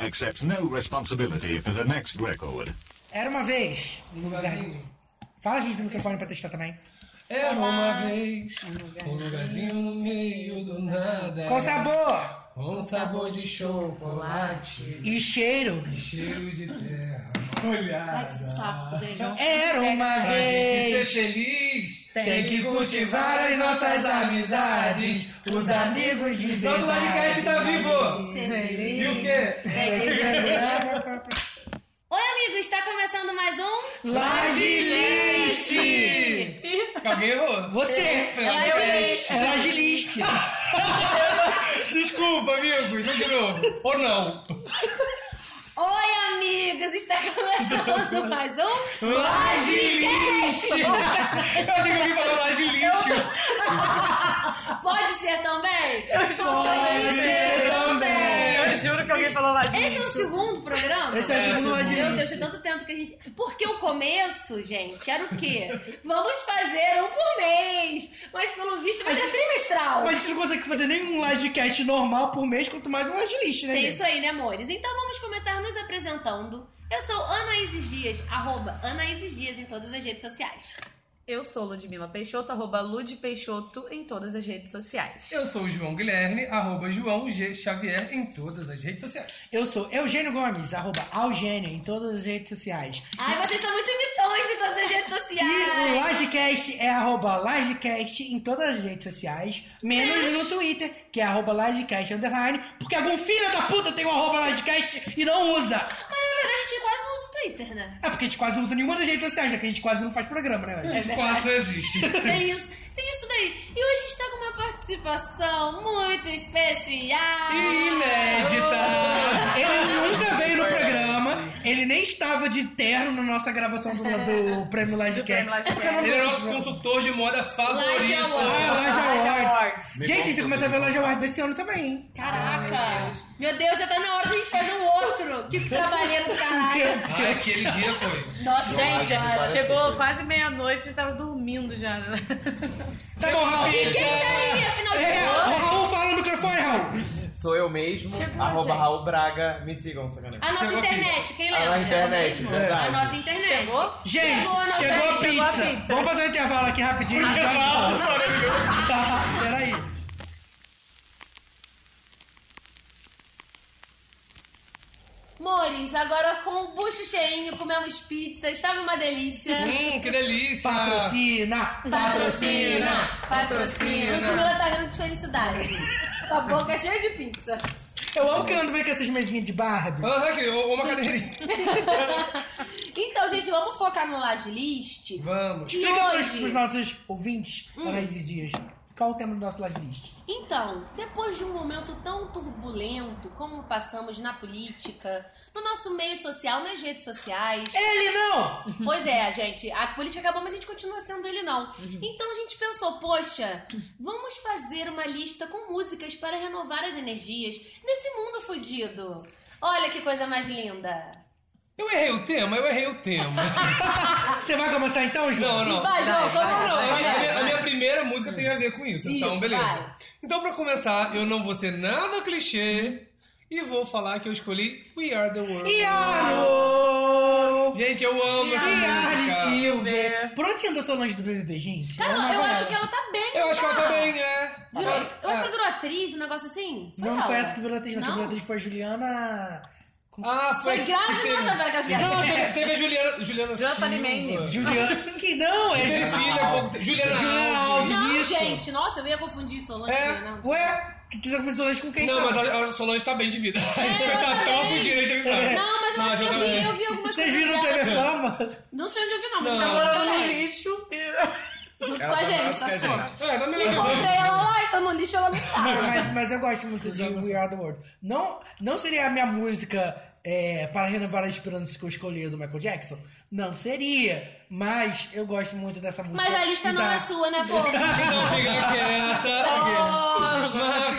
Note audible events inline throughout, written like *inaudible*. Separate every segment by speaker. Speaker 1: accepts no responsibility for the next record.
Speaker 2: Era uma vez. Um lugarzinho. Fala, gente, no microfone pra testar também.
Speaker 3: Era uma vez um lugarzinho no meio do nada.
Speaker 2: Com sabor
Speaker 3: Com sabor de chocolate
Speaker 2: e cheiro.
Speaker 3: e cheiro de terra molhada.
Speaker 4: Ai, que saco, feijão.
Speaker 2: Era uma
Speaker 3: Pra gente ser
Speaker 2: vez.
Speaker 3: feliz, tem que cultivar as nossas amizades. Os amigos de
Speaker 2: verdade.
Speaker 3: Nosso podcast tá vivo!
Speaker 4: Ser
Speaker 3: E o
Speaker 4: feliz.
Speaker 3: quê?
Speaker 4: *laughs* Oi, amigos, está começando mais um.
Speaker 2: Lagiliste!
Speaker 3: Alguém errou?
Speaker 2: Você!
Speaker 3: Foi
Speaker 4: Ela
Speaker 3: alguém errou?
Speaker 4: existe.
Speaker 2: É Lagiliste!
Speaker 3: *laughs* Desculpa, amigos, vamos de novo. Ou não.
Speaker 4: Oi, amigos, está começando mais um.
Speaker 3: Lagilixo! Eu achei que eu vim falar lagilixo.
Speaker 4: Pode ser também?
Speaker 2: Pode ser
Speaker 4: também.
Speaker 5: Eu juro que
Speaker 6: um
Speaker 5: alguém falou lá de
Speaker 4: Esse é o segundo programa?
Speaker 2: Esse é o segundo
Speaker 4: Meu Deus,
Speaker 2: Lagiliste.
Speaker 4: tem tanto tempo que a gente. Porque o começo, gente, era o quê? Vamos fazer um por mês. Mas pelo visto vai ser trimestral.
Speaker 2: Mas a gente não consegue fazer nenhum Lagcast normal por mês, quanto mais um Lagiliste, né?
Speaker 4: Tem
Speaker 2: gente?
Speaker 4: isso aí, né, amores? Então vamos começar nos apresentando. Eu sou Anaíses Dias, arroba Anaíses Dias em todas as redes sociais.
Speaker 5: Eu sou Ludmila Peixoto, arroba Lud Peixoto em todas as redes sociais.
Speaker 3: Eu sou o João Guilherme, arroba João G. Xavier em todas as redes sociais.
Speaker 2: Eu sou Eugênio Gomes, arroba Algênio em todas as redes sociais.
Speaker 4: Ai, vocês são muito imitões em todas as redes
Speaker 2: E o
Speaker 4: sociais.
Speaker 2: Lagecast é arroba Lagecast em todas as redes sociais, menos
Speaker 4: Menos.
Speaker 2: no Twitter, que é arroba Lagecast underline, porque algum filho da puta tem o arroba Lagecast e não usa.
Speaker 4: Mas na verdade a gente quase não usa o Twitter,
Speaker 2: *laughs*
Speaker 4: né?
Speaker 2: É porque a gente quase não usa nenhuma das redes sociais, né? Que a gente quase não faz programa, né? Andy?
Speaker 3: A gente quase não existe.
Speaker 4: Tem É isso, tem isso daí. E hoje a gente tá com uma participação muito especial.
Speaker 2: né?
Speaker 3: Inédita!
Speaker 2: Ele nunca veio no programa, ele nem estava de terno na nossa gravação do, do Prêmio Lagecast.
Speaker 5: Prêmio Lagecast.
Speaker 3: Ele é nosso consultor de moda
Speaker 4: Laje
Speaker 3: favorito. É,
Speaker 4: Award.
Speaker 2: Ah, Laje
Speaker 5: Laje
Speaker 2: Awards.
Speaker 5: Awards.
Speaker 2: Gente, a gente tem que começar a ver Laje Awards desse ano também, hein?
Speaker 4: Caraca! meu, Deus. já tá na hora da gente fazer um outro. Que trabalheiro
Speaker 2: *laughs*
Speaker 4: do caralho.
Speaker 3: Ah, aquele dia foi.
Speaker 4: Nossa,
Speaker 5: Gente,
Speaker 4: senhora.
Speaker 5: chegou quase meia-noite, eu tava dormindo já.
Speaker 2: né?
Speaker 4: *laughs*
Speaker 2: Tá bom, Raul.
Speaker 4: E quem tá aí, afinal de
Speaker 2: É,
Speaker 4: contas?
Speaker 2: o Raul fala no microfone, Raul.
Speaker 7: Sou eu mesmo,
Speaker 5: Chegou,
Speaker 7: arroba
Speaker 5: gente.
Speaker 7: Raul Braga, me sigam, sacanagem.
Speaker 4: A nossa
Speaker 3: Chegou a
Speaker 4: internet, quem
Speaker 7: A
Speaker 4: lembra?
Speaker 7: nossa internet,
Speaker 4: Chegou mesmo?
Speaker 7: verdade.
Speaker 4: A nossa internet.
Speaker 5: Chegou?
Speaker 2: Gente,
Speaker 4: Chegou,
Speaker 2: chegou,
Speaker 4: não,
Speaker 2: a,
Speaker 4: peraí,
Speaker 2: pizza.
Speaker 5: chegou a pizza.
Speaker 2: Vamos fazer um intervalo aqui rapidinho. a gente já volta. Tá, *laughs* Peraí.
Speaker 4: *laughs* Mores, agora com o bucho cheinho, comemos pizza, estava uma delícia.
Speaker 3: Hum, que delícia!
Speaker 2: Patrocina.
Speaker 4: Patrocina! Patrocina!
Speaker 3: Patrocina.
Speaker 4: Ludmilla tá rindo de felicidade. Com a boca cheia de pizza.
Speaker 2: Eu amo que eu ando vendo com essas mesinhas de Barbie.
Speaker 3: Olha aqui, ou uma cadeirinha.
Speaker 4: Então, gente, vamos focar no Laje List.
Speaker 3: Vamos.
Speaker 4: E
Speaker 2: Explica pros, pros
Speaker 4: hoje, Hum.
Speaker 2: nossos ouvintes, Anaís e Dias, qual o tema do nosso Las List?
Speaker 4: então, depois de um momento tão turbulento como passamos na política, no nosso meio social, nas redes sociais,
Speaker 2: Ele não!
Speaker 4: Pois é, gente, a política acabou, mas a gente continua sendo ele não. Então a gente pensou, poxa, vamos fazer uma lista com músicas para renovar as energias nesse mundo fudido. Olha que coisa mais
Speaker 2: *laughs*
Speaker 4: linda.
Speaker 3: Eu errei o tema, eu errei o tema.
Speaker 2: Você vai começar então, João?
Speaker 3: Não, não.
Speaker 4: Vai, João,
Speaker 5: vai,
Speaker 4: como
Speaker 5: vai,
Speaker 4: não?
Speaker 3: Não, a minha- a,
Speaker 4: Vai,
Speaker 3: minha, a
Speaker 4: vai.
Speaker 3: minha primeira música tem a ver com isso, então
Speaker 4: Isso,
Speaker 3: beleza.
Speaker 4: vai.
Speaker 3: Então, pra começar, eu não vou ser nada clichê e vou falar que eu escolhi We Are the World.
Speaker 2: E alô!
Speaker 3: Gente, eu amo essa
Speaker 2: Diarne
Speaker 3: música.
Speaker 2: Silva! Por onde anda a Solange do BBB, gente?
Speaker 4: Cara,
Speaker 2: Era uma
Speaker 4: eu
Speaker 2: galera.
Speaker 4: acho que ela tá bem.
Speaker 3: Eu acho que ela tá
Speaker 4: cara.
Speaker 3: bem, é.
Speaker 4: Virou- eu acho que
Speaker 3: É.
Speaker 4: ela virou atriz, um negócio assim.
Speaker 2: Não, não foi essa que virou atriz, não.
Speaker 4: Não?
Speaker 2: Que virou atriz foi a Juliana...
Speaker 3: Ah, foi.
Speaker 4: Foi graça
Speaker 3: que
Speaker 4: e nossa, agora que ela
Speaker 3: Não, teve, teve a Juliana. Juliana
Speaker 5: Juliana
Speaker 3: Silva.
Speaker 5: Palimene.
Speaker 2: Juliana... que não, é...
Speaker 3: Teve
Speaker 4: Ah.
Speaker 3: filha. pouco tempo. Juliana
Speaker 2: Juliana Alves.
Speaker 3: Alves.
Speaker 4: Não,
Speaker 2: Isso.
Speaker 4: gente, nossa, eu ia confundir Solange.
Speaker 3: É.
Speaker 4: Não.
Speaker 2: Ué, que quiser fazer Solange com quem?
Speaker 3: Não,
Speaker 2: então?
Speaker 3: mas a, a Solange tá bem de vida. *laughs*
Speaker 4: É, eu
Speaker 3: tá
Speaker 4: também.
Speaker 3: tão fodida, deixa eu avisar.
Speaker 4: Não, mas eu
Speaker 3: Não,
Speaker 4: acho que eu
Speaker 3: Juliana
Speaker 4: vi,
Speaker 3: Alves.
Speaker 4: eu vi algumas
Speaker 2: Vocês
Speaker 4: coisas
Speaker 2: viram o
Speaker 4: dela. assim.
Speaker 2: TV Fama?
Speaker 4: Não sei onde eu vi, não, mas
Speaker 3: Não.
Speaker 4: tá
Speaker 5: Morando
Speaker 4: morando
Speaker 5: no
Speaker 4: também.
Speaker 5: lixo.
Speaker 4: Junto com
Speaker 7: Ela
Speaker 4: a
Speaker 7: tá
Speaker 4: gente,
Speaker 7: mais
Speaker 4: só
Speaker 7: que a
Speaker 4: se for.
Speaker 7: gente.
Speaker 3: É, tá melhor que eu vi.
Speaker 4: Encontrei ela lá, então no lixo ela não tá.
Speaker 2: Mas, mas eu gosto muito de We Are The World. Não, não seria a minha música é, para renovar as esperanças que eu escolhi do Michael Jackson? Não seria. Mas eu gosto muito dessa música.
Speaker 4: Mas a lista
Speaker 2: E
Speaker 4: não
Speaker 2: da-
Speaker 4: é sua, né,
Speaker 2: *laughs*
Speaker 4: pô?
Speaker 3: Não fica quieta.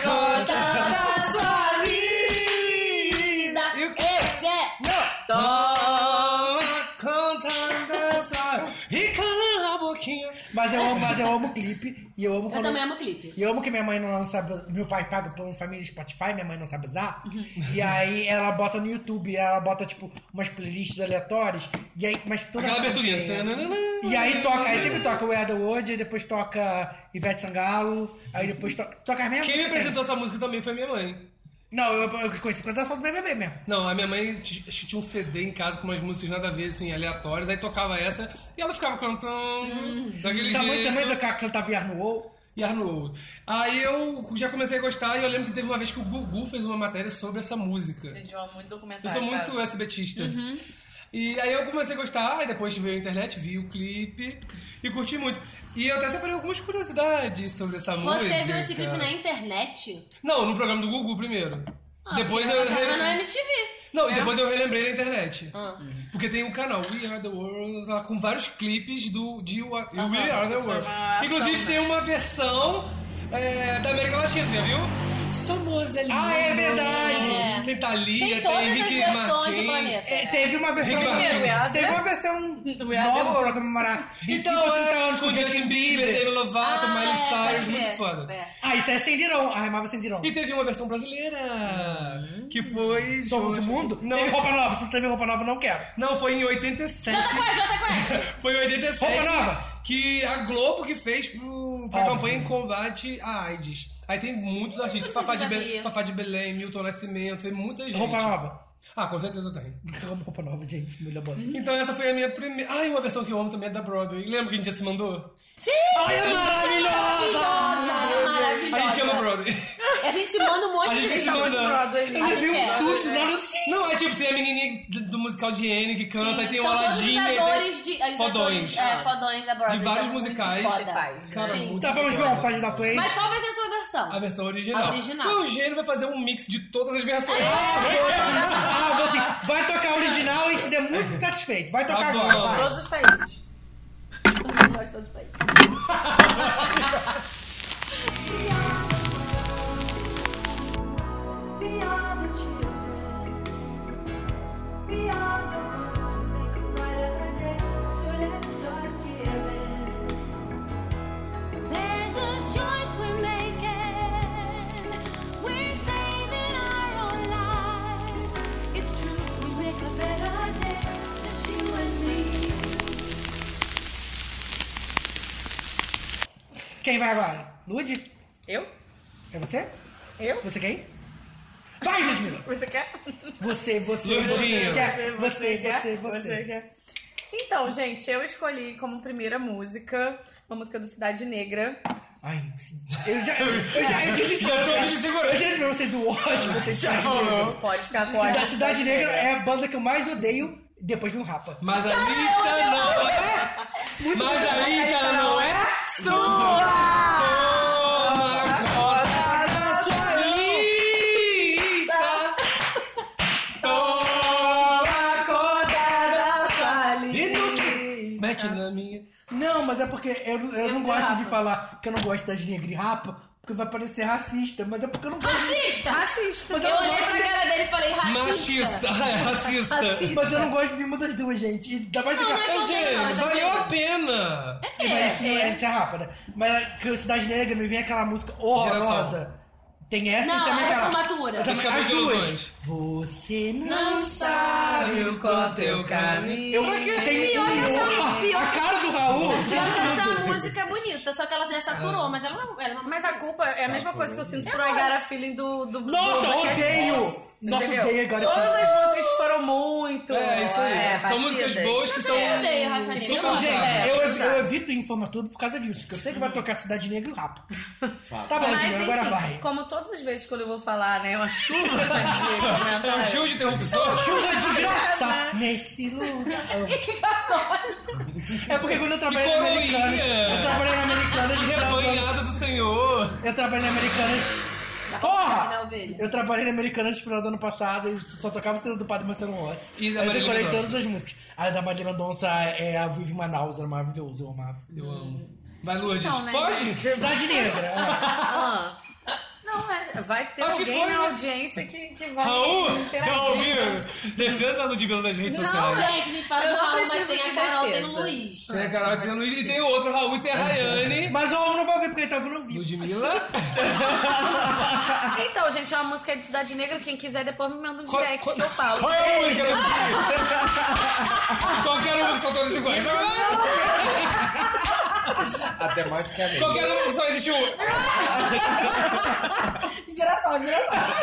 Speaker 4: Toda a sua vida.
Speaker 3: E o-
Speaker 4: Eugênio!
Speaker 3: Toma conta da sua rica na boquinha.
Speaker 2: Mas Mas eu amo, mas eu amo o clipe. E eu amo
Speaker 4: Eu
Speaker 2: quando-
Speaker 4: também amo o clipe.
Speaker 2: E eu amo que minha mãe não sabe. Meu pai paga por um família Spotify, minha mãe não sabe usar.
Speaker 4: Uhum.
Speaker 2: E aí ela bota no YouTube, ela bota, tipo, umas playlists aleatórias. E aí, mas toda é.
Speaker 3: Aquela aberturinha.
Speaker 2: E aí toca, aí sempre toca o Where the World, aí depois toca Ivete Sangalo, aí depois toca. Toca as mesmas
Speaker 3: Quem me
Speaker 2: músicas
Speaker 3: apresentou essa música também foi minha mãe.
Speaker 2: sempre. assim. Não, eu, eu conheci por causa da som do BBB mesmo.
Speaker 3: Não, a minha mãe t- acho que tinha um CD em casa com umas músicas nada a ver, assim, aleatórias. Aí tocava essa e ela ficava cantando
Speaker 2: Uhum.
Speaker 3: daquele
Speaker 2: Sua mãe
Speaker 3: jeito.
Speaker 2: também toca, canta Viar no Ou.
Speaker 3: E Arnold. Aí eu já comecei a gostar e eu lembro que teve uma vez que o Gugu fez uma matéria sobre essa música.
Speaker 5: Gente, eu amo muito documentário.
Speaker 3: Eu sou
Speaker 5: cara. Uhum.
Speaker 3: muito SBTista.
Speaker 4: Uhum.
Speaker 3: E aí eu comecei a gostar, e depois veio a internet, vi o clipe e curti muito. E eu até separei algumas curiosidades sobre essa música.
Speaker 4: Você viu esse clipe na internet?
Speaker 3: Não, no programa do Gugu primeiro.
Speaker 4: Ah,
Speaker 3: depois
Speaker 4: porque
Speaker 3: eu.
Speaker 4: passava
Speaker 3: re-
Speaker 4: na MTV.
Speaker 3: Não, e depois eu relembrei na internet.
Speaker 4: Né? Ah.
Speaker 3: Porque tem um canal, We Are The World, lá com vários clipes do, de Wa-
Speaker 5: Aham,
Speaker 3: We Are The
Speaker 5: isso foi
Speaker 3: World.
Speaker 5: uma ação,
Speaker 3: Inclusive
Speaker 5: né?
Speaker 3: tem uma versão é, da América Latina, você já viu? Somos el
Speaker 2: Ah, é
Speaker 3: mundo.
Speaker 2: verdade!
Speaker 4: É.
Speaker 3: Tem Thalia,
Speaker 4: Tem
Speaker 3: tem,
Speaker 4: todas as
Speaker 3: Ricky
Speaker 4: versões
Speaker 3: Martin.
Speaker 4: do planeta. né?
Speaker 2: É, teve uma versão.
Speaker 3: Rick Martin.
Speaker 2: Teve uma versão
Speaker 5: We Are the
Speaker 2: nova pra
Speaker 5: World.
Speaker 2: comemorar 25
Speaker 3: Então,
Speaker 2: ou 30
Speaker 3: é,
Speaker 2: anos
Speaker 3: com Justin Bieber, Taylor Lovato,
Speaker 4: Ah,
Speaker 3: Miley
Speaker 4: é,
Speaker 3: Cyrus,
Speaker 4: pode
Speaker 3: muito
Speaker 4: crer.
Speaker 3: foda.
Speaker 4: É.
Speaker 2: Ah, isso é sem dirão. Ah, Hum. amava sem dirão.
Speaker 3: E teve uma versão brasileira, que foi...
Speaker 2: Somos o
Speaker 3: Jorge-
Speaker 2: mundo?
Speaker 3: Não,
Speaker 2: Teve roupa nova. Se não teve roupa nova, não quero.
Speaker 3: não, foi em 87.
Speaker 4: Jota Quest, Jota Quest.
Speaker 3: Foi em 87
Speaker 2: Roupa nova!
Speaker 3: que a Globo que fez pro, pra
Speaker 2: Óbvio.
Speaker 3: campanha em combate à AIDS. Aí tem muitos artistas,
Speaker 4: Não sei
Speaker 3: Fafá
Speaker 4: se
Speaker 3: de, Be
Speaker 4: sabia.
Speaker 3: Fafá de Belém, Milton Nascimento, tem muita gente.
Speaker 2: Roupa nova.
Speaker 3: Ah, com certeza tem.
Speaker 2: Eu amo roupa nova, gente. Mulher boa.
Speaker 3: Então essa foi a minha primeira... Ah, e uma versão que eu amo também é da Broadway. Lembra que a gente já se mandou?
Speaker 4: Sim!
Speaker 3: Ai, é maravilhosa!
Speaker 4: Maravilhosa!
Speaker 3: A gente chama
Speaker 4: Maravilhosa!
Speaker 3: Broadway.
Speaker 4: A gente se manda um
Speaker 3: A
Speaker 4: monte de
Speaker 3: gente se
Speaker 4: versão.
Speaker 3: manda.
Speaker 5: Broadway,
Speaker 4: A
Speaker 5: lindo.
Speaker 4: gente é.
Speaker 2: Tudo, nada assim.
Speaker 3: um Não, é tipo, tem a menininha do- do musical de Anne que canta,
Speaker 4: Sim,
Speaker 3: e tem o
Speaker 4: são todos
Speaker 3: Aladdin,
Speaker 4: os
Speaker 3: e tem-
Speaker 4: atores de, os
Speaker 3: Fodões. Ah.
Speaker 4: Atores, é, fodões da Broadway.
Speaker 3: De vários
Speaker 4: Então, muito
Speaker 3: musicais.
Speaker 4: foda.
Speaker 3: Cara,
Speaker 4: Sim.
Speaker 3: muito
Speaker 2: Tá, vamos,
Speaker 3: foda.
Speaker 2: vamos. Pode dar play.
Speaker 4: Mas qual vai ser a sua versão?
Speaker 3: A versão original.
Speaker 4: A original. É.
Speaker 3: O Eugênio vai fazer um mix de todas as versões.
Speaker 2: Ah, eu vou assim, vai tocar a original e se der muito satisfeito. Vai tocar
Speaker 3: Tá bom.
Speaker 2: agora, vai.
Speaker 5: Todos os países.
Speaker 4: Nós todos pra ele.
Speaker 6: We are the children. We are the ones who make a brighter day. So let's start giving. There's a choice we're making. We're saving our own lives. It's true, we make a better day. Just you and me.
Speaker 2: Quem vai agora? Lud?
Speaker 5: Eu?
Speaker 2: É você?
Speaker 5: Eu?
Speaker 2: Você quem? Vai, Ludmilla!
Speaker 5: Você quer?
Speaker 2: Você, você, você,
Speaker 3: Ludinho.
Speaker 2: quer? Você, você, você.
Speaker 5: quer? Então, gente, eu escolhi como primeira música uma música do Cidade
Speaker 4: *laughs*
Speaker 5: Negra.
Speaker 2: Ai, sim. eu já, eu já, eu já disse pra
Speaker 3: Eu tô
Speaker 2: vocês.
Speaker 3: de segurança.
Speaker 2: Eu já disse pra vocês o ódio que eu tenho
Speaker 3: Já
Speaker 2: de Cidade
Speaker 3: falou.
Speaker 2: Negra.
Speaker 5: Pode ficar com
Speaker 2: Cida-
Speaker 4: tá
Speaker 2: Cidade Negra é a banda que eu mais odeio depois de um rapa.
Speaker 3: Mas a lista não é. Mas a lista não é sua. Toma conta da sua lista. Toma conta. E tu mete na minha.
Speaker 2: Não, mas é porque eu, eu não
Speaker 5: de
Speaker 2: gosto
Speaker 5: rapa.
Speaker 2: de falar que eu não gosto das negras e rapa, porque vai parecer racista, mas é porque eu não gosto.
Speaker 4: Racista!
Speaker 5: Racista.
Speaker 4: Eu olhei pra cara dele e falei racista.
Speaker 3: Machista. É racista.
Speaker 4: Racista.
Speaker 2: Mas eu não gosto de nenhuma das duas, gente. E dá mais
Speaker 4: Não,
Speaker 2: de
Speaker 4: não é
Speaker 3: Eugênio, valeu a pena.
Speaker 2: É, mas isso não é, isso é rápido. né? Mas que o Cidade Negra me vem aquela música horrorosa. Tem essa e
Speaker 4: Não,
Speaker 2: também
Speaker 4: é
Speaker 2: aquela.
Speaker 4: formatura.
Speaker 2: Também-
Speaker 3: Pescador
Speaker 2: as
Speaker 3: de
Speaker 2: duas.
Speaker 3: ilusões.
Speaker 2: Você não,
Speaker 4: Não
Speaker 2: sabe
Speaker 3: o quanto eu caminho.
Speaker 2: Eu
Speaker 3: Pra quê?
Speaker 2: tenho
Speaker 4: Pior que essa-
Speaker 2: horror.
Speaker 4: pior
Speaker 2: A
Speaker 4: que-
Speaker 2: cara do Raul.
Speaker 4: Eu acho que essa
Speaker 2: *laughs*
Speaker 4: música é bonita, só que ela já
Speaker 3: Ah.
Speaker 4: saturou, mas ela não. Ela não
Speaker 5: Mas a culpa é a mesma coisa que eu sinto pro I Got a Feeling do... do
Speaker 2: Nossa,
Speaker 5: do-
Speaker 2: odeio! Nossa,
Speaker 5: Entendeu?
Speaker 2: odeio agora.
Speaker 5: Todas as músicas que foram muito...
Speaker 3: É, isso aí.
Speaker 5: é,
Speaker 3: São músicas
Speaker 5: batidas.
Speaker 3: boas que são.
Speaker 4: eu odeio raça negra.
Speaker 3: super
Speaker 4: Eu gosto.
Speaker 3: usadas.
Speaker 2: Gente,
Speaker 5: É,
Speaker 2: eu, ev-
Speaker 5: exato.
Speaker 2: eu evito informar tudo por causa disso, porque eu sei que vai tocar Cidade Negra e Rapa. Tá bom,
Speaker 5: Mas,
Speaker 2: Júnior,
Speaker 5: enfim,
Speaker 2: agora vai.
Speaker 5: como todas as vezes quando eu vou falar, né, uma chuva de
Speaker 3: *laughs*
Speaker 5: Né? comentário.
Speaker 3: É um show de interrupção.
Speaker 2: Chuva de graça
Speaker 4: *laughs*
Speaker 2: nesse lugar. é porque quando eu trabalhei
Speaker 3: Que
Speaker 2: na Americanas,
Speaker 3: coroinha.
Speaker 2: eu trabalhei na Americanas, eu trabalhei-
Speaker 3: Rebanhada do Senhor.
Speaker 2: eu trabalhei na Americanas.
Speaker 4: vontade da
Speaker 2: Porra!
Speaker 4: ovelha.
Speaker 2: Eu trabalhei na Americanas no final do ano passado e só tocava o do Padre Marcelo Rossi.
Speaker 3: E da
Speaker 2: eu
Speaker 3: Marília
Speaker 2: decorei
Speaker 3: Mendonça.
Speaker 2: todas as músicas. A da Marília Mendonça é a Vive Manaus, era maravilhoso, eu amava.
Speaker 3: Eu amo. Vai, Lourdes.
Speaker 5: Então, né,
Speaker 3: Pode?
Speaker 4: Ah.
Speaker 2: Cidade Negra. é.
Speaker 5: Ah. Não, é, vai ter
Speaker 3: Acho que
Speaker 5: alguém
Speaker 3: foi,
Speaker 5: na
Speaker 3: né?
Speaker 5: audiência que, que vai
Speaker 3: Raul,
Speaker 4: *laughs*
Speaker 5: interagir.
Speaker 3: Raul Ribeiro, defenda a Ludmilla nas redes
Speaker 5: Não,
Speaker 3: sociais.
Speaker 4: Gente, a gente fala
Speaker 5: Eu
Speaker 4: do
Speaker 5: não
Speaker 4: Raul, mas
Speaker 5: preciso
Speaker 4: tem a
Speaker 5: de
Speaker 4: Carol, tem
Speaker 5: defesa.
Speaker 4: o Luiz.
Speaker 3: Tem a Carol, tem o Luiz e tem o outro, Raul, e tem a
Speaker 2: *laughs*
Speaker 3: Rayane.
Speaker 2: Mas o Raul não vai ver porque ele tá vindo ao vivo.
Speaker 3: Ludmilla.
Speaker 5: Então, gente, é uma música de Cidade Negra. Quem quiser, depois me manda um
Speaker 3: Qual-
Speaker 5: direct
Speaker 3: qual-
Speaker 5: que eu falo.
Speaker 3: Qual é
Speaker 5: *laughs*
Speaker 3: a música? Qualquer uma que é são todas iguais.
Speaker 7: Matematicamente.
Speaker 3: Qualquer uma que é só
Speaker 4: *laughs*
Speaker 3: existe um.
Speaker 5: Geração, geração.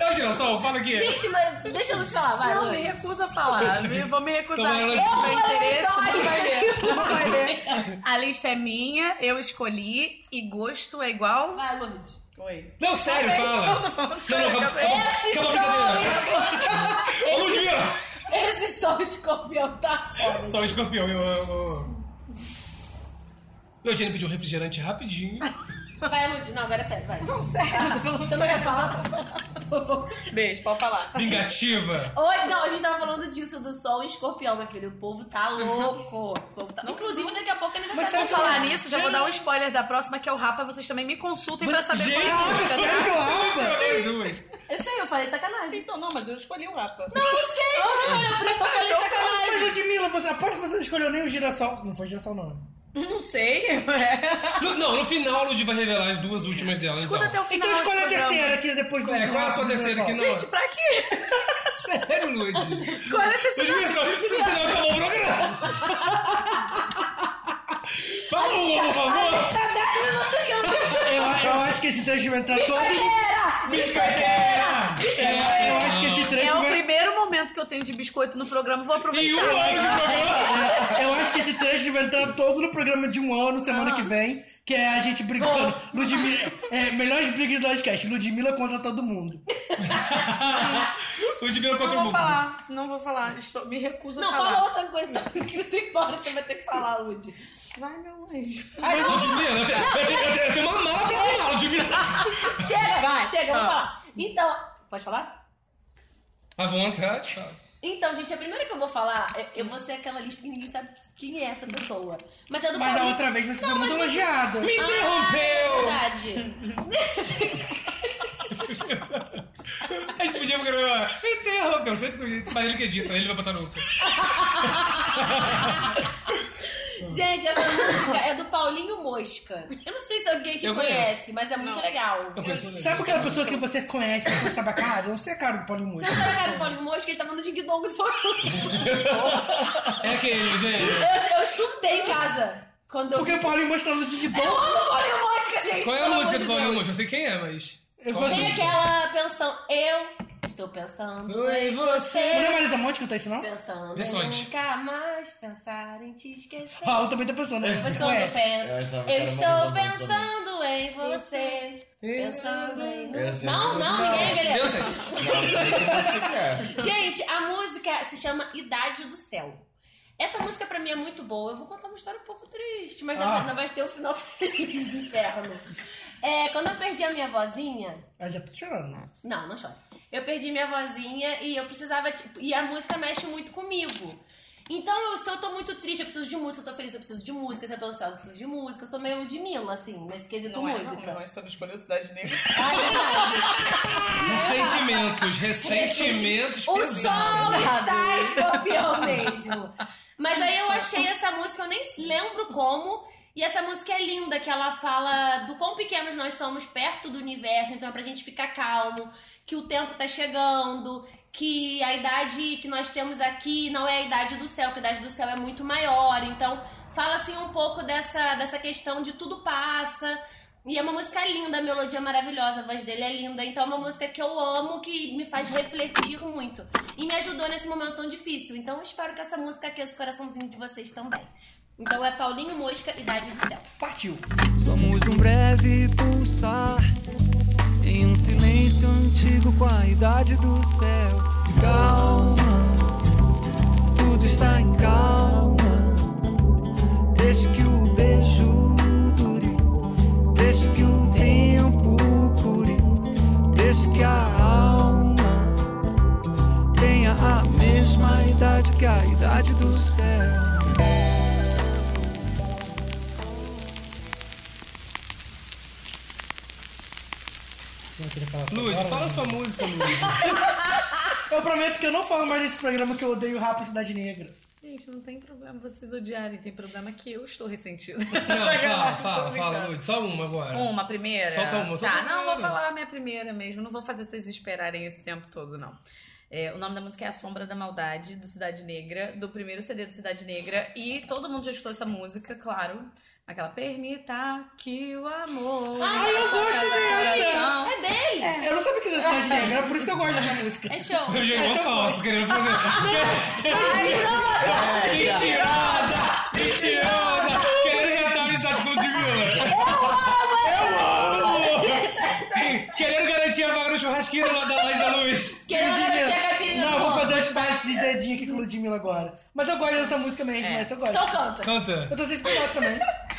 Speaker 3: É o girassol, fala aqui.
Speaker 4: Gente, mas deixa eu te falar, vai,
Speaker 5: Não,
Speaker 4: Luiz.
Speaker 5: me recuso a falar. Me- Vou me recusar.
Speaker 3: Tomara-
Speaker 5: Eu
Speaker 3: Eu
Speaker 5: não
Speaker 4: falei,
Speaker 5: interesse,
Speaker 4: então, a
Speaker 5: não vai
Speaker 4: lista
Speaker 5: ler. Não vai ler. A lista é minha, eu escolhi e gosto é igual.
Speaker 4: Vai, Lourdes.
Speaker 5: Oi.
Speaker 3: Não, sério,
Speaker 5: Não,
Speaker 3: fala.
Speaker 5: tô falando
Speaker 3: Não, não,
Speaker 5: sério,
Speaker 3: calma.
Speaker 5: eu-
Speaker 4: Esses
Speaker 3: Cala a
Speaker 4: são
Speaker 3: brincadeira. Ô, Ludmilla!
Speaker 4: Esse só o escorpião tá foda.
Speaker 3: Só o escorpião, eu amo. O Eugênio pediu um refrigerante rapidinho.
Speaker 4: Vai, Lud. Não, agora é sério, vai. Ah,
Speaker 5: Não, sério, tô falando
Speaker 4: Você não
Speaker 5: sério.
Speaker 4: quer falar? Tá bom.
Speaker 5: Beijo, pode falar.
Speaker 3: Vingativa.
Speaker 4: Hoje, não, a gente tava falando disso, do sol em escorpião, meu filho. O povo tá louco. O povo tá... Inclusive, daqui a pouco é
Speaker 5: Mas
Speaker 4: aniversário
Speaker 5: por
Speaker 4: do
Speaker 5: falar
Speaker 4: Lula.
Speaker 5: nisso, já vou dar um spoiler da próxima, que é o Rapa. Vocês também me consultem pra saber
Speaker 3: Gente,
Speaker 5: qual é a música,
Speaker 3: sério
Speaker 5: tá?
Speaker 3: que eu amo? As duas.
Speaker 4: Eu sei, eu falei de sacanagem.
Speaker 5: Então, não, mas eu escolhi o Rapa.
Speaker 4: Não, eu sei, mas olha, por isso que eu
Speaker 2: então
Speaker 4: falei de
Speaker 2: tá Mas,
Speaker 4: sacanagem.
Speaker 2: Ludmilla, você, aposto que você não escolheu nem o girassol. Não foi girassol, não.
Speaker 5: Não sei. é.
Speaker 3: No- não, no final a Lud vai revelar as duas últimas delas.
Speaker 5: Escuta até
Speaker 3: então.
Speaker 5: o final.
Speaker 2: Então escolhe a
Speaker 5: desse programa.
Speaker 2: terceira aqui depois do.
Speaker 3: É, qual é a sua terceira aqui, não?
Speaker 5: Gente, pra quê?
Speaker 2: *laughs*
Speaker 3: Sério, Lud?
Speaker 5: Qual é a terceira?
Speaker 3: Ludmilla, você você não acabou o programa. Fala uma, por favor.
Speaker 4: Tá 10 minutos aqui, eu não tenho...
Speaker 2: um Eu, eu acho que esse trecho vai entrar Tá todo.
Speaker 4: Brincadeira!
Speaker 3: Biscaiteira. É,
Speaker 2: Eu acho que esse trecho
Speaker 5: É o
Speaker 2: vai.
Speaker 5: primeiro momento que eu tenho de biscoito no programa. Vou aproveitar.
Speaker 3: E um ano
Speaker 5: *laughs*
Speaker 3: de programa.
Speaker 2: É, Eu acho que esse trecho vai entrar todo no programa de um ano, semana que vem, que é a gente brigando. Ludmilla. É, melhores brigas do podcast. Ludmilla contra
Speaker 4: *laughs*
Speaker 2: todo mundo.
Speaker 3: Ludmilla
Speaker 5: Não
Speaker 3: contra o
Speaker 5: vou
Speaker 3: mundo.
Speaker 5: falar. Não vou falar. Estou, me recuso
Speaker 4: Não,
Speaker 5: a falar.
Speaker 4: fala outra coisa, não. porque Eu tô embora, tu vai ter que falar, Lud.
Speaker 5: Vai, meu anjo.
Speaker 4: Ai, não,
Speaker 3: Ludmilla, eu tenho- eu tenho- eu tenho uma mala pra falar, Ludmilla.
Speaker 4: *laughs* Chega, vai, chega, eu vou
Speaker 5: Ah.
Speaker 4: falar. Então, pode falar?
Speaker 3: À vontade, fala.
Speaker 4: Então, gente, a primeira que eu vou falar, é, eu- eu vou ser aquela lista que ninguém sabe quem é essa pessoa. Mas é do
Speaker 2: Mas a
Speaker 4: Paulinho.
Speaker 2: outra vez você
Speaker 4: Não,
Speaker 2: foi muito
Speaker 4: mas você-
Speaker 2: elogiada.
Speaker 3: Me
Speaker 4: Ah,
Speaker 3: interrompeu!
Speaker 4: *laughs* verdade.
Speaker 3: A gente podia gravar. Me interrompeu, sempre podia. Mas ele que edita, ele vai botar no.
Speaker 5: *laughs*
Speaker 4: Gente, essa música é do Paulinho Mosca. Eu não sei se é alguém aqui
Speaker 3: Eu conheço.
Speaker 4: conhece, mas é muito
Speaker 5: Não.
Speaker 4: legal.
Speaker 3: Tô pensando
Speaker 2: Sabe aquela pessoa que você conhece, que você sabe a cara? Eu não sei a cara do Paulinho
Speaker 4: Você
Speaker 2: Moura.
Speaker 4: não sabe a cara do Paulinho Mosca? Ele tá mandando ding-dong do Paulinho.
Speaker 2: *laughs*
Speaker 3: É aquele, gente.
Speaker 4: Eu, eu surtei em casa. Quando eu...
Speaker 2: Porque o Paulinho Moura tá no Digidon.
Speaker 4: Eu amo o Paulinho Mosca, gente!
Speaker 3: Qual é a
Speaker 4: pelo
Speaker 3: música
Speaker 4: amor de
Speaker 3: do Paulinho
Speaker 4: Deus.
Speaker 3: Moço? Eu sei quem é, mas.
Speaker 2: Eu
Speaker 3: Qual
Speaker 2: gosto
Speaker 4: Tem
Speaker 3: música?
Speaker 4: aquela pensão. Eu estou pensando
Speaker 3: Oi,
Speaker 4: em
Speaker 2: Não é
Speaker 4: você.
Speaker 2: Marisa Monte que tá isso, não?
Speaker 4: Pensando
Speaker 3: Versões.
Speaker 4: em nunca mais pensar em te esquecer.
Speaker 2: Raul também tá pensando. né?
Speaker 4: Mas quando
Speaker 2: Ué,
Speaker 4: eu penso,
Speaker 7: Eu achava que
Speaker 4: eu
Speaker 7: era
Speaker 4: estou
Speaker 7: uma canção
Speaker 4: pensando em você. Pensando em.
Speaker 7: Eu sei.
Speaker 4: Não, não,
Speaker 5: é
Speaker 4: ninguém, galera.
Speaker 3: Eu sei.
Speaker 7: Não, não sei que música que é.
Speaker 4: Gente, a música se chama Idade do Céu. Essa música pra mim é muito boa. Eu vou contar uma história um pouco triste, mas
Speaker 3: Ah.
Speaker 4: ainda vai ter o final *laughs* feliz do inferno. É, quando eu perdi a minha vozinha,
Speaker 2: Ah, já tô chorando.
Speaker 4: Não, não chora. Eu perdi minha vozinha e eu precisava. tipo, e a música mexe muito comigo. Então, eu, se eu tô muito triste, eu preciso de música. Se eu tô feliz, eu preciso de música. Se eu tô ansiosa, eu preciso de música. Eu sou meio Ludmilla, assim, nesse
Speaker 2: é
Speaker 4: quesito música.
Speaker 5: anjo só não é escolheu Cidade Negra.
Speaker 4: Ai, verdade.
Speaker 5: *laughs*
Speaker 3: Sentimentos,
Speaker 4: é
Speaker 3: ressentimentos
Speaker 4: o
Speaker 3: pesados.
Speaker 4: sol está escorpião
Speaker 5: é.
Speaker 4: mesmo. Mas aí eu achei essa música, eu nem lembro como. E essa música é linda, que ela fala do quão pequenos nós somos perto do universo. Então é pra gente ficar calmo, que o tempo tá chegando, que a idade que nós temos aqui não é a idade do céu, que a idade do céu é muito maior. Então fala assim um pouco dessa, dessa questão de tudo passa. E é uma música linda, a melodia é maravilhosa, a voz dele é linda. Então é uma música que eu amo, que me faz refletir muito. E me ajudou nesse momento tão difícil. Então eu espero que essa música aqueça o coraçãozinho de vocês também. Então é Paulinho Mosca, Idade do Céu.
Speaker 2: Partiu.
Speaker 8: Somos um breve pulsar em um silêncio antigo com a idade do céu. Calma, tudo está em calma. Deixe que o beijo dure, deixe que o tempo cure, deixe que a alma tenha a mesma idade que a idade do céu.
Speaker 2: queria falar isso
Speaker 3: Lud,
Speaker 2: agora,
Speaker 3: fala
Speaker 2: mas-
Speaker 3: sua música, Lud.
Speaker 2: *laughs* Eu prometo que eu não falo mais nesse programa que eu odeio Rapa e Cidade Negra.
Speaker 5: Gente, não tem problema vocês odiarem, tem problema que eu estou ressentida.
Speaker 4: é
Speaker 3: Não, fala,
Speaker 5: Tô
Speaker 3: fala, fala,
Speaker 5: brincando.
Speaker 3: Lud. Só uma agora.
Speaker 5: Uma primeira?
Speaker 3: Solta uma, solta
Speaker 5: Tá,
Speaker 3: uma
Speaker 5: não, vou
Speaker 3: primeira.
Speaker 5: falar a minha primeira mesmo. Não vou fazer vocês esperarem esse tempo todo, não. É, o nome da música é A Sombra da Maldade, do Cidade Negra, do primeiro CD do Cidade Negra. E todo mundo já escutou essa música, claro. Aquela Permita que o amor.
Speaker 4: Ai, eu
Speaker 2: gosto dessa!
Speaker 4: É deles!
Speaker 2: Eu não sabia que era
Speaker 4: Ah,
Speaker 2: Cidade Negra, é por isso que eu gosto dessa música.
Speaker 4: É show!
Speaker 3: Eu já vou falso, querendo
Speaker 4: *laughs*
Speaker 3: fazer. Mentirosa! Mentirosa! Querendo reatar a amizade com o Ludmilla. Eu amo! Querendo garantir a vaga no churrasquinho lá da loja da luz.
Speaker 4: Querendo garantir a caipirinha
Speaker 2: Não,
Speaker 4: do
Speaker 2: eu vou
Speaker 4: mundo.
Speaker 2: fazer os testes de dedinho aqui com o Ludmilla agora. Mas eu gosto dessa música mesmo,
Speaker 5: É.
Speaker 2: essa eu gosto.
Speaker 4: Então canta!
Speaker 2: Eu
Speaker 3: Canta.
Speaker 2: tô sem espaço também.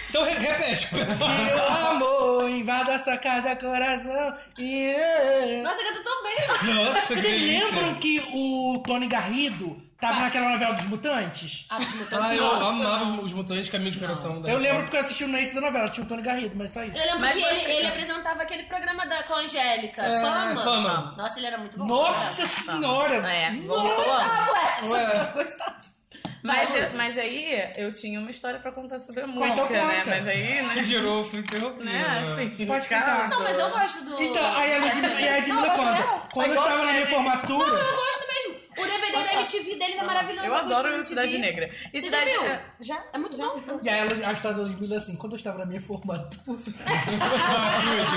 Speaker 3: Então re- repete.
Speaker 2: Meu amor, invada sua casa, coração. E eu...
Speaker 4: Nossa, canta tão bem!
Speaker 3: Nossa, que
Speaker 2: Vocês
Speaker 3: delícia.
Speaker 2: lembram que o Tony Garrido tava naquela novela dos mutantes?
Speaker 4: Ah, os mutantes
Speaker 3: Ah, eu
Speaker 4: não.
Speaker 3: amava os mutantes Caminho de Coração. da
Speaker 2: Eu lembro
Speaker 3: Record.
Speaker 2: porque eu assisti o Nancy da novela, tinha o Tony Garrido, mas só isso.
Speaker 4: Eu lembro
Speaker 5: Mas
Speaker 4: que
Speaker 5: você
Speaker 4: ele,
Speaker 5: canta.
Speaker 4: ele apresentava aquele programa da, com a Angélica.
Speaker 3: É,
Speaker 4: fama.
Speaker 3: Fama.
Speaker 4: Nossa, ele era muito bom.
Speaker 2: Nossa senhora!
Speaker 5: É,
Speaker 4: Eu
Speaker 5: voltou.
Speaker 4: gostava, ué.
Speaker 3: Ué.
Speaker 5: Mas, é, mas aí eu tinha uma história pra contar sobre a música,
Speaker 2: Então
Speaker 5: né?
Speaker 2: conta.
Speaker 5: Mas aí, né?
Speaker 3: De novo, interrompendo.
Speaker 5: né? Assim,
Speaker 2: Pode
Speaker 5: no caso.
Speaker 2: contar.
Speaker 4: Não, mas eu gosto do...
Speaker 2: Então, aí a Ludmilla, e a Ludmilla
Speaker 4: Não, é eu gosto dela.
Speaker 2: quando? Quando
Speaker 5: Mas
Speaker 2: eu estava
Speaker 5: gosto
Speaker 2: na minha
Speaker 5: dela.
Speaker 2: formatura...
Speaker 4: Não, eu gosto mesmo. O DVD da MTV deles é maravilhoso.
Speaker 5: Eu
Speaker 4: gosto da
Speaker 5: adoro
Speaker 4: MTV.
Speaker 5: Cidade Negra. E
Speaker 4: Você já
Speaker 5: Cidade
Speaker 4: viu?
Speaker 5: Negra-
Speaker 4: Já? É muito bom.
Speaker 2: E aí ela- a história da Ludmilla é assim, quando eu estava na minha formatura...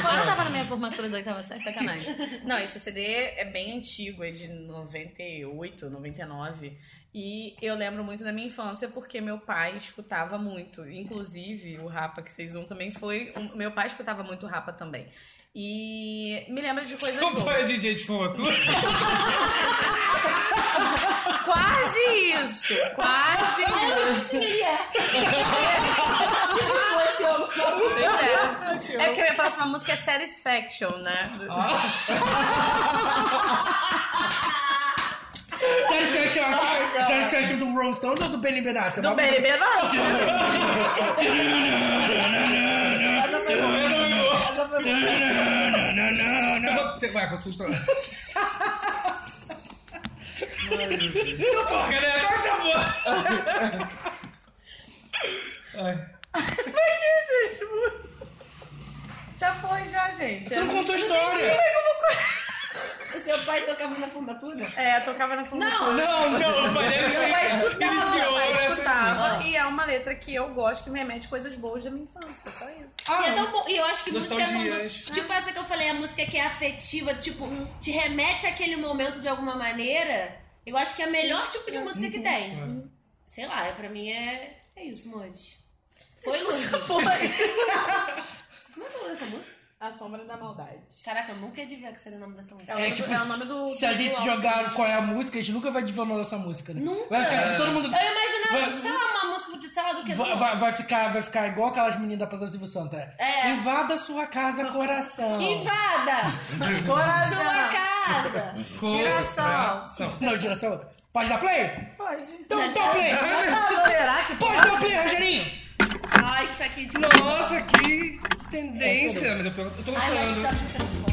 Speaker 5: Quando eu tava na minha formatura da oitava série, sacanagem. Não, esse CD é bem antigo, é de 98, 99. E eu lembro muito da minha infância porque meu pai escutava muito. Inclusive, o Rapa que vocês um também foi. o Meu pai escutava muito Rapa também. E me lembra de coisas
Speaker 3: Não
Speaker 5: boas. *laughs*
Speaker 3: foi DJ de formatura?
Speaker 5: *laughs* Quase isso! Quase
Speaker 4: Ah, eu
Speaker 5: isso!
Speaker 4: gostei sim,
Speaker 5: *laughs*
Speaker 4: ele é. Isso foi esse ano.
Speaker 5: Pois é. É porque a minha próxima música é Satisfaction, né?
Speaker 2: Satisfaction aqui, Satisfaction do Rolling Stones ou do Benny Benassi?
Speaker 5: Ah, Do BNB, não!
Speaker 2: *laughs*
Speaker 5: É
Speaker 2: É
Speaker 3: Então, Vai, continua a história. Então toca, né? Toca essa porra.
Speaker 5: é Já foi, já, gente.
Speaker 2: Você não contou a história!
Speaker 4: *laughs* O seu pai tocava na formatura?
Speaker 5: É, tocava na fundo.
Speaker 4: Não,
Speaker 3: Não, não, o pai dele
Speaker 4: Meu pai escutava,
Speaker 3: iniciou
Speaker 5: Eu
Speaker 3: nessa.
Speaker 5: escutava. E é uma letra que eu gosto, que me remete coisas boas da minha infância, só isso.
Speaker 2: Ah.
Speaker 4: E é tão bom. E eu acho que música é
Speaker 3: Nostalgias.
Speaker 4: quando. Tipo essa que eu falei, a música que é afetiva, tipo, te remete àquele momento de alguma maneira. Eu acho que é o melhor tipo de música que
Speaker 2: Uhum.
Speaker 4: tem. Sei lá, é- pra mim é. É isso, Mude. Foi Mude. *laughs* Como é que é o nome dessa música?
Speaker 5: A Sombra da Maldade.
Speaker 4: Caraca, eu nunca adivinha que seria o nome dessa música.
Speaker 5: É o, nome
Speaker 2: É,
Speaker 5: do-
Speaker 2: tipo,
Speaker 5: é o nome do.
Speaker 2: Se a gente
Speaker 5: do-
Speaker 2: jogar qual é a música, a gente nunca vai divulgar essa música, né?
Speaker 4: Nunca.
Speaker 2: Vai ficar, todo mundo...
Speaker 4: Eu imaginava,
Speaker 2: Vai-
Speaker 4: tipo, sei lá, uma música de sei lá
Speaker 5: é
Speaker 4: do que.
Speaker 2: Vai, vai- vai ficar, vai ficar igual aquelas meninas da Praça do Silvio Santos. é.
Speaker 4: É.
Speaker 2: Invada sua casa, coração.
Speaker 4: Invada! Sua
Speaker 5: Coração!
Speaker 4: casa!
Speaker 5: Girassol.
Speaker 2: Não, geração outra. Pode dar play?
Speaker 5: Pode.
Speaker 2: Então dá play!
Speaker 5: Será que
Speaker 2: Pode dar play, Rogerinho!
Speaker 4: Ai, isso aqui de
Speaker 3: Nossa, que tendência. Mas eu tô- eu tô
Speaker 4: Ai, mas isso
Speaker 3: gostando.
Speaker 4: acho que eu tô-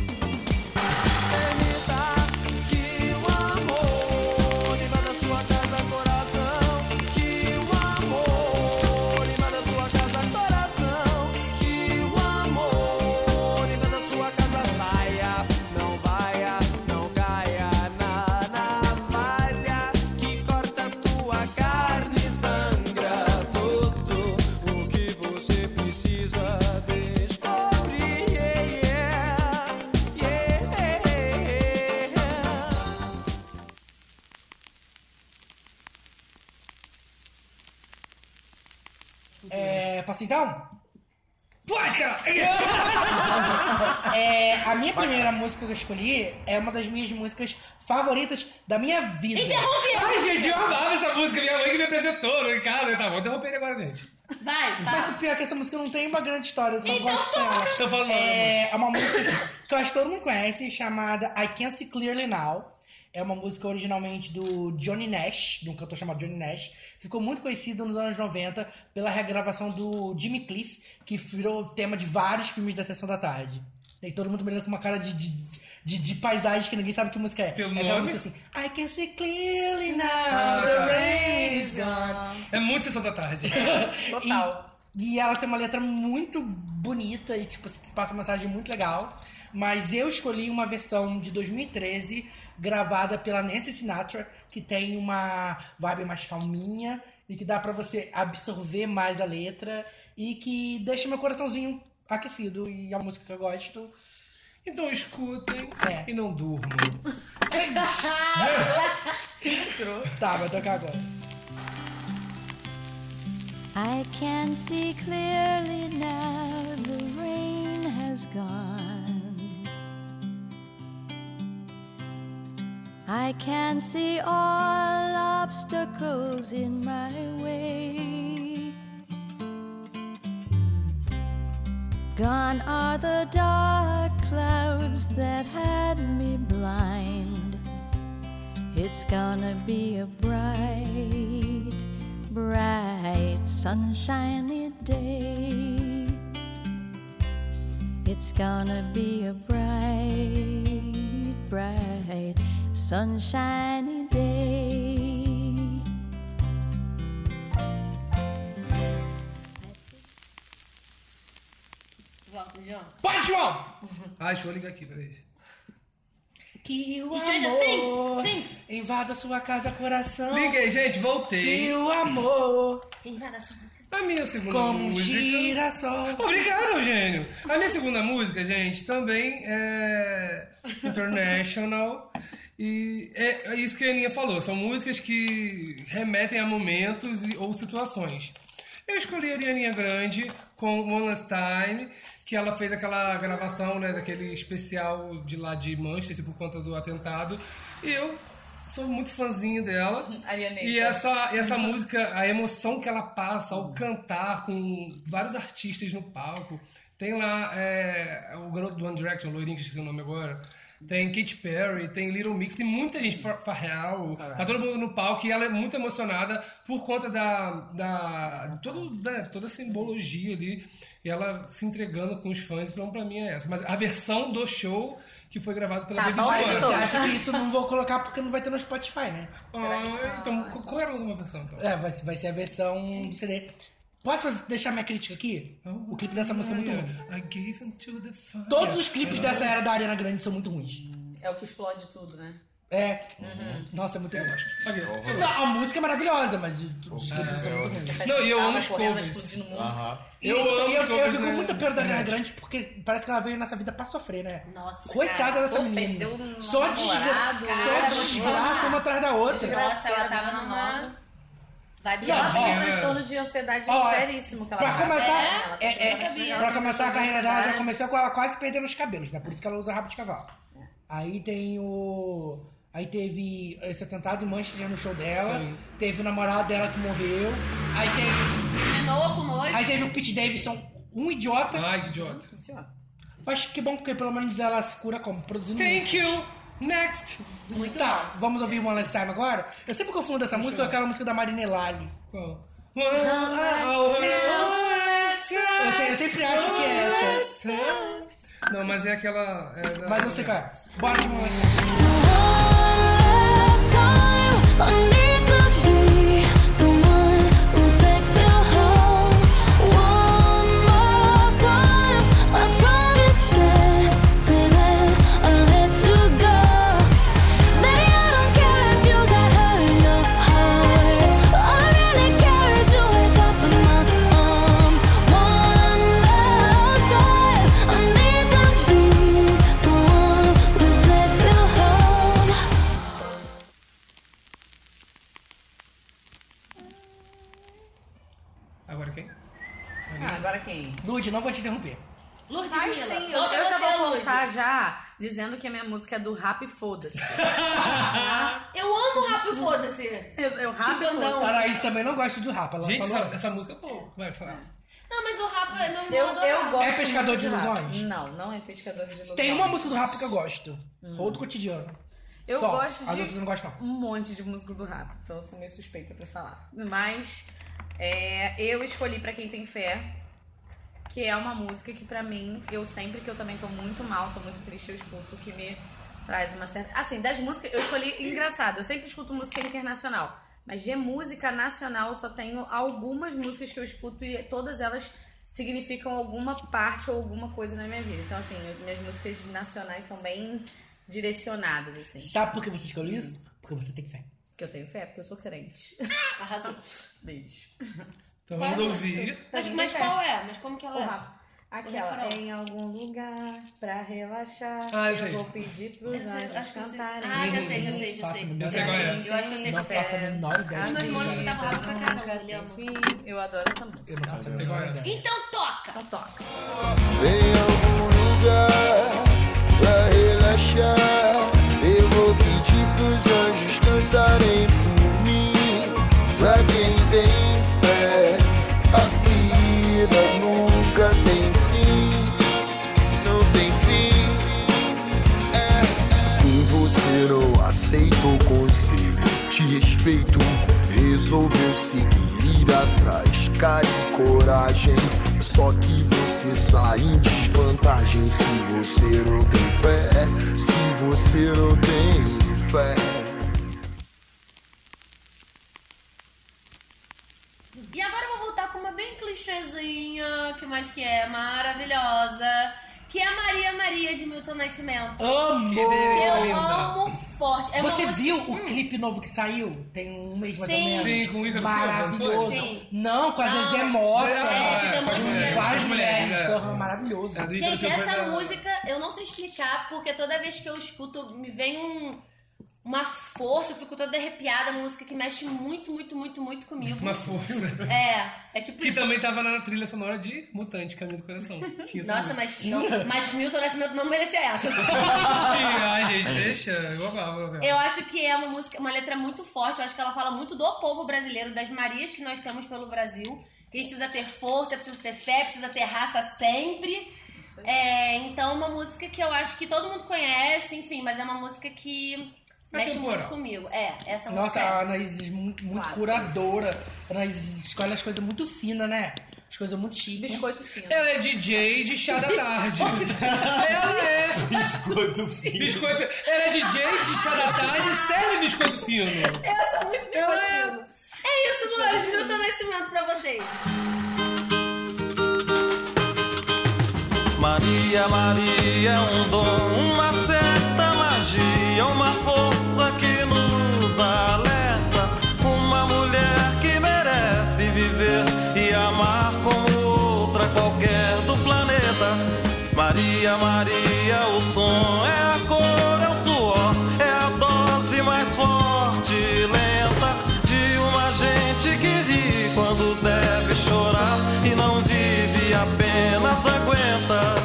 Speaker 8: Que o amor invada sua casa, coração. Que o amor invada sua casa, coração. Que o amor invada sua casa, saia. Não vaia, não caia na navalha que corta tua carne, sangra tudo o que você precisa descobrir. Yeah, yeah, yeah.
Speaker 2: É. Posso então? *laughs* Pode, *laughs* cara! É, a minha primeira música que eu escolhi é uma das minhas músicas favoritas da minha vida.
Speaker 3: Ai,
Speaker 4: Interrompe!
Speaker 3: gente, eu amava essa música. Minha mãe que me apresentou no casa. Tá, vou interromper ele agora, gente.
Speaker 4: Vai,
Speaker 2: Mas o
Speaker 4: vai.
Speaker 2: pior é que essa música não tem uma grande história, eu só
Speaker 4: Então
Speaker 2: gosto dela.
Speaker 3: Tô falando.
Speaker 2: É, é uma música que eu acho que todo mundo conhece, chamada I Can't See Clearly Now. É uma música originalmente do Johnny Nash, de um cantor chamado Johnny Nash. que Ficou muito conhecido nos anos 90 pela regravação do Jimmy Cliff, que virou tema de vários filmes da Sessão da Tarde. E todo mundo olhando com uma cara de, de, de, de paisagem que ninguém sabe que música é.
Speaker 3: Pelo
Speaker 2: é aquela
Speaker 3: nome?
Speaker 2: música assim, I can see clearly now,
Speaker 3: Ah,
Speaker 2: the
Speaker 3: tá.
Speaker 2: rain is gone.
Speaker 3: É muito sessão da tarde.
Speaker 5: Total.
Speaker 2: E, e ela tem uma letra muito bonita e, tipo, assim, que passa uma mensagem muito legal. Mas eu escolhi uma versão de 2013, gravada pela Nancy Sinatra, que tem uma vibe mais calminha e que dá pra você absorver mais a letra e que deixa meu coraçãozinho aquecido. E é uma música que eu gosto.
Speaker 3: Então escutem
Speaker 2: É.
Speaker 3: e não durmam.
Speaker 2: *laughs*
Speaker 3: *laughs*
Speaker 2: Tá, vai tocar agora.
Speaker 6: I can see clearly now the rain has gone. I can see all obstacles in my way. Gone are the dark clouds that had me blind. It's gonna be a bright, bright, sunshiny day. It's gonna be a bright, bright, sunshiny day.
Speaker 4: Volta, João.
Speaker 2: Pode, João!
Speaker 4: Uhum.
Speaker 3: Ah, deixa eu ligar aqui, peraí.
Speaker 2: Que o
Speaker 4: Stranger
Speaker 2: amor
Speaker 4: Things, Things.
Speaker 2: invada sua casa, coração.
Speaker 3: Liguei, gente,
Speaker 2: Que
Speaker 3: voltei.
Speaker 2: o amor
Speaker 4: Quem vai dar sua...
Speaker 3: A minha segunda
Speaker 2: como um
Speaker 3: música.
Speaker 2: girassol.
Speaker 3: Obrigado, Eugênio. A minha segunda música, gente, também é international. E é é isso que a Aninha falou. São músicas que remetem a momentos e- ou situações. Eu escolhi a Arianinha Grande com One Last Time, que ela fez aquela gravação né, daquele especial de lá de Manchester por conta do atentado. E eu sou muito fãzinho *laughs* dela.
Speaker 5: Arianeita.
Speaker 3: E essa, e
Speaker 5: Uhum.
Speaker 3: essa música, a emoção que ela passa ao cantar com vários artistas no palco. Tem lá é, o garoto do One Direction, o loirinho, que eu esqueci o nome agora. Tem Katy Perry, tem Little Mix, tem muita gente, Fa- Pharrell, tá todo mundo no palco e ela é muito emocionada por conta da, da, de todo, da toda a simbologia ali e ela se entregando com os fãs, então pra mim é essa. Mas a versão do show que foi gravado pela
Speaker 5: Tá
Speaker 3: BBC.
Speaker 5: bom,
Speaker 2: Mas
Speaker 5: Olha,
Speaker 2: você
Speaker 5: então.
Speaker 2: acha que isso não vou colocar porque não vai ter no Spotify, né?
Speaker 3: Ah, então, qual era a última versão então?
Speaker 2: É, vai, vai ser a versão do CD. Posso fazer- deixar minha crítica aqui? O clipe dessa música é muito ruim.
Speaker 3: I gave them to the fire.
Speaker 2: Todos os
Speaker 3: É.
Speaker 2: clipes dessa era da Ariana Grande são muito ruins.
Speaker 5: É o que explode tudo, né? Uhum.
Speaker 2: É.
Speaker 4: Uhum.
Speaker 2: Nossa, é muito ruim.
Speaker 3: Ok.
Speaker 2: Não, a música é maravilhosa, mas os clipes são muito ruins.
Speaker 5: Essa
Speaker 3: Não, e eu
Speaker 5: guitarra
Speaker 3: amo os
Speaker 5: tá correndo,
Speaker 3: covers. Ah.
Speaker 5: explodindo o mundo.
Speaker 7: Aham.
Speaker 3: Eu
Speaker 2: E
Speaker 3: amo
Speaker 2: Eu,
Speaker 3: os
Speaker 2: eu,
Speaker 3: covers,
Speaker 2: fico
Speaker 3: né?
Speaker 2: muito pena da Ariana
Speaker 3: Verdade.
Speaker 2: Grande porque parece que ela veio nessa vida pra sofrer, né?
Speaker 4: Nossa,
Speaker 2: Coitada
Speaker 4: cara.
Speaker 2: dessa
Speaker 5: Pô,
Speaker 2: menina.
Speaker 5: perdeu um
Speaker 2: Só
Speaker 5: namorado,
Speaker 2: desgra-
Speaker 5: cara,
Speaker 2: só desgraça uma atrás da
Speaker 4: Nossa,
Speaker 2: outra.
Speaker 4: ela
Speaker 5: Desgraceira,
Speaker 4: tava
Speaker 5: dona
Speaker 4: numa...
Speaker 5: nova.
Speaker 4: Vai
Speaker 5: E ela
Speaker 3: Não,
Speaker 5: tem
Speaker 3: ó,
Speaker 5: um transtorno de ansiedade
Speaker 2: Ó, é-
Speaker 5: seríssimo que ela
Speaker 2: Pra
Speaker 5: tem.
Speaker 2: começar,
Speaker 5: Ela tem
Speaker 2: é, é,
Speaker 5: um transtorno de
Speaker 2: pra começar a carreira dela, já
Speaker 5: ansiedade.
Speaker 2: começou com ela quase perdendo os cabelos, né? Por isso que ela usa rabo de cavalo. Aí tem o. Aí teve esse atentado em Manchester no show dela.
Speaker 3: Sim.
Speaker 2: Teve o namorado dela que morreu. Aí teve,
Speaker 4: Novo, noivo.
Speaker 2: aí teve o Pete Davidson, um idiota.
Speaker 3: Ai, que idiota.
Speaker 2: Mas que bom, porque pelo menos ela se cura como? Produzindo
Speaker 3: Thank you. Next.
Speaker 2: Muito tá, vamos ouvir One Last Time agora? Eu sempre confundo essa música com aquela música da Marinelali.
Speaker 3: Qual? One last
Speaker 2: Eu,
Speaker 3: time.
Speaker 2: sei- eu sempre acho que é essa.
Speaker 3: Não, mas é aquela. é da-
Speaker 2: Mas eu sei qual é. Bora de One Last Time.
Speaker 6: So one last time, I need to be the one who takes you home. One more time, I promise that I'll let you go. Baby, I don't care if you got hurt in your heart. All I really care is you wake up in my arms. One last time, I need to be the one who takes you home.
Speaker 3: Agora quem?
Speaker 5: Ah, agora quem?
Speaker 2: Lude, não vou te interromper.
Speaker 4: Lourdes
Speaker 5: Ai,
Speaker 4: Mila.
Speaker 5: sim, eu,
Speaker 4: Volta
Speaker 5: eu já
Speaker 4: você,
Speaker 5: vou
Speaker 4: Lourdes.
Speaker 5: voltar já dizendo que a minha música é do rap e foda-se.
Speaker 4: *laughs* Eu amo rap e foda-se.
Speaker 5: Eu, eu rap e
Speaker 4: bandão.
Speaker 5: foda-se.
Speaker 2: A Anaís também não gosta do rap. Ela
Speaker 3: Gente,
Speaker 2: falou.
Speaker 3: essa, essa música é boa. Vai, fala.
Speaker 4: Não, mas o rap é meu irmão
Speaker 5: Eu,
Speaker 4: adora
Speaker 5: eu
Speaker 4: rap.
Speaker 5: gosto
Speaker 2: É pescador
Speaker 5: muito
Speaker 2: de
Speaker 5: rap.
Speaker 2: ilusões?
Speaker 5: Não, não é pescador de ilusões.
Speaker 2: Tem uma música do rap que eu gosto. Outro cotidiano.
Speaker 5: Eu
Speaker 2: Só.
Speaker 5: gosto
Speaker 2: As
Speaker 5: de-
Speaker 2: outras eu não gosto, não.
Speaker 5: um monte de música do rap, então eu sou meio suspeita pra falar. Mas é, eu escolhi pra quem tem fé, que é uma música que pra mim, eu sempre que eu também tô muito mal, tô muito triste, eu escuto, que me traz uma certa... Assim, das músicas, eu escolhi... Engraçado, eu sempre escuto música internacional, mas de música nacional eu só tenho algumas músicas que eu escuto e todas elas significam alguma parte ou alguma coisa na minha vida. Então, assim, eu- minhas músicas nacionais são bem direcionadas, assim.
Speaker 2: Sabe por que você escolheu isso? Porque você tem fé.
Speaker 5: Que eu tenho fé, porque eu sou crente.
Speaker 4: Arrasou.
Speaker 5: Beijo.
Speaker 3: Então vamos
Speaker 9: Quase
Speaker 3: ouvir.
Speaker 9: isso. Pra
Speaker 4: Mas,
Speaker 9: mim
Speaker 4: mas
Speaker 9: tem fé.
Speaker 4: qual é? Mas como que ela é?
Speaker 9: Porra. Aquela, em algum lugar pra relaxar,
Speaker 3: Ah, isso
Speaker 9: eu
Speaker 3: aí.
Speaker 9: vou pedir pros
Speaker 4: Essa-
Speaker 9: anjos
Speaker 4: acho que eu sei.
Speaker 9: cantarem.
Speaker 4: Ah, já
Speaker 3: Uhum.
Speaker 4: sei, já
Speaker 2: Não
Speaker 4: sei, já
Speaker 2: faço a
Speaker 4: sei.
Speaker 2: menor
Speaker 4: Eu
Speaker 3: ideia.
Speaker 4: sei, Eu acho que eu sei qual
Speaker 2: Não
Speaker 4: é.
Speaker 2: faço a menor ideia.
Speaker 4: Os
Speaker 2: de
Speaker 4: meus
Speaker 2: quem
Speaker 4: irmãos
Speaker 2: é.
Speaker 4: escutavam rádio pra caramba, ele ama.
Speaker 5: Enfim, eu adoro essa música.
Speaker 3: Eu não faço a Você menor gosta? ideia.
Speaker 4: Então toca!
Speaker 5: Então toca.
Speaker 10: Em algum lugar pra relaxar. Eu vou pedir pros anjos cantarem por mim. Pra quem tem fé, a vida nunca tem fim. Não tem fim. É. Se você não aceita o conselho, te respeito. Resolveu seguir ir atrás, cara e coragem. Só que você sai em desvantagem se você não tem fé. Se você não tem fé.
Speaker 4: E agora eu vou voltar com uma bem clichêzinha, que mais que é maravilhosa, que é a Maria Maria de Milton Nascimento.
Speaker 2: Amo!
Speaker 4: Eu amo forte. É uma
Speaker 2: Você
Speaker 4: música-
Speaker 2: viu o
Speaker 4: Hum.
Speaker 2: clipe novo que saiu? Tem um mês mais ou
Speaker 4: Sim.
Speaker 2: menos.
Speaker 3: Sim, com o Ícaro Silva,
Speaker 2: Maravilhoso.
Speaker 3: não foi?
Speaker 4: Sim.
Speaker 2: Não, com a
Speaker 4: Não.
Speaker 2: Zezé Mota.
Speaker 4: É, que tem um
Speaker 3: com
Speaker 4: monte
Speaker 3: as
Speaker 4: de
Speaker 3: mulheres,
Speaker 4: gente.
Speaker 3: com
Speaker 2: Várias
Speaker 3: as
Speaker 2: mulheres.
Speaker 3: mulheres, é.
Speaker 2: aham, Maravilhoso.
Speaker 3: É do Ícaro
Speaker 4: Gente,
Speaker 3: Silva
Speaker 4: essa
Speaker 3: da-
Speaker 4: música eu não sei explicar, porque toda vez que eu escuto, me vem um, uma força, eu fico toda arrepiada, É uma música que mexe muito, muito, muito, muito comigo.
Speaker 3: Uma força.
Speaker 4: É, é tipo
Speaker 3: Que
Speaker 4: isso.
Speaker 3: também tava na trilha sonora de Mutante, Caminho do Coração. Tinha essa
Speaker 4: Nossa,
Speaker 3: música.
Speaker 4: mas, não, mas Milton Nascimento não merecia essa.
Speaker 3: *laughs* Tinha, ai, gente, deixa. Eu amava, eu amava.
Speaker 4: Eu acho que é uma música, uma letra muito forte. Eu acho que ela fala muito do povo brasileiro, das Marias que nós temos pelo Brasil. Que a gente precisa ter força, precisa ter fé, precisa ter raça sempre. É, então, uma música que eu acho que todo mundo conhece, enfim, mas é uma música que
Speaker 3: É
Speaker 4: mexe
Speaker 3: temporal.
Speaker 4: muito comigo. É, essa
Speaker 2: Nossa,
Speaker 4: música.
Speaker 2: a
Speaker 4: é.
Speaker 2: Anaís é muito, muito
Speaker 5: Clássico.
Speaker 2: curadora. A Anaís escolhe as coisas muito finas, né? As coisas muito chiques.
Speaker 5: Biscoito fino.
Speaker 3: Ela é DJ de chá da
Speaker 4: *laughs*
Speaker 3: tarde. Ela é.
Speaker 7: Biscoito fino.
Speaker 3: Biscoito fino. Ela é DJ de chá da tarde e serve biscoito fino.
Speaker 4: Eu sou muito
Speaker 3: Ela é-
Speaker 4: comigo. É isso, amores. Milton Nascimento pra vocês.
Speaker 8: Maria, Maria é um dom, uma certa magia, uma força que nos alerta. Uma mulher que merece viver e amar como outra qualquer do planeta. Maria, Maria, o som é a cor, é o suor, é a dose mais forte e lenta de uma gente que ri quando deve chorar e não vive, apenas aguenta.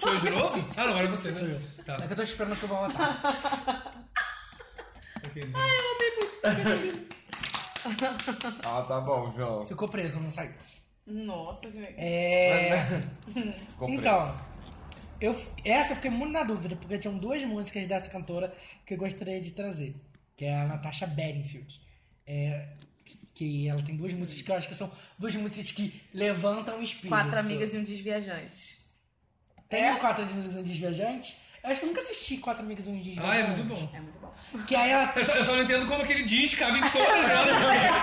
Speaker 3: Foi eu de novo? Ah, não, agora é você, né? Tá.
Speaker 2: É que eu tô esperando que eu vou votar.
Speaker 3: ok.
Speaker 7: Ah, tá bom, João.
Speaker 2: Ficou preso, não saiu.
Speaker 5: Nossa, gente.
Speaker 3: *laughs*
Speaker 2: É.
Speaker 7: Ficou preso.
Speaker 2: Então, eu, essa eu fiquei muito na dúvida, porque tinham duas músicas dessa cantora que eu gostaria de trazer, que é a Natasha Bedingfield. É, que ela tem duas músicas que eu acho que são duas músicas que levantam o espírito.
Speaker 5: Quatro amigas e um desviajante. É?
Speaker 2: Tem o Quatro Amigas e um Desviajante? Eu acho que eu nunca assisti Quatro Amigas e um Desviajante.
Speaker 3: Ah, é muito bom.
Speaker 5: É muito bom.
Speaker 2: Que aí ela
Speaker 3: Eu só, eu só não entendo como aquele jeans cabe em
Speaker 2: *laughs*
Speaker 3: todas elas.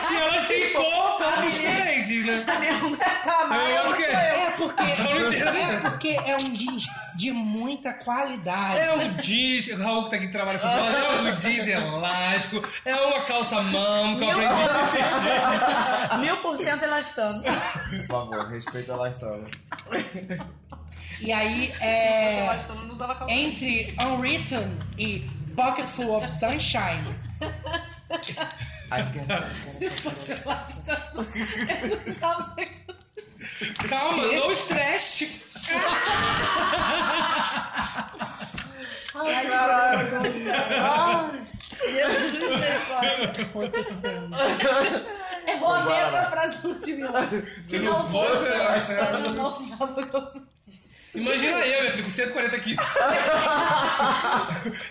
Speaker 3: se elas se cores diferentes, né?
Speaker 2: Ah, Tá
Speaker 3: *laughs* Eu amo que-
Speaker 2: É porque,
Speaker 3: Só não entendo
Speaker 2: é
Speaker 3: isso.
Speaker 2: porque é um jeans de muita qualidade.
Speaker 3: É um jeans, Raul que tá aqui trabalha com bola, é um jeans elástico, é uma calça mamba que eu aprendi a assistir.
Speaker 5: Mil por cento elastano.
Speaker 7: Por favor, respeita a história.
Speaker 2: E
Speaker 5: *laughs*
Speaker 2: aí é.
Speaker 5: Elastano não usava calça.
Speaker 2: Entre Unwritten e Bucketful of Sunshine.
Speaker 7: é
Speaker 3: *laughs* Calma, no stress.
Speaker 4: É boa mesmo a frase do Ludmilla. Se
Speaker 3: não fosse, eu
Speaker 4: eu não usava calça.
Speaker 3: Imagina eu, minha filha, com 140
Speaker 2: *laughs*
Speaker 3: quilos.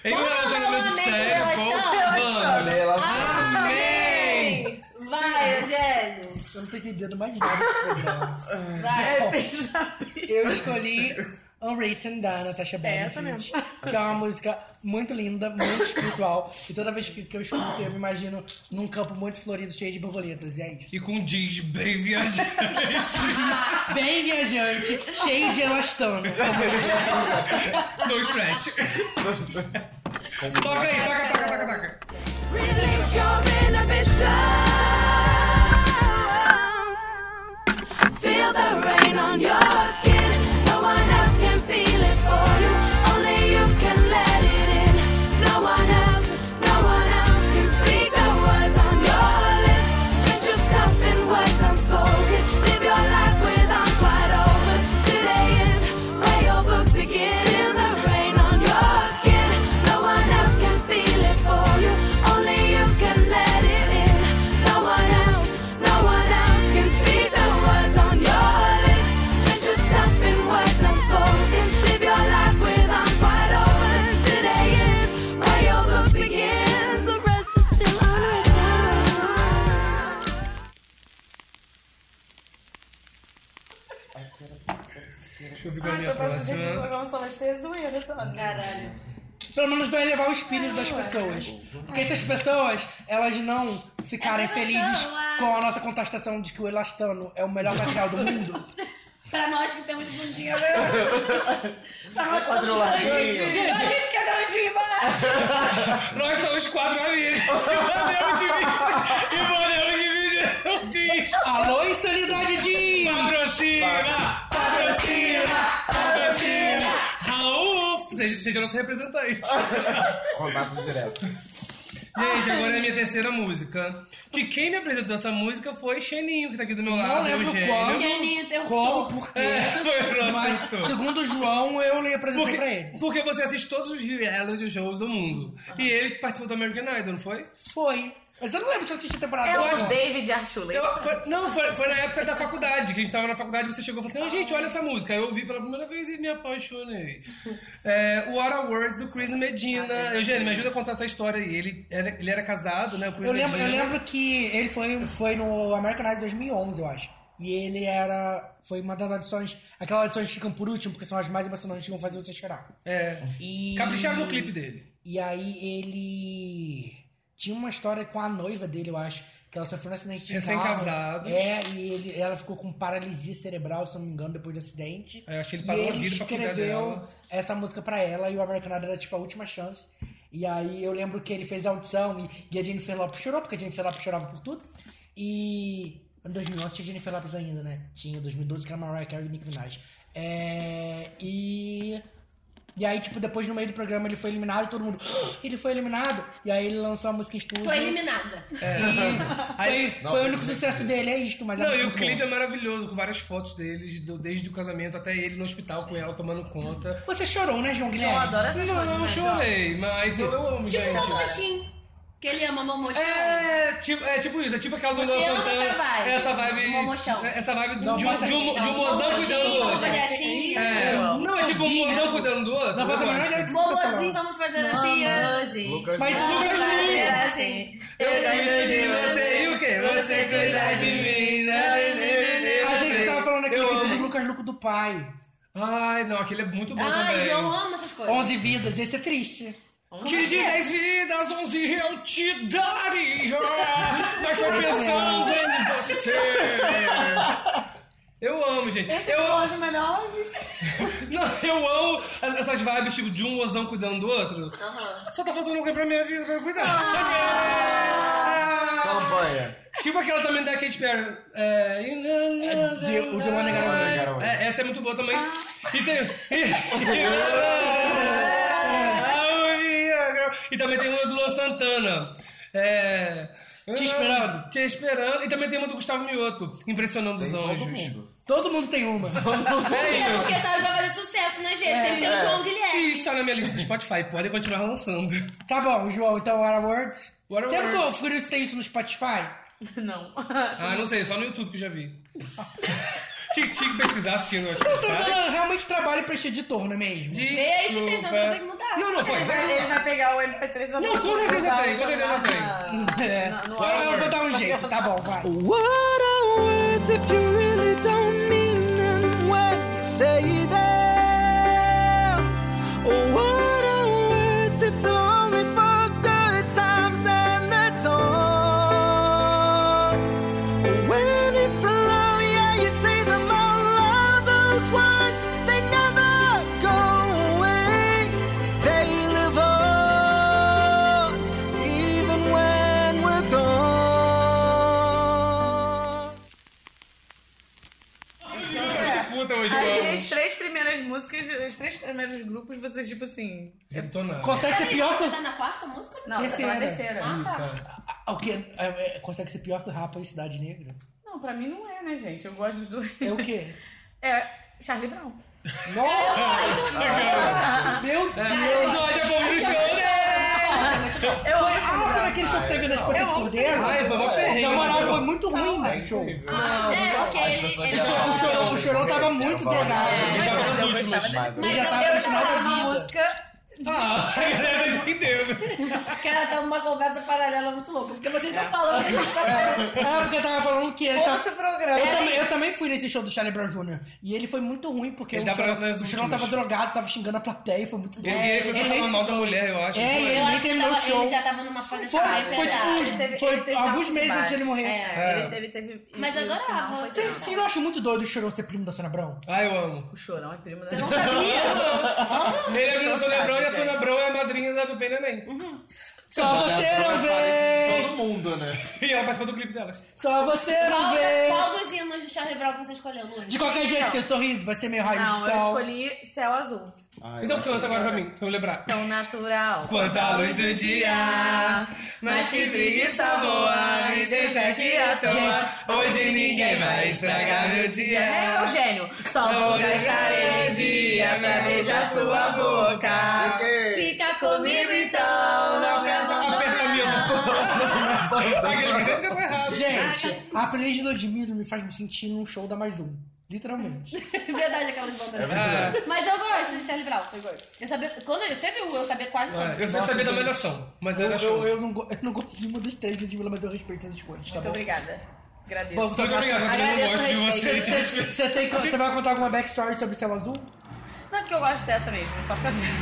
Speaker 3: em um
Speaker 4: Vamos
Speaker 3: relacionamento
Speaker 4: falar, né,
Speaker 3: sério,
Speaker 4: que
Speaker 3: com...
Speaker 4: relação?
Speaker 3: Mano,
Speaker 4: Amém! Vai, Eugênio.
Speaker 2: Eu não tô entendendo mais nada
Speaker 5: *laughs*
Speaker 2: desse programa.
Speaker 4: Vai.
Speaker 5: É,
Speaker 2: Bom, eu escolhi Unwritten da Natasha Bedingfield.
Speaker 5: essa mesmo.
Speaker 2: Que é uma música muito linda, muito espiritual. E toda vez que, que eu escuto, eu me imagino num campo muito florido, cheio de borboletas. E é isso.
Speaker 3: E com jeans bem viajante.
Speaker 2: Bem viajante, cheio de elastano.
Speaker 3: *laughs* no stress. toca aí, toca, toca, toca, toca.
Speaker 6: Release your inhibitions. Feel the rain on your skin. No one else can feel it for you. Only you can let it in. No one else, no one else can speak the words on your lips. Treat yourself in words unspoken. Live your life with arms wide open. Today is where your book begins. Feel the rain on your skin. No one else can feel it for you. Only you can let it in. No one else, no one else can speak the words on your lips. Treat yourself in words unspoken. Live your life with arms wide open. Today is where your book begins. The rest is still unwritten.
Speaker 3: Deixa eu ver qual é a minha próxima.
Speaker 5: programa só vai ser zoeira, sabe?
Speaker 4: Caralho.
Speaker 2: Pelo menos vai elevar o espírito das pessoas. Porque se as pessoas, elas não ficarem
Speaker 4: É verdade,
Speaker 2: felizes
Speaker 4: uai.
Speaker 2: com a nossa contestação de que o elastano é o melhor material do
Speaker 3: *laughs*
Speaker 2: mundo.
Speaker 4: Pra nós que temos bundinha grande. pra nós que somos
Speaker 7: Quadriladinho.
Speaker 4: grandinhos. Pra gente que é grandinho embaixo.
Speaker 3: *laughs* Nós somos
Speaker 4: *laughs*
Speaker 3: quatro amigos. E mandamos de vídeo. E mandamos de vídeo. De
Speaker 2: Alô, insanidade de...
Speaker 3: patrocina, patrocina, patrocina. Raul, seja, seja nosso representante.
Speaker 4: *laughs*
Speaker 7: Contato direto.
Speaker 3: Gente, agora é a minha terceira música. Que quem me apresentou essa música foi Xeninho, que tá aqui do meu
Speaker 2: Não
Speaker 3: lado.
Speaker 2: lembro
Speaker 3: Eugênio.
Speaker 2: qual,
Speaker 4: Gênio, teu
Speaker 2: como,
Speaker 4: corpo.
Speaker 2: por quê.
Speaker 3: É, foi o nosso produtor.
Speaker 2: Mas, segundo o João, eu lhe apresentei pra ele.
Speaker 3: Porque, porque você assiste todos os reality shows do mundo. E ele participou do American Idol, não foi?
Speaker 2: Foi. Mas eu não lembro se eu assisti a temporada
Speaker 5: É
Speaker 2: ou
Speaker 5: o
Speaker 2: não.
Speaker 5: David Archuleta.
Speaker 3: Eu- foi- não, foi, foi na época da faculdade, que a gente tava na faculdade, você chegou e falou assim, "Ah, gente, olha essa música. Eu ouvi pela primeira vez e me apaixonei. É, What a Words, do Chris
Speaker 5: Ah,
Speaker 3: Medina.
Speaker 5: é.
Speaker 3: Eugênio, me ajuda a contar essa história aí. Ele era, ele era casado, né? O Chris
Speaker 2: Eu lembro, eu
Speaker 3: Medina.
Speaker 2: lembro que ele foi, foi no American Idol 2011, eu acho. E ele era... Foi uma das audições... Aquelas audições que ficam por último, porque são as mais emocionantes que vão fazer você chorar.
Speaker 3: É.
Speaker 2: E...
Speaker 3: Capricharam no clipe dele.
Speaker 2: E aí ele tinha uma história com a noiva dele, eu acho, que ela sofreu um acidente de
Speaker 3: Recém-casados.
Speaker 2: carro. É, e ele, ela ficou com paralisia cerebral, se eu não me engano, depois do acidente.
Speaker 3: É, acho que ele
Speaker 2: E
Speaker 3: parou a
Speaker 2: ele
Speaker 3: vida pra cuidar
Speaker 2: escreveu
Speaker 3: dela.
Speaker 2: essa música pra ela e o American Idol era tipo a última chance. E aí eu lembro que ele fez a audição e, e a Jennifer Lopez chorou, porque a Jennifer Lopez chorava por tudo. E em 2011 tinha Jennifer Lopez ainda, né? Tinha, em 2012 que era Mariah Carey e Nick Minaj. É, e e aí, tipo, depois no meio do programa ele foi eliminado e todo mundo. "Ah, Ele foi eliminado! E aí ele lançou a música em estúdio.
Speaker 4: Tô eliminada.
Speaker 2: E
Speaker 3: Aí-
Speaker 2: foi, foi o único sucesso dele, é isto, mas é
Speaker 3: Não,
Speaker 2: muito
Speaker 3: e o
Speaker 2: bom.
Speaker 3: clipe é maravilhoso, com várias fotos deles, do- desde o casamento até ele no hospital com ela, tomando conta.
Speaker 2: Você chorou, né, João Guilherme?
Speaker 5: Eu adoro essa
Speaker 3: Não,
Speaker 5: coisa,
Speaker 3: não
Speaker 5: né,
Speaker 3: chorei, mas eu, eu amo,
Speaker 4: Tipo
Speaker 3: gente.
Speaker 5: é
Speaker 4: o Mochim. Que ele ama Momochim.
Speaker 3: É tipo, é tipo isso, é tipo aquela do
Speaker 4: Você
Speaker 3: Luan
Speaker 4: ama
Speaker 3: Santana.
Speaker 4: essa vibe?
Speaker 3: Essa vibe.
Speaker 4: Uma mochão.
Speaker 3: Essa vibe do-
Speaker 2: Não, é
Speaker 3: de, um-
Speaker 2: passa
Speaker 3: de um,
Speaker 2: aqui,
Speaker 3: de um mozão cuidando do outro.
Speaker 4: Vamos
Speaker 3: É,
Speaker 4: fazer assim.
Speaker 2: Eu
Speaker 3: não, é
Speaker 2: não
Speaker 3: tipo um
Speaker 2: vi
Speaker 3: mozão
Speaker 2: isso.
Speaker 3: cuidando do outro.
Speaker 2: Não
Speaker 3: eu
Speaker 2: faz a menor
Speaker 3: gosto.
Speaker 2: ideia do que você tá
Speaker 4: Bobozinho,
Speaker 2: falando.
Speaker 4: vamos fazer assim. ó.
Speaker 7: Lucas
Speaker 2: Mas o Lucas Lima.
Speaker 5: Era assim.
Speaker 3: Eu cuido de você e o quê? Você cuida de mim. né?
Speaker 2: A gente tava falando aqui
Speaker 3: Eu
Speaker 2: do
Speaker 3: amo.
Speaker 2: Lucas Luco do pai.
Speaker 3: Ai, não, aquele é muito bom
Speaker 4: Ai,
Speaker 3: também.
Speaker 4: João ama essas coisas.
Speaker 2: 11 vidas, esse é triste.
Speaker 3: é Que de 10 vidas, 11 eu te daria, mas tô pensando em Tá você. Eu amo, é gente. Eu amo.
Speaker 5: Hoje melhor de...
Speaker 3: Não, eu amo as- essas vibes, tipo, de um mozão cuidando do outro. Só tá faltando alguém pra minha vida pra eu cuidar. Ah. Então
Speaker 7: Campanha.
Speaker 3: Tipo aquela também da Katy Perry. É,
Speaker 2: The- o The One I Gotta Run.
Speaker 7: Garoto.
Speaker 3: É, essa é muito boa também. E tem. E, e também tem uma do Luan Santana. É.
Speaker 2: Te Esperando.
Speaker 3: Te esperando. E também tem uma do Gustavo Mioto. Impressionando os
Speaker 7: Tem todo
Speaker 3: anjos.
Speaker 7: mundo.
Speaker 2: Todo mundo tem uma.
Speaker 4: Porque, porque sabe pra fazer sucesso, né, gente? Tem que
Speaker 5: É.
Speaker 4: ter o João Guilherme.
Speaker 3: É. E está na minha lista do Spotify. Podem continuar lançando.
Speaker 2: Tá bom, João, então What a Words.
Speaker 3: What a
Speaker 2: Você ficou *laughs*
Speaker 3: Words.
Speaker 2: furioso se tem isso no Spotify?
Speaker 5: Não.
Speaker 3: Ah, não sei, só no YouTube que eu já vi. *laughs* Tinha tinha que pesquisar se tinha no tá?
Speaker 2: Eu tô
Speaker 3: Spotify.
Speaker 2: dando realmente trabalho pra esse editor, não é mesmo?
Speaker 4: Vê aí se tem sensação, tem que mudar.
Speaker 3: Não, não foi.
Speaker 5: Ele vai, ele vai pegar o MP3 e vai
Speaker 3: Não,
Speaker 5: botar
Speaker 3: com
Speaker 5: no
Speaker 3: certeza
Speaker 5: lugar,
Speaker 3: tem, com
Speaker 5: no
Speaker 3: certeza
Speaker 5: lugar
Speaker 3: tem.
Speaker 5: na-
Speaker 2: É.
Speaker 5: na- no
Speaker 2: Agora eu vou
Speaker 5: Word.
Speaker 2: dar um jeito, tá bom, vai.
Speaker 6: What are words if you really don't mean them when you say them? What are words if they're only for good times? Then that's all. When it's alone, yeah, you say them all loud. Those words they never go away. They live on even when we're gone.
Speaker 3: Tá muito Puta hoje,
Speaker 5: As
Speaker 3: mano.
Speaker 5: três primeiras músicas, os três primeiros grupos, vocês, tipo assim.
Speaker 3: Eu tô na.
Speaker 2: Consegue ser pior
Speaker 4: Você
Speaker 2: que.
Speaker 4: tá na quarta música?
Speaker 5: Não, terceira.
Speaker 2: Terceira.
Speaker 5: Tá
Speaker 4: Ah, tá.
Speaker 5: terceira.
Speaker 3: Isso,
Speaker 2: O quê? É, é, Consegue ser pior que o Rapa e Cidade Negra?
Speaker 5: Não, pra mim não é, né, gente? Eu gosto dos dois.
Speaker 2: É o quê?
Speaker 5: É Charlie Brown.
Speaker 2: Nossa! Meu
Speaker 3: é.
Speaker 2: Deus!
Speaker 3: Nós já fomos no show, né?
Speaker 5: Eu
Speaker 2: Foi
Speaker 5: amo Charlie
Speaker 2: alfa
Speaker 5: Brown.
Speaker 2: naquele show que teve nas Escola de
Speaker 3: Ai, foi mó
Speaker 2: Esconder.
Speaker 3: ferrenho,
Speaker 2: Na moral,
Speaker 3: né?
Speaker 2: foi muito ruim, né? o show.
Speaker 5: Ah,
Speaker 4: É, ok. Ele, ele-
Speaker 2: O Chorão- o Chorão- O Chorão tava muito drogado.
Speaker 3: Ele tava nas últimas.
Speaker 4: Mas
Speaker 2: já
Speaker 4: eu-
Speaker 2: tava
Speaker 4: eu
Speaker 2: no final da
Speaker 4: chorava.
Speaker 2: vida.
Speaker 5: A música.
Speaker 3: Ah, *laughs* a galera não entendeu.
Speaker 4: Cara, tá uma conversa paralela muito louca. Porque vocês estão falando que a gente tá falando.
Speaker 2: É, porque eu tava falando que ele
Speaker 5: Ouça
Speaker 2: tava...
Speaker 5: esse programa.
Speaker 2: Eu também, eu também fui nesse show do Charlie Brown Jr. E ele foi muito ruim, porque
Speaker 3: Ele
Speaker 2: o
Speaker 3: tava
Speaker 2: Chorão,
Speaker 3: nas
Speaker 2: o Chorão
Speaker 3: últimas.
Speaker 2: tava drogado, tava xingando a plateia, e foi muito doido.
Speaker 3: Ele ele começou a falar mal da mulher, eu acho.
Speaker 2: É,
Speaker 3: Foi.
Speaker 4: Eu
Speaker 2: ele-
Speaker 4: acho que ele,
Speaker 2: terminou o
Speaker 4: tava-
Speaker 2: show.
Speaker 4: ele já tava numa fase
Speaker 2: Foi,
Speaker 4: assim,
Speaker 2: foi tipo
Speaker 4: pesada.
Speaker 2: uns- foi alguns meses antes de ele morrer.
Speaker 5: É, ele, ele teve.
Speaker 4: Mas
Speaker 5: e no
Speaker 4: adorava.
Speaker 5: final foi
Speaker 2: Vocês
Speaker 5: Charlie
Speaker 2: vocês não acham muito doido o Chorão ser primo da Sônia Abrão?
Speaker 3: Ah, eu amo.
Speaker 5: Brown. O chorão é primo da.
Speaker 4: Você não sabia?
Speaker 3: *laughs* Ele é a Sônia
Speaker 2: Uhum.
Speaker 3: Brown e a Sônia Brown é a madrinha da Pepe Neném.
Speaker 2: Só
Speaker 3: é
Speaker 2: você não vê!
Speaker 11: Todo mundo, né?
Speaker 3: *laughs* E ela participa do clipe delas.
Speaker 2: Só você não
Speaker 4: Qual,
Speaker 2: vê!
Speaker 4: qual É. dos hinos do Charlie *laughs* Brown que você escolheu, Lourdes?
Speaker 2: De qualquer jeito, seu sorriso vai ser meio raio
Speaker 5: Não,
Speaker 2: de
Speaker 5: eu
Speaker 2: sol.
Speaker 5: escolhi Céu Azul.
Speaker 3: Então canta agora pra mim, pra eu lembrar.
Speaker 5: Tão natural.
Speaker 3: Quanto à luz do dia, mas que preguiça boa me deixa aqui à toa. Hoje ninguém vai estragar meu
Speaker 5: É
Speaker 3: dia.
Speaker 5: Eugênio. Só vou gastar energia pra beijar sua boca.
Speaker 4: Fica
Speaker 5: Comigo então, não me
Speaker 3: Aperta a minha boca. Aquele que Ah, sempre cantou errado.
Speaker 2: Ah. Gente,
Speaker 6: Ah,
Speaker 2: a playlist do Ludmilla me faz me sentir num show da Mais Um. Literalmente.
Speaker 4: É Verdade, aquela de volta. Mas eu gosto de Charlie Brown. Eu gosto. Eu sabia, quando ele, você viu, eu sabia quase todos.
Speaker 3: É, Eu só sabia da malhação, mas eu
Speaker 2: Eu,
Speaker 3: era
Speaker 2: eu,
Speaker 3: show.
Speaker 2: eu não, go- eu não gosto de uma das três Ludmilla, mas eu respeito as escolhas, tá
Speaker 5: Muito
Speaker 2: bom?
Speaker 5: obrigada.
Speaker 2: Vamos
Speaker 5: Agradeço.
Speaker 3: Muito obrigado, eu não gosto de você. tipo, assim. te
Speaker 2: Você
Speaker 5: *laughs*
Speaker 3: respeito.
Speaker 2: você tem- você vai contar alguma backstory sobre o Céu Azul?
Speaker 5: Não, porque eu gosto dessa mesmo, só por causa disso.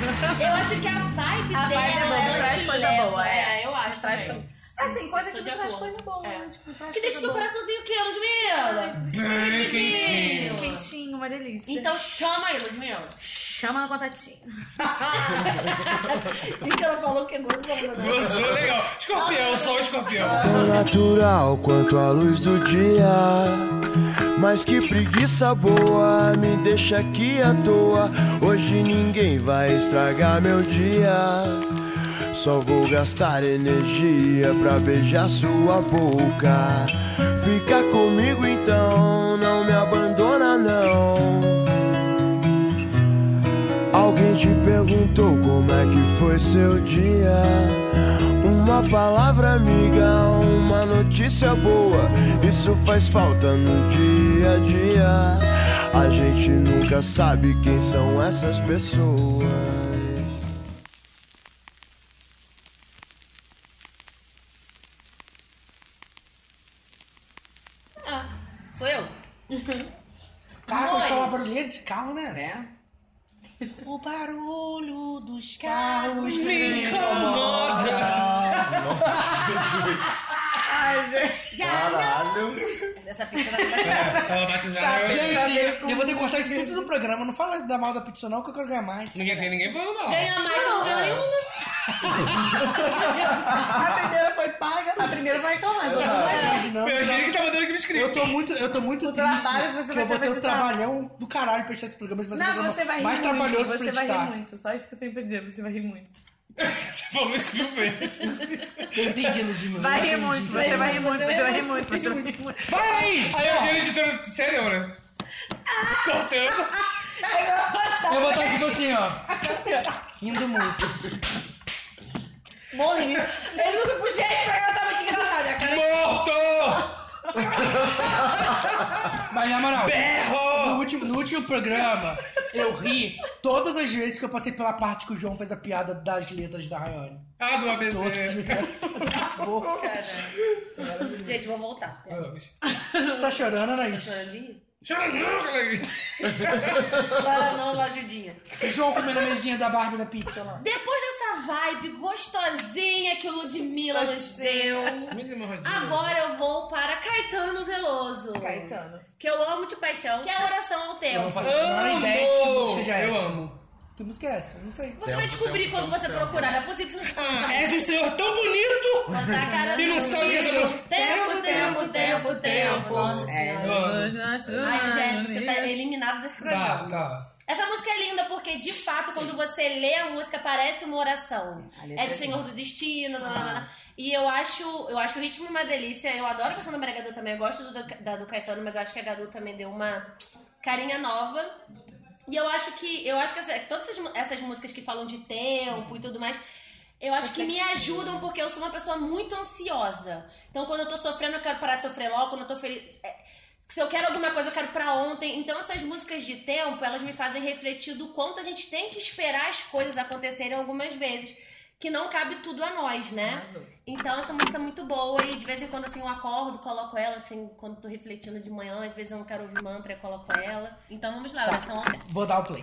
Speaker 4: Eu acho que a vibe
Speaker 5: A
Speaker 4: dela,
Speaker 5: vibe da banda
Speaker 4: ela
Speaker 5: traz
Speaker 4: te
Speaker 5: coisa
Speaker 4: leva.
Speaker 5: boa, é.
Speaker 4: eu acho.
Speaker 5: Traz
Speaker 4: também.
Speaker 5: coisa- Assim, coisa
Speaker 4: Tô
Speaker 5: que
Speaker 4: de
Speaker 5: não traz
Speaker 4: acordo.
Speaker 5: coisa boa.
Speaker 4: É.
Speaker 5: Tipo, traz
Speaker 4: Que deixa
Speaker 5: coisa
Speaker 4: seu
Speaker 5: boa.
Speaker 4: coraçãozinho o quê, Ludmilla?
Speaker 3: Bem
Speaker 4: Quentinho.
Speaker 5: Quentinho, uma delícia.
Speaker 4: Então chama aí, Ludmilla.
Speaker 5: chama no contatinho.
Speaker 4: *laughs*
Speaker 5: *laughs*
Speaker 4: Gente, ela falou que é gosto
Speaker 6: né?
Speaker 4: da
Speaker 3: Gostou, legal. Escorpião, só o escorpião.
Speaker 12: Tão natural quanto a luz do dia. Mas que preguiça boa, me deixa aqui à toa. Hoje ninguém vai estragar meu dia. Só vou gastar energia pra beijar sua boca. Fica comigo então, não me abandona não. Alguém te perguntou como é que foi seu dia. Uma palavra amiga, uma notícia boa. Isso faz falta no dia a dia. A gente nunca sabe quem são essas pessoas.
Speaker 4: Ah, Sou eu?
Speaker 6: Tá,
Speaker 2: Carro, quando
Speaker 4: Dois.
Speaker 2: fala barulheira de carro, né?
Speaker 5: É?
Speaker 2: O barulho dos carros me
Speaker 4: Já não. Essa pizza vai ficar assim.
Speaker 3: Ela batizada.
Speaker 2: Gente, eu vou ter que cortar isso tudo do programa. Não fala da mal da pizza, não, que eu quero ganhar mais.
Speaker 3: Ninguém tem ninguém falando mal.
Speaker 4: Ganha mais, você não ganhou nenhuma.
Speaker 5: A primeira foi paga, a primeira vai reclamar.
Speaker 2: Ah,
Speaker 5: as outras não. é.
Speaker 2: Hoje não.
Speaker 3: Meu Eugênio que tá mandando aqui no script.
Speaker 2: Eu tô muito, eu tô muito triste
Speaker 5: trabalho que você
Speaker 2: que
Speaker 5: vai ter
Speaker 2: eu vou ter um
Speaker 5: pra editar.
Speaker 2: trabalhão do caralho pra editar esse programa. Mas
Speaker 5: Não, você vai rir
Speaker 2: mais
Speaker 5: muito.
Speaker 2: trabalhoso pra
Speaker 5: você vai
Speaker 2: editar.
Speaker 5: rir muito. Só isso que eu tenho pra dizer, você vai rir *laughs* muito.
Speaker 3: Você falou isso mil vezes.
Speaker 2: Eu entendi, Ludmilla.
Speaker 5: Vai
Speaker 2: eu
Speaker 5: rir
Speaker 2: entendi.
Speaker 5: muito, você vai rir muito, você vai rir muito, você vai rir muito.
Speaker 2: Para aí!
Speaker 3: Aí o Eugênio editando sério, né? Cortando.
Speaker 2: Eu vou
Speaker 4: um
Speaker 2: estar tipo assim, ó. Indo muito.
Speaker 4: Morri. Ele nunca puxei, pra ela tava de engraçada. A né, cara
Speaker 3: Morto!
Speaker 2: Mas na moral,
Speaker 3: Berro!
Speaker 2: No, último, no último programa, eu ri todas as vezes que eu passei pela parte que o João fez a piada das letras da Rayane.
Speaker 3: Ah, do ABC.
Speaker 2: *laughs*
Speaker 4: *laughs* Gente, vou voltar.
Speaker 2: Você tá chorando, Anaís?
Speaker 4: Chorando de rir.
Speaker 3: Chora não, Cleide.
Speaker 4: Só não, ajudinha.
Speaker 2: João comendo a mesinha da Barbie da pizza lá.
Speaker 4: Depois dessa vibe gostosinha que o Ludmilla nos deu,
Speaker 3: Me dê uma rodinha.
Speaker 4: agora eu vou para Caetano Veloso.
Speaker 5: Caetano.
Speaker 4: Que eu amo de paixão, que é a oração ao
Speaker 2: Eu não
Speaker 4: tempo.
Speaker 2: faço a
Speaker 3: Ah!
Speaker 2: menor ideia de que é música seja
Speaker 3: Eu
Speaker 2: essa.
Speaker 3: amo.
Speaker 2: Que música é essa? Eu não sei.
Speaker 4: Você vai
Speaker 2: um
Speaker 4: descobrir quando você procurar, não é possível que você não
Speaker 3: Ah, és um senhor tão bonito!
Speaker 4: botar a cara
Speaker 3: E não
Speaker 4: no
Speaker 3: sabe é
Speaker 4: livro.
Speaker 3: essa música.
Speaker 4: Tempo, tempo, tempo, tempo. Nossa
Speaker 5: É,
Speaker 4: senhora.
Speaker 5: hoje nós
Speaker 4: Ai, Eugênio, você tá
Speaker 5: dormimos.
Speaker 4: eliminado desse
Speaker 3: Tá,
Speaker 4: programa.
Speaker 3: tá.
Speaker 4: Essa música é linda porque, de fato, quando você lê a música, parece uma oração.
Speaker 5: A letra
Speaker 4: É de
Speaker 5: é Ah.
Speaker 4: Senhor do Destino, blá, blá, blá. E eu acho, eu acho o ritmo uma delícia. Eu adoro a canção da Maria Gadu também. Eu gosto do, da do Caetano, mas eu acho que a Gadu também deu uma carinha nova. E eu acho que, eu acho que essa- todas essas, mu- essas músicas que falam de tempo e tudo mais, eu acho que me ajudam porque eu sou uma pessoa muito ansiosa. Então, quando eu tô sofrendo, eu quero parar de sofrer logo. Quando eu tô feliz, é, se eu quero alguma coisa, eu quero pra ontem. Então, essas músicas de tempo, elas me fazem refletir do quanto a gente tem que esperar as coisas acontecerem algumas vezes. Que não cabe tudo a nós, né? Então, essa música é muito boa e de vez em quando, assim, eu acordo, coloco ela, assim, quando tô refletindo de manhã, às vezes eu não quero ouvir mantra, eu coloco ela. Então, vamos lá, oração ao tempo.
Speaker 2: Vou dar o play.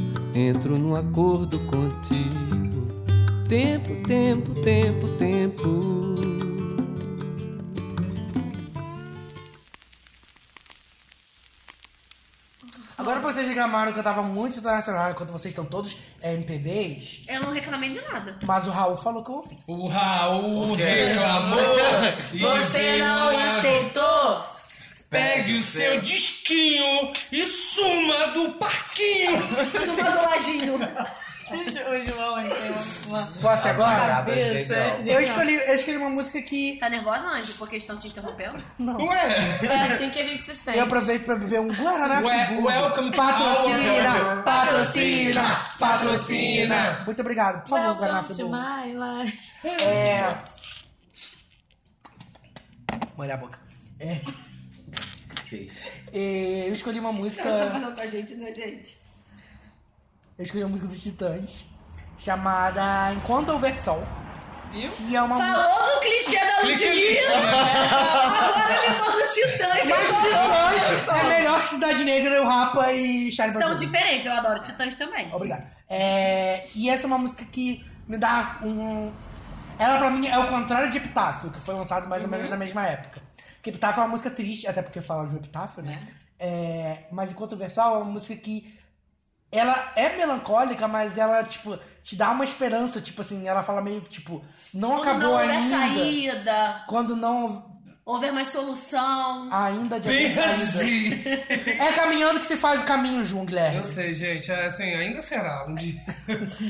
Speaker 8: Entro num acordo contigo. Tempo, tempo, tempo, tempo.
Speaker 2: Agora pra vocês reclamaram que eu tava muito internacional, enquanto vocês estão todos MPBs,
Speaker 4: Eu não reclamei de nada.
Speaker 2: mas o Raul falou que eu ouvi.
Speaker 3: O Raul reclamou. e veio lá.
Speaker 4: aceitou?
Speaker 3: Pegue o seu disquinho e suma do parquinho.
Speaker 4: Suma do lajinho.
Speaker 5: Gente, o João, ele tem uma... uma-
Speaker 2: Posso ir agora?
Speaker 7: Parada genial.
Speaker 4: é.
Speaker 5: Cabeça.
Speaker 2: Eu escolhi, eu escolhi uma música que
Speaker 4: Tá nervosa, Anjo, porque estão te interrompendo?
Speaker 2: *laughs*
Speaker 3: Ué,
Speaker 5: É assim que a gente se sente.
Speaker 2: eu aproveito pra beber um Guaraná.
Speaker 3: Ué,
Speaker 2: com Guga.
Speaker 3: welcome to
Speaker 2: patrocina,
Speaker 3: our-
Speaker 2: patrocina, patrocina,
Speaker 3: patrocina.
Speaker 2: Muito obrigado. Por favor, Guaraná.
Speaker 5: Welcome to
Speaker 2: Fidu.
Speaker 5: my life.
Speaker 2: É. Molha a boca. É. É, Eu escolhi uma música.
Speaker 4: com a gente, né, gente?
Speaker 2: Eu escolhi uma música dos Titãs chamada Enquanto Houver Sol.
Speaker 5: Viu?
Speaker 2: Que é uma música.
Speaker 4: Falou do clichê da
Speaker 3: Clichê.
Speaker 4: Ludmilla! Agora me manda os titãs.
Speaker 2: Mas Titãs é melhor que Cidade Negra, Eu Rapa e Charlie
Speaker 4: São
Speaker 2: Brown.
Speaker 4: diferentes, eu adoro titãs também.
Speaker 2: É Obrigado. É, e essa é uma música que me dá um. Ela pra mim é o contrário de Epitáfio, que foi lançado mais ou menos na mesma época. Porque Epitáfio é uma música triste, até porque fala de um epitáfio, né? É, mas enquanto versal é uma música que. Ela é melancólica, mas ela, tipo, te dá uma esperança, tipo assim, ela fala meio que, tipo, não
Speaker 4: Quando
Speaker 2: acabou
Speaker 4: não houver
Speaker 2: ainda.
Speaker 4: saída,
Speaker 2: Quando não.
Speaker 4: houver mais solução.
Speaker 2: Ainda de haver
Speaker 3: bem
Speaker 2: saída.
Speaker 3: assim.
Speaker 2: É caminhando que se faz o caminho, João Guilherme.
Speaker 3: Eu sei, gente. É assim, ainda será um dia.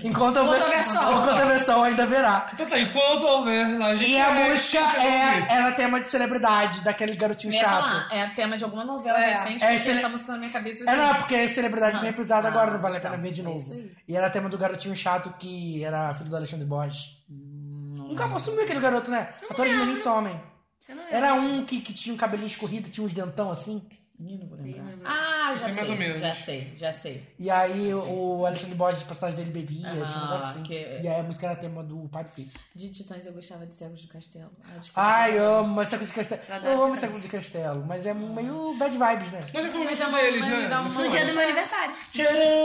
Speaker 2: Enquanto a
Speaker 4: Enquanto
Speaker 2: versão-
Speaker 4: houver sol.
Speaker 2: enquanto a versão ainda verá.
Speaker 3: Então tá, enquanto houver lá, a gente
Speaker 2: E a
Speaker 3: vai-
Speaker 2: música é, era tema de celebridade, daquele garotinho
Speaker 5: Eu ia falar,
Speaker 2: chato.
Speaker 5: é tema de alguma novela
Speaker 4: É.
Speaker 5: recente,
Speaker 2: É,
Speaker 5: é,
Speaker 2: se
Speaker 5: essa
Speaker 2: ele-
Speaker 5: música na minha cabeça
Speaker 2: É,
Speaker 5: assim.
Speaker 2: não, porque celebridade foi reprisada
Speaker 5: Ah,
Speaker 2: agora, não vale a
Speaker 5: então,
Speaker 2: pena ver de
Speaker 5: é
Speaker 2: novo.
Speaker 5: isso aí.
Speaker 2: e era tema do garotinho chato que era filho do Alexandre Borges. Nunca mais sumiu aquele garoto, né?
Speaker 5: é,
Speaker 2: Atores meninos somem.
Speaker 4: Eu não lembro.
Speaker 2: Era um que, que tinha um cabelinho escorrido, tinha uns dentão assim.
Speaker 5: Ih, não vou lembrar. Ah, já
Speaker 3: Isso é
Speaker 5: sei,
Speaker 3: mais ou menos.
Speaker 5: já sei, já sei.
Speaker 2: E aí o Alexandre Borges, personagem dele, bebia, tinha um
Speaker 5: Ah,
Speaker 2: negócio assim.
Speaker 5: que-
Speaker 2: E aí a música era tema do pai do filho.
Speaker 5: De Titãs eu gostava de Cegos do Castelo. Ah, desculpa.
Speaker 2: Ai, eu amo Século de Castelo.
Speaker 4: Eu adoro
Speaker 2: Eu amo
Speaker 4: Titãs.
Speaker 2: Século de Castelo, mas é meio bad vibes, né?
Speaker 3: Nós já fomos
Speaker 5: Mas
Speaker 3: junto
Speaker 5: a mãe-
Speaker 3: eles,
Speaker 5: mãe me
Speaker 3: né?
Speaker 5: dá uma-
Speaker 3: Não foi?
Speaker 4: No dia do meu aniversário.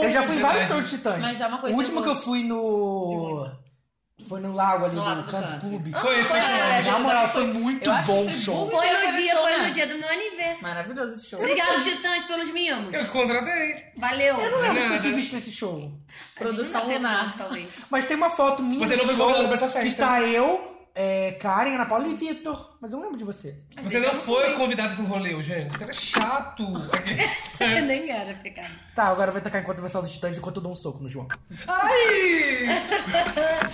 Speaker 2: Eu já fui em vários
Speaker 3: Verdade.
Speaker 2: shows de Titãs.
Speaker 5: Mas é uma coisa
Speaker 2: o último que eu
Speaker 5: boa.
Speaker 2: fui no. Foi no lago ali,
Speaker 5: No
Speaker 2: no,
Speaker 5: Lago do
Speaker 2: canto
Speaker 5: Country.
Speaker 2: público.
Speaker 5: Ah, Foi esse foi, show. é,
Speaker 2: Na
Speaker 5: gente,
Speaker 2: moral,
Speaker 5: foi-
Speaker 2: foi muito
Speaker 5: eu acho
Speaker 2: bom
Speaker 5: que
Speaker 2: o
Speaker 5: foi
Speaker 2: show.
Speaker 4: Foi no
Speaker 5: Aquele
Speaker 4: dia,
Speaker 5: show,
Speaker 4: foi
Speaker 5: né?
Speaker 4: no dia do meu aniversário.
Speaker 5: Maravilhoso esse show.
Speaker 4: Obrigado, Titãs, pelos mimos.
Speaker 3: Eu contratei.
Speaker 4: Valeu.
Speaker 2: Eu não lembro que eu
Speaker 3: Nada.
Speaker 2: tinha visto nesse show.
Speaker 4: A gente
Speaker 5: Produção
Speaker 4: não teve
Speaker 5: Lunar.
Speaker 4: junto, talvez.
Speaker 2: Mas tem uma foto minha
Speaker 3: Você não
Speaker 2: do
Speaker 3: foi
Speaker 2: show,
Speaker 3: convidada pra essa
Speaker 2: que
Speaker 3: festa.
Speaker 2: está
Speaker 3: né?
Speaker 2: eu, é, Karen, Ana Paula e Vitor. Mas eu não lembro de você.
Speaker 3: Você não foi convidado pro rolê, Eugênio. Você era chato.
Speaker 4: *laughs* Nem era, pecado.
Speaker 2: Tá, agora vai tocar enquanto versão dos Titãs enquanto eu dou um soco no João.
Speaker 3: Ai!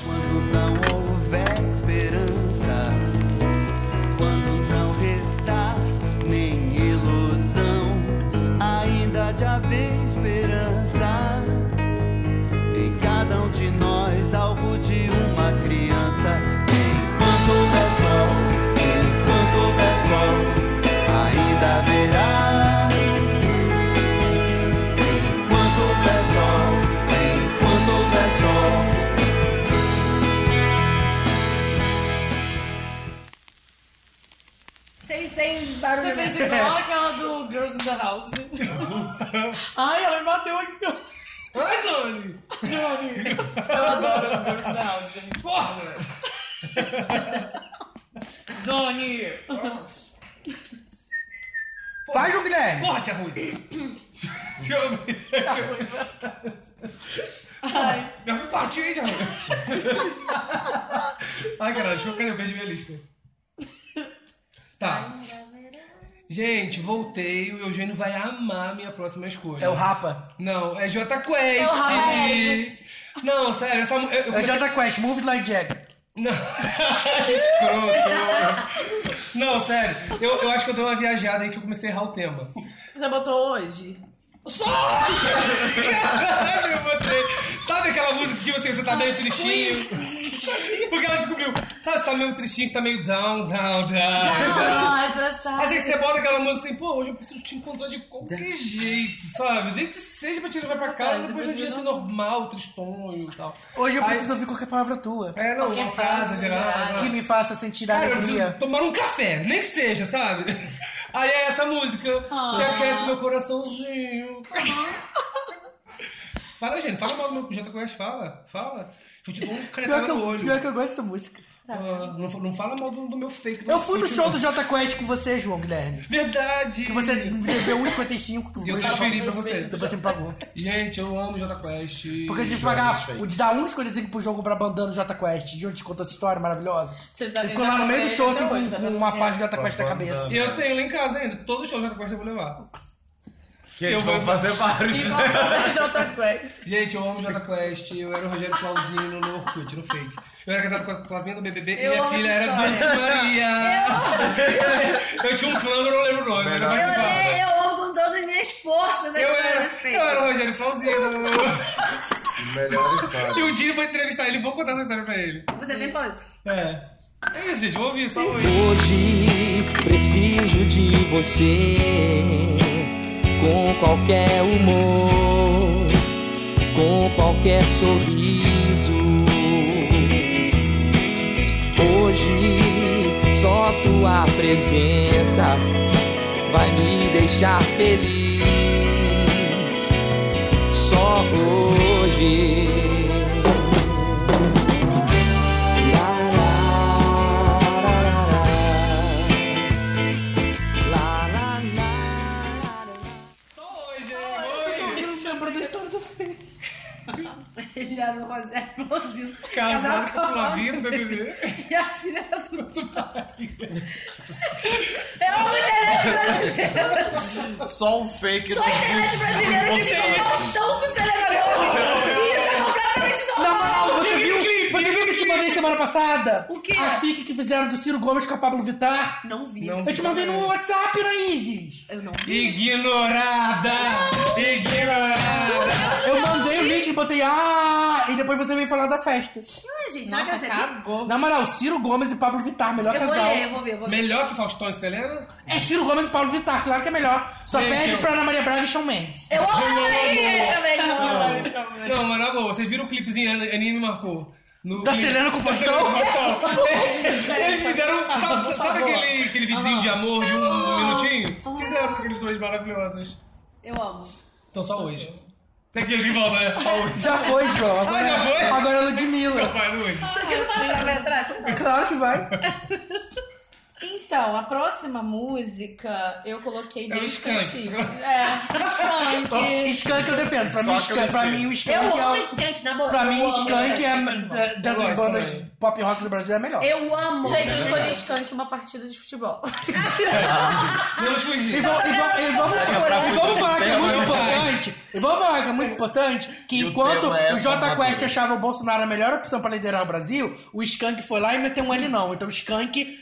Speaker 8: Quando não houver esperança, quando não restar nem ilusão, ainda de haver esperança. Em cada um de nós, algo de uma criança. Enquanto houver sol, enquanto houver sol, ainda haverá. Enquanto houver sol, enquanto houver sol.
Speaker 4: Sem, sem barulho. né?
Speaker 5: Você fez
Speaker 2: *laughs*
Speaker 5: igual aquela do Girls in the
Speaker 3: *laughs*
Speaker 5: House. Ai, ela me bateu aqui.
Speaker 3: Ai, Tony!
Speaker 5: Eu adoro Girls in the House, gente.
Speaker 3: Porra!
Speaker 5: Johnny!
Speaker 7: Vai, João Guilherme!
Speaker 3: Porra, tia Rui! Deixa eu ver.
Speaker 5: Ai,
Speaker 3: Minha mãe partiu, hein, tia Rui? Ai, caralho, acho que eu cadê? Eu perdi minha lista. Tá. Gente, voltei. O Eugênio vai amar minha próxima escolha.
Speaker 2: É o Rapa.
Speaker 3: Não, é Jota Quest.
Speaker 5: É o é. Rafael.
Speaker 3: Não, sério, essa mu- eu, eu
Speaker 2: É o
Speaker 3: comecei-
Speaker 2: Jota Quest, Moves Like Jack.
Speaker 3: Não, *laughs* escroto. Não, sério, eu, eu acho que eu dei uma viajada aí que eu comecei a errar o tema.
Speaker 5: você botou hoje? *laughs*
Speaker 3: Caralho, eu botei. Sabe aquela música que tipo assim, você tá
Speaker 2: Ah,
Speaker 3: meio tristinho? Porque ela descobriu, sabe, você tá meio tristinho, você tá meio down, down, down.
Speaker 5: Nossa, sabe?
Speaker 3: Assim que você bota aquela música assim, pô, hoje eu preciso te encontrar de qualquer jeito, sabe? Nem que seja pra te levar pra casa, depois no dia assim normal, tristonho e tal.
Speaker 2: um Hoje eu
Speaker 3: Ai.
Speaker 2: preciso ouvir qualquer palavra tua.
Speaker 3: É, não, uma frase geral.
Speaker 2: Que me faça sentir
Speaker 3: Cara, eu preciso
Speaker 2: alegria.
Speaker 3: tomar um café, nem que seja, sabe? Aí é essa música que
Speaker 2: Ah.
Speaker 3: aquece meu coraçãozinho. fala, gente, fala mal do meu Jota Quest, fala, fala. Eu te dou um
Speaker 2: Pior
Speaker 3: canetada
Speaker 2: que,
Speaker 3: no
Speaker 2: eu,
Speaker 3: olho.
Speaker 2: pior que eu gosto dessa música.
Speaker 3: Ah, não, fa- não fala mal do, do meu fake. do
Speaker 2: Eu fui no
Speaker 3: futebol.
Speaker 2: show do Jota Quest com você, João Guilherme.
Speaker 3: Verdade!
Speaker 2: Que você me um deveu 1,55 que
Speaker 3: Eu transferi pra você.
Speaker 2: Depois você me pagou.
Speaker 3: Gente, eu amo Jota Quest.
Speaker 2: Porque eu tive que pagar o de dar 1,55 pro jogo pra bandana do Jota Quest. Júnior te contou essa história maravilhosa.
Speaker 5: Você tá
Speaker 2: Ele ficou
Speaker 5: vendo
Speaker 2: lá no meio do
Speaker 5: ele
Speaker 2: show,
Speaker 5: até
Speaker 2: assim,
Speaker 5: hoje, tá
Speaker 2: com, com
Speaker 5: vendo?
Speaker 2: uma faixa de Jota Quest na
Speaker 7: Com a
Speaker 2: cabeça.
Speaker 7: bandana.
Speaker 3: Eu tenho lá em casa ainda. Todo show do Jota Quest eu vou levar.
Speaker 7: Que eles
Speaker 3: Eu
Speaker 7: vão
Speaker 3: vou-
Speaker 7: fazer vários.
Speaker 5: Igual a Jota Quest.
Speaker 3: Gente, eu amo Jota Quest. Eu era o Rogério Flauzino no Orkut, no fake. Eu era casado com a Flavinha do BBB e
Speaker 4: Eu
Speaker 3: minha
Speaker 4: amo
Speaker 3: filha
Speaker 4: essa
Speaker 3: era Dulce
Speaker 4: história.
Speaker 3: Maria. Eu... tinha um clã, eu não lembro o nome. mas
Speaker 7: Melhor.
Speaker 3: eu
Speaker 4: Eu,
Speaker 3: participava.
Speaker 4: olhei, eu amo com todas as minhas forças a
Speaker 3: né? Eu
Speaker 4: história
Speaker 3: era,
Speaker 4: desse
Speaker 3: eu era o
Speaker 4: peito.
Speaker 3: Rogério *laughs* Flauzino.
Speaker 7: Melhor
Speaker 3: e
Speaker 7: história.
Speaker 3: um dia eu vou entrevistar ele, vou contar essa história pra ele.
Speaker 4: Você sempre falou isso.
Speaker 3: É. É isso, gente, vou ouvir só hoje.
Speaker 8: Hoje preciso de você com qualquer humor, com qualquer sorriso. Hoje só tua presença vai me deixar feliz. Só hoje.
Speaker 3: Só hoje, hein? Oi.
Speaker 4: Ele era o Rogério Flauzino.
Speaker 3: Casado com a Flavinha
Speaker 4: Flávio
Speaker 3: do BBB.
Speaker 4: E a filha era
Speaker 3: *laughs*
Speaker 4: do É Eu amo a internet brasileira.
Speaker 7: Só um fake
Speaker 4: Só a internet brasileira que
Speaker 2: é
Speaker 4: tipo, não estão com celebradores. E isso é completamente
Speaker 2: Na
Speaker 4: normal.
Speaker 2: moral, você viu, você viu o que eu te mandei semana passada?
Speaker 4: O quê?
Speaker 2: A fic que fizeram do Ciro Gomes com a Pablo Vittar.
Speaker 4: Não vi.
Speaker 3: Não.
Speaker 2: Eu te mandei no WhatsApp, Raízes.
Speaker 4: Eu não vi.
Speaker 3: Ignorada! Ignorada!
Speaker 2: Eu mandei o link e botei ah! E depois você veio falar da festa.
Speaker 4: Ué, é gente, será que eu
Speaker 5: Nossa,
Speaker 4: acertei?
Speaker 5: cagou.
Speaker 2: Na moral, Ciro Gomes e Pablo Vittar, melhor
Speaker 4: Eu vou
Speaker 2: casal.
Speaker 4: ler, eu vou ver, eu vou ver.
Speaker 3: Melhor que Faustão e Selena?
Speaker 2: É Ciro Gomes e Paulo Vittar, claro que é melhor. Só
Speaker 3: Gente,
Speaker 2: perde
Speaker 3: eu-
Speaker 2: pra Ana Maria Braga e Shawn Mendes.
Speaker 4: Eu amo
Speaker 3: Não,
Speaker 4: aí, também.
Speaker 3: Não, mas na boa, vocês viram o clipezinho, a Aninha me marcou. No
Speaker 2: Da
Speaker 3: clipe-
Speaker 2: Selena Tá com o Faustão?
Speaker 3: Da Selena com o
Speaker 4: *laughs*
Speaker 3: Faustão. Eles fizeram. um Sabe, sabe aquele, aquele videozinho de amor de um minutinho? Fizeram com aqueles dois maravilhosos.
Speaker 4: Eu amo.
Speaker 3: Então só hoje. Daqueles que voltam, né? Saúde.
Speaker 2: Já foi, João. Agora,
Speaker 3: Ah, já foi?
Speaker 2: Agora é Ludmilla.
Speaker 3: Então vai, Luiz.
Speaker 5: Isso aqui não vai entrar pra trás.
Speaker 2: Claro que vai.
Speaker 5: Então, a próxima música eu coloquei
Speaker 2: É
Speaker 5: bem
Speaker 2: o Skank.
Speaker 5: específica. É, Skank.
Speaker 2: Skank eu defendo. Pra mim,
Speaker 13: Só que eu
Speaker 2: Skank, pra
Speaker 13: sei.
Speaker 2: mim o Skank
Speaker 4: Eu
Speaker 2: é
Speaker 4: amo,
Speaker 2: o-
Speaker 4: gente, na boa.
Speaker 2: Pra
Speaker 4: eu
Speaker 2: mim,
Speaker 4: amo
Speaker 2: Skank é
Speaker 4: Skank.
Speaker 2: da- dessas bandas pop rock do Brasil é a melhor.
Speaker 4: Eu amo.
Speaker 5: Gente, eu escolhi
Speaker 4: Skank.
Speaker 5: Skank uma partida de futebol.
Speaker 3: Vamos fugir.
Speaker 2: Tá? E vamos, e vamos- e vamos- e vamos falar que é muito importante. E vamos falar que é muito importante que enquanto
Speaker 7: tema é
Speaker 2: o Jota
Speaker 7: formatura.
Speaker 2: Quest achava o Bolsonaro a melhor opção pra liderar o Brasil, o Skank foi lá e meteu um ele não. Então o Skank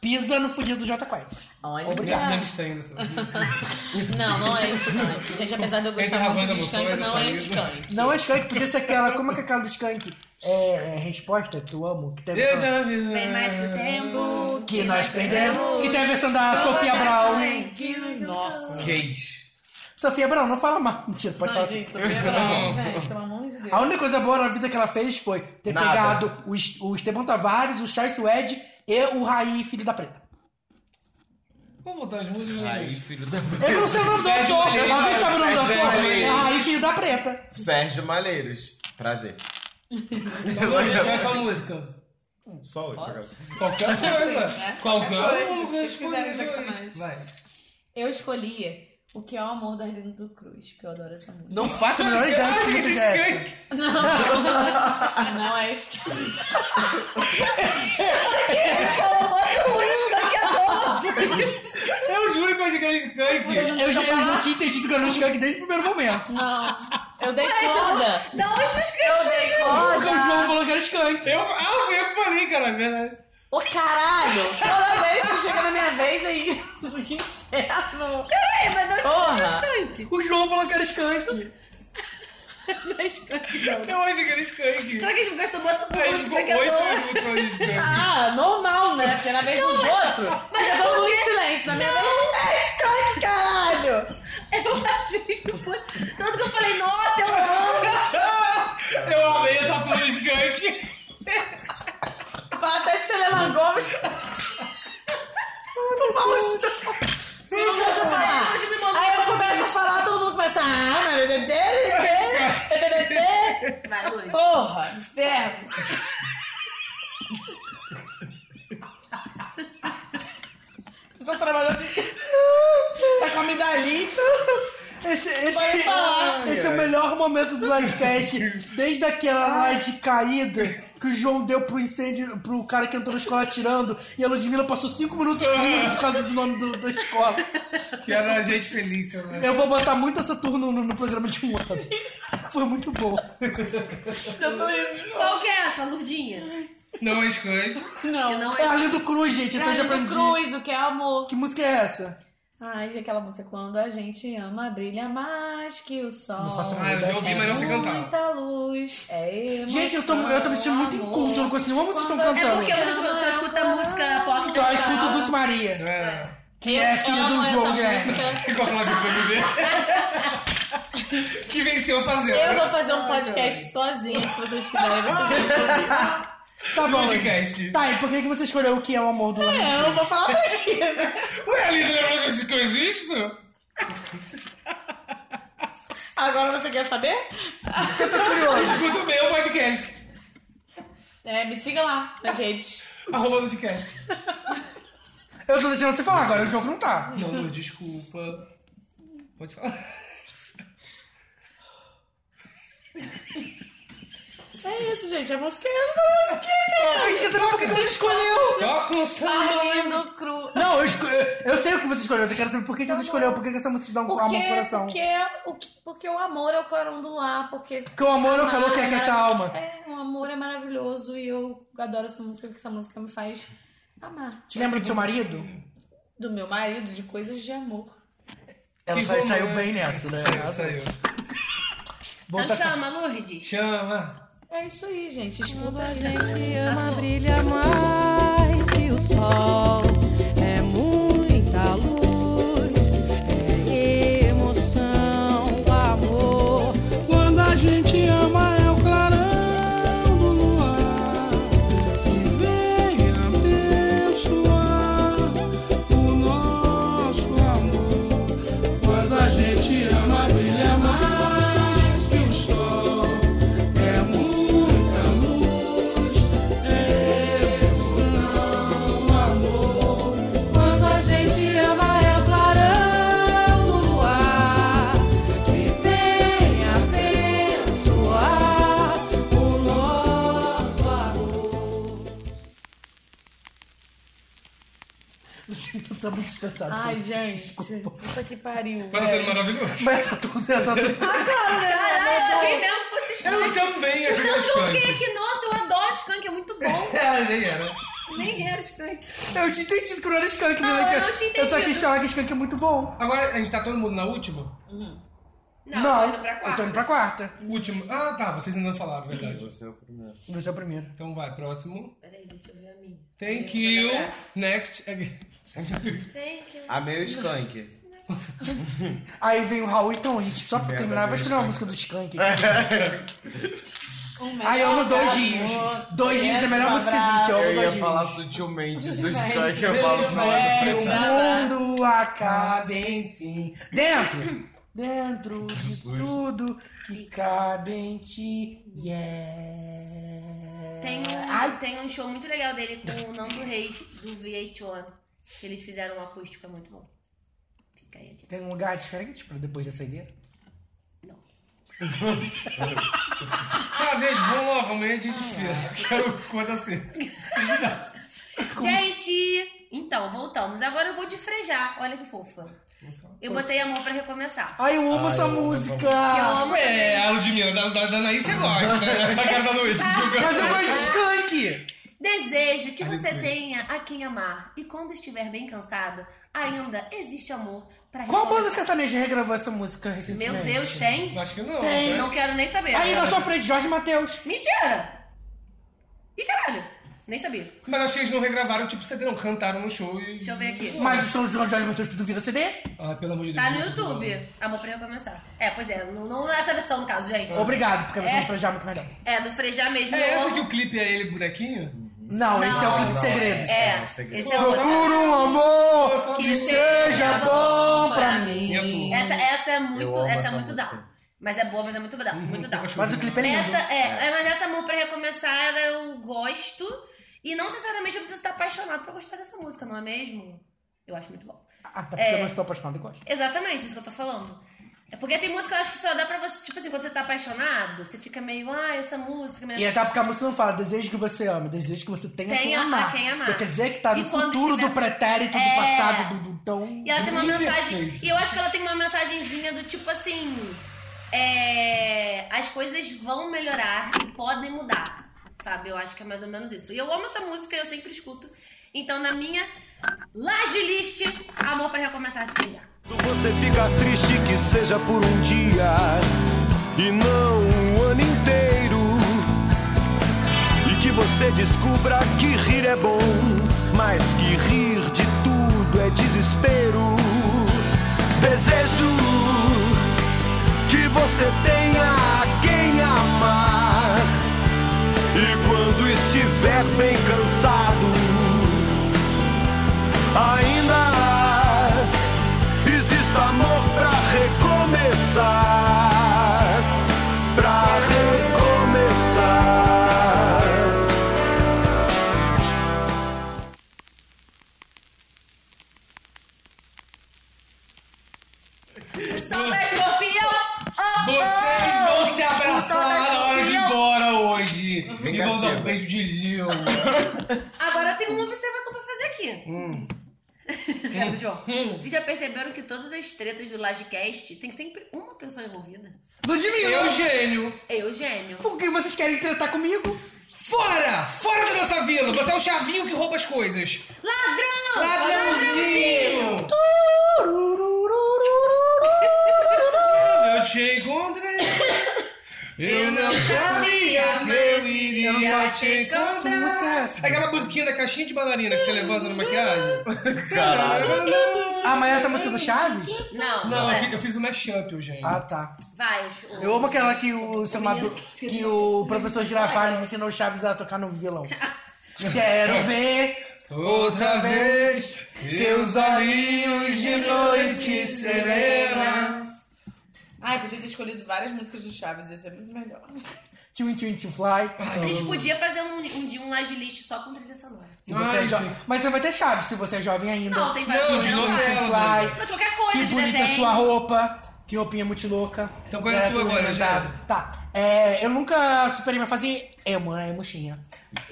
Speaker 2: pisa no fudido do Jota Quest.
Speaker 5: Olha.
Speaker 2: Obrigado.
Speaker 3: Me abstendo.
Speaker 5: *laughs* Não, não é Skank. Gente, apesar de eu
Speaker 3: Entra
Speaker 5: gostar
Speaker 3: na
Speaker 2: tá
Speaker 5: muito
Speaker 3: banda
Speaker 5: de Skank,
Speaker 3: Bufone,
Speaker 5: não é
Speaker 3: saída.
Speaker 5: Skank.
Speaker 2: Não é Skank, podia ser aquela. Como é que é aquela do Skank? É, é resposta, tu amo. Que teve
Speaker 3: Eu já vi.
Speaker 5: né?
Speaker 4: Tem mais que o tempo
Speaker 2: que nós perdemos. Que tem a versão da Sofia Brown.
Speaker 5: Nossa.
Speaker 3: Gays.
Speaker 2: Sofia Brown, não fala mal. Mentira, pode falar
Speaker 5: Ai,
Speaker 2: assim.
Speaker 5: gente, *laughs* Sofia
Speaker 2: *laughs*
Speaker 5: Brown, velho, pelo amor de Deus.
Speaker 2: A única
Speaker 5: *laughs*
Speaker 2: coisa boa na vida que ela fez foi ter
Speaker 7: Nada.
Speaker 2: pegado o, Es- o Estevão Tavares, o Chay Suede e o Raí, filho da preta.
Speaker 3: Vamos voltar às músicas. né?
Speaker 7: Aí, filho da...
Speaker 2: Eu não sei o nome do
Speaker 3: Sérgio
Speaker 2: autor.
Speaker 3: Malheiros.
Speaker 2: Alguém sabe o nome do autor?
Speaker 7: Sérgio
Speaker 2: É
Speaker 7: Malheiros.
Speaker 2: Raí, filho da preta.
Speaker 7: Sérgio Malheiros. Prazer.
Speaker 3: Então, vamos ver qual é a sua música. Hum,
Speaker 7: Só hoje.
Speaker 3: Qualquer
Speaker 5: né?
Speaker 3: coisa.
Speaker 5: é?
Speaker 3: Qualquer
Speaker 5: coisa,
Speaker 3: coisa.
Speaker 5: se quiserem sacanagem.
Speaker 3: Vai.
Speaker 5: Eu escolhi O Que é o Amor do Arlindo Cruz, porque eu adoro essa música.
Speaker 2: Não faço a menor ideia do que significa.
Speaker 5: *laughs*
Speaker 2: essa.
Speaker 3: Skank.
Speaker 5: Não, não é Skank.
Speaker 3: *laughs* Eu juro que eu achei que era Skank.
Speaker 2: Eu já eu não tinha entendido que era no Skank desde o primeiro momento.
Speaker 5: Não. Eu dei corda.
Speaker 4: então, Da onde que eu escrevi?
Speaker 2: Porque o João falou que era Skank.
Speaker 3: Eu, ah, fui eu que falei, cara, é verdade.
Speaker 5: Ô caralho! Toda vez que chega na minha vez é isso, que inferno!
Speaker 4: Peraí, mas da onde
Speaker 5: Porra.
Speaker 4: que eu escrevi
Speaker 2: O João falou que era Skank.
Speaker 4: Skank? *laughs* Não é Skank, não.
Speaker 3: Eu achei que era Skank.
Speaker 4: Será que a gente gastou muito
Speaker 3: A
Speaker 4: tempo
Speaker 3: gente
Speaker 4: de
Speaker 3: ficou
Speaker 4: Skank
Speaker 3: oito
Speaker 4: à toa?
Speaker 3: minutos falando de Skank.
Speaker 5: Ah, normal, né? Porque na vez dos outros,
Speaker 4: mas
Speaker 5: fica
Speaker 4: é
Speaker 5: todo mundo
Speaker 4: porque-
Speaker 5: em silêncio. Na minha vez não é skunk, caralho!
Speaker 4: Eu achei que fosse. Tanto que eu falei, nossa, eu amo.
Speaker 3: *laughs* Eu amei essa porra de Skank.
Speaker 5: Fala até de Selena Gomes. Não fala isso, não. Não deixa eu falar.
Speaker 4: Hoje me mandou.
Speaker 5: Aí eu começo a falar, todo mundo começa. Ah, mas é dele, é dele,
Speaker 4: Vai, Luiz.
Speaker 5: Porra, inferno. Só trabalhou de. Tá com a amidalite.
Speaker 2: Esse, esse,
Speaker 5: Vai falar.
Speaker 2: *laughs* esse é o melhor momento do livecast desde aquela laje caída que o João deu pro incêndio, pro cara que entrou na escola atirando, e a Ludmilla passou cinco minutos rindo por causa do nome do- da escola.
Speaker 3: Que era a gente feliz, seu
Speaker 2: Eu vou botar muito essa turno no, no programa de um ano. Foi muito bom.
Speaker 4: Qual que é essa, Lurdinha?
Speaker 3: Não é Skank.
Speaker 4: Que não
Speaker 2: É
Speaker 4: é.
Speaker 2: Arlindo Cruz, gente, então eu já
Speaker 5: Arlindo
Speaker 2: aprendi.
Speaker 5: Cruz, o que é amor.
Speaker 2: Que música é essa?
Speaker 5: Ai, aquela música quando a gente ama, brilha mais que o sol. Não
Speaker 2: faço a
Speaker 3: Ah, eu já ouvi, mas não sei cantar.
Speaker 5: Muita luz, é emoção,
Speaker 2: Gente, eu tô, eu tô me sentindo muito
Speaker 5: amor.
Speaker 2: inculto, eu não conheço nenhuma música que estão
Speaker 5: Quando-
Speaker 4: É
Speaker 2: cantando.
Speaker 4: porque você só, só escuta música pop.
Speaker 2: Só escuto Dulce Maria,
Speaker 3: É.
Speaker 2: que é filho do João Guerra.
Speaker 3: *laughs*
Speaker 5: Guilherme.
Speaker 3: Igual né? a Flávia BBB. Que venceu fazendo.
Speaker 5: Eu vou fazer
Speaker 2: Ah,
Speaker 5: um podcast sozinha, se vocês quiserem. vocês vão ouvir.
Speaker 2: *laughs* Tá bom.
Speaker 3: Podcast.
Speaker 2: Tá, e por que, que você escolheu o que é o amor do Arlindo?
Speaker 5: É, eu não vou falar mais.
Speaker 3: Ué, a Lívia lembrou que eu disse que eu existo?
Speaker 5: *laughs* Agora você quer saber?
Speaker 3: Escuta o meu podcast.
Speaker 5: É, me siga lá nas redes.
Speaker 3: Arroba o podcast.
Speaker 2: Eu tô deixando você falar agora, o jogo não tá.
Speaker 3: Ah, Não, desculpa. Pode falar.
Speaker 5: É isso, gente. A música é a música. é-
Speaker 2: Mas quer saber por que que você escolheu?
Speaker 3: Toca um samba.
Speaker 5: Arlindo Cruz.
Speaker 2: Não, eu, esco- eu sei o que você escolheu, eu quero saber por que, que você escolheu, por que, que essa música te dá um amor
Speaker 5: Porque,
Speaker 2: no coração.
Speaker 5: porque, o, que- porque o amor é o clarão do lar, porque...
Speaker 2: Porque o amor é o calor que
Speaker 5: é
Speaker 2: aquece a alma.
Speaker 5: É, o amor é maravilhoso e eu adoro essa música, porque essa música me faz amar.
Speaker 2: Te lembra do seu marido?
Speaker 5: Do meu marido, de coisas de amor.
Speaker 2: Ela
Speaker 3: Que
Speaker 2: sa- saiu
Speaker 3: romântico.
Speaker 2: bem nessa, né?
Speaker 3: Saiu.
Speaker 2: Bom,
Speaker 4: Então
Speaker 2: tá-
Speaker 4: chama, Lourdes.
Speaker 2: *laughs*
Speaker 3: Chama.
Speaker 5: É isso aí, gente. Escuta a gente.
Speaker 6: gente ama brilha mais que o sol. É muita luz, é emoção, amor. Quando a gente ama é o clarão do luar que vem abençoar o nosso amor. Quando a gente ama brilha mais que É é
Speaker 2: tá muito estressado.
Speaker 5: Ai, gente. Puta que pariu.
Speaker 3: Mas tá
Speaker 5: velho.
Speaker 3: sendo maravilhoso.
Speaker 2: Mas essa tudo, essa tudo.
Speaker 5: Ah, claro, né?
Speaker 4: Caralho, eu achei mesmo que fosse Skunk.
Speaker 3: é Eu também achei
Speaker 4: Tanto
Speaker 3: que
Speaker 4: eu
Speaker 3: era
Speaker 4: fiquei
Speaker 3: Skunk.
Speaker 4: aqui, nossa, eu adoro Skunk, é muito bom.
Speaker 3: É, nem era.
Speaker 4: Nem era Skunk.
Speaker 2: Eu tinha entendido que não era skunk, né?
Speaker 4: Não,
Speaker 2: que-
Speaker 4: eu não tinha
Speaker 2: Eu só quis
Speaker 4: entendido.
Speaker 2: falar que skunk é muito bom.
Speaker 3: Agora, a gente tá todo mundo na última?
Speaker 4: Não,
Speaker 2: Não,
Speaker 4: tô indo pra
Speaker 2: Eu tô
Speaker 4: quarta.
Speaker 2: indo pra quarta.
Speaker 3: Última. Ah, tá. Vocês ainda não falaram, verdade.
Speaker 7: Você é o primeiro.
Speaker 2: Você é o primeiro.
Speaker 3: Então vai, próximo.
Speaker 4: Peraí, deixa eu ver a minha.
Speaker 3: Thank
Speaker 4: Eu
Speaker 3: you.
Speaker 4: vou lembrar.
Speaker 3: Next. *laughs* again.
Speaker 4: Thank you.
Speaker 7: A meio skunk.
Speaker 2: Aí vem o Raul, então, a gente, só pra
Speaker 7: Merda,
Speaker 2: terminar, eu vou
Speaker 7: meu
Speaker 2: escolher uma música
Speaker 7: Skunk.
Speaker 2: do skunk.
Speaker 3: É.
Speaker 5: Um
Speaker 2: Aí eu amo dois
Speaker 5: melhor
Speaker 2: rios.
Speaker 5: amor,
Speaker 2: Dois rios é a
Speaker 5: um
Speaker 2: melhor música que existe. Eu
Speaker 5: abraço.
Speaker 2: amo é
Speaker 7: Eu
Speaker 2: dois
Speaker 7: ia
Speaker 2: rios.
Speaker 7: falar sutilmente do skunk, eu
Speaker 5: Beijo,
Speaker 7: falo de
Speaker 2: É,
Speaker 7: lado
Speaker 5: beijo,
Speaker 7: fechado.
Speaker 5: abraço.
Speaker 2: O mundo acaba, enfim. Dentro! Dentro de tudo que cabe em ti. Yeah.
Speaker 4: Tem,
Speaker 2: Ai,
Speaker 4: um, tem um show muito legal dele com o Nando Reis, do VH1. Que eles fizeram um acústico, é muito bom. Fica aí a dica.
Speaker 2: tem um lugar diferente pra depois dessa ideia?
Speaker 3: Ah, gente, vamos lá, vamos aí, a gente
Speaker 4: Ah,
Speaker 3: fez. Quero conta assim.
Speaker 4: Gente! Então, voltamos. Agora eu vou de frejar. Olha que fofa. Eu botei amor pra recomeçar.
Speaker 2: Ai, eu amo essa música!
Speaker 4: Eu amo
Speaker 3: É, a Ludmilla, da, da, da Anaí você gosta, né? A cara da
Speaker 4: *laughs*
Speaker 3: Luísa.
Speaker 2: Mas eu gosto de skunk!
Speaker 4: Desejo que você tenha a quem amar. E quando estiver bem cansado, ainda existe amor pra
Speaker 2: Qual
Speaker 4: recomeçar.
Speaker 2: banda sertaneja regravou essa música recentemente?
Speaker 4: Meu Deus, tem?
Speaker 3: Acho que não.
Speaker 2: Tem.
Speaker 3: né?
Speaker 4: Não quero nem saber.
Speaker 2: Aí na sua frente, Jorge Matheus.
Speaker 4: Mentira! Ih, caralho. Nem sabia.
Speaker 3: Mas acho que eles não regravaram, tipo, CD não. Cantaram no show e...
Speaker 4: Deixa eu ver aqui.
Speaker 2: Mas o som de Jorge Matheus tudo vira CD?
Speaker 3: Ah, pelo amor de Deus.
Speaker 4: Tá no
Speaker 3: gente, tudo
Speaker 4: YouTube.
Speaker 3: bom.
Speaker 4: Amor pra recomeçar. É, pois é. Não, não é essa versão, no caso, gente.
Speaker 2: Obrigado, porque você
Speaker 4: É.
Speaker 2: não foi já muito melhor.
Speaker 4: É, do frejar mesmo.
Speaker 3: É
Speaker 4: eu
Speaker 3: essa
Speaker 4: amo.
Speaker 3: que o clipe é ele, bonequinho?
Speaker 2: Não, esse é o clipe de segredos.
Speaker 4: É,
Speaker 7: segredo.
Speaker 4: esse é o
Speaker 2: Procuro um amor
Speaker 4: Que
Speaker 2: que,
Speaker 4: seja
Speaker 2: seja bom pra
Speaker 4: bom pra
Speaker 2: mim.
Speaker 4: Essa, essa é
Speaker 7: Eu
Speaker 4: muito,
Speaker 7: amo
Speaker 4: essa é
Speaker 7: essa
Speaker 4: muito
Speaker 7: música.
Speaker 4: down. Mas é boa, mas é muito down.
Speaker 2: Uhum,
Speaker 4: muito down.
Speaker 2: Mas o clipe é lindo.
Speaker 4: Essa, é, é, mas essa amor pra recomeçar eu gosto. E não necessariamente eu preciso estar apaixonado pra gostar dessa música, não é mesmo? Eu acho muito bom.
Speaker 2: Ah, tá porque
Speaker 4: É.
Speaker 2: eu não estou apaixonado e gosto.
Speaker 4: Exatamente, isso que eu tô falando. É porque tem música, eu acho que só dá pra você. Tipo assim, quando você tá apaixonado, você fica meio, ah, essa música.
Speaker 2: E é até porque a música não fala, desejo que você ama, desejo que você tenha
Speaker 4: Tenha
Speaker 2: quem
Speaker 4: a
Speaker 2: amar.
Speaker 4: quem amar.
Speaker 2: Então quer dizer que tá
Speaker 4: E
Speaker 2: no
Speaker 4: quando
Speaker 2: futuro
Speaker 4: estiver-
Speaker 2: do pretérito,
Speaker 4: É.
Speaker 2: do passado, do, do tão...
Speaker 4: E ela tem uma
Speaker 3: Bem
Speaker 4: mensagem.
Speaker 3: perfeito.
Speaker 4: E eu acho que ela tem uma mensagenzinha do tipo assim. é, as coisas vão melhorar e podem mudar. Sabe? Eu acho que é mais ou menos isso. E eu amo essa música, eu sempre escuto. Então, na minha Laje List, amor pra recomeçar de beijar.
Speaker 12: Quando Você fica triste que seja por um dia e não um ano inteiro. E que você descubra que rir é bom, mas que rir de tudo é desespero. Desejo que você tenha a quem amar. E quando estiver bem cansado, ainda Existe amor pra recomeçar. Pra recomeçar.
Speaker 2: é
Speaker 4: Salve, escorpião! Oh,
Speaker 3: Vocês
Speaker 4: oh!
Speaker 2: Um
Speaker 3: vão se abraçar na hora de ir embora hoje. E vão dar um
Speaker 7: Vingativa.
Speaker 3: beijo de Lil.
Speaker 4: Agora eu tenho uma observação pra fazer aqui.
Speaker 2: Hum.
Speaker 4: Cara do João. Vocês já perceberam que todas as tretas do Lajecast tem sempre uma pessoa envolvida?
Speaker 2: Ludmilla,
Speaker 3: Eu, gênio.
Speaker 4: Eu, gênio.
Speaker 2: por que vocês querem tretar comigo?
Speaker 3: Fora! Fora da nossa vila! Você é o chavinho que rouba as coisas.
Speaker 4: Ladrão!
Speaker 3: Ladrãozinho! Eu te encontrei. Eu não sabia que eu iria te
Speaker 2: Que música
Speaker 3: encontrar.
Speaker 2: é essa?
Speaker 3: Aquela musiquinha da caixinha de bananina que você levanta na maquiagem.
Speaker 7: Caralho.
Speaker 2: Ah, mas essa é a música do Chaves?
Speaker 4: Não, não,
Speaker 3: Não, eu
Speaker 4: é.
Speaker 3: fiz, eu fiz um mashup, Eugênio.
Speaker 2: Ah, tá.
Speaker 4: Vai, o-
Speaker 2: Eu amo aquela que o, seu Madu- que o professor Girafales ensinou o Chaves a tocar no
Speaker 4: *laughs*
Speaker 2: violão. Quero ver
Speaker 3: Outra vez, seus olhinhos de noite serena.
Speaker 5: Ai, podia ter escolhido várias músicas do Chaves, ia ser muito melhor.
Speaker 2: Tchum Tchum Tchum Fly.
Speaker 4: A gente podia fazer um, um dia um live list só com trilha sonora.
Speaker 2: Se você
Speaker 3: Ai,
Speaker 2: é jo-
Speaker 3: gente.
Speaker 2: Mas você vai ter Chaves se você é jovem ainda.
Speaker 4: Não, tem vários
Speaker 3: Não,
Speaker 4: não,
Speaker 3: de
Speaker 4: não,
Speaker 3: novo,
Speaker 4: vai.
Speaker 3: não.
Speaker 2: Fly.
Speaker 4: Mas qualquer coisa
Speaker 2: Que
Speaker 4: de
Speaker 2: bonita
Speaker 4: desenho.
Speaker 2: sua roupa. Que roupinha muito louca.
Speaker 3: Então qual é a sua
Speaker 2: tudo
Speaker 3: agora,
Speaker 2: inventado.
Speaker 3: Jair?
Speaker 2: Tá. É, eu nunca superei é, minha fase emo, né? Emoxinha.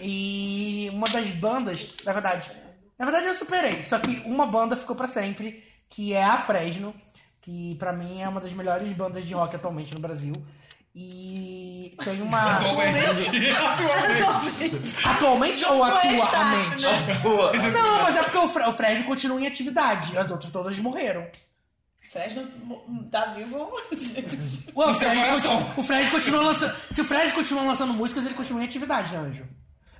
Speaker 2: E uma das bandas, na verdade, Na verdade, eu superei. Só que uma banda ficou pra sempre, que é a Fresno, que pra mim é uma das melhores bandas de rock atualmente no Brasil. E tem uma.
Speaker 6: Atualmente. Atualmente.
Speaker 2: Atualmente ou
Speaker 5: é
Speaker 6: Já foi
Speaker 2: atualmente?
Speaker 6: start, né? Atua.
Speaker 2: Não, mas é porque o, Fre o Fresno continua em atividade. As outras todas morreram.
Speaker 5: Fresno tá vivo aonde?
Speaker 2: Ué,
Speaker 6: é
Speaker 2: o, Fred continua, o Fred continua lançando. Se o Fred continua lançando músicas, ele continua em atividade, né, Anjo?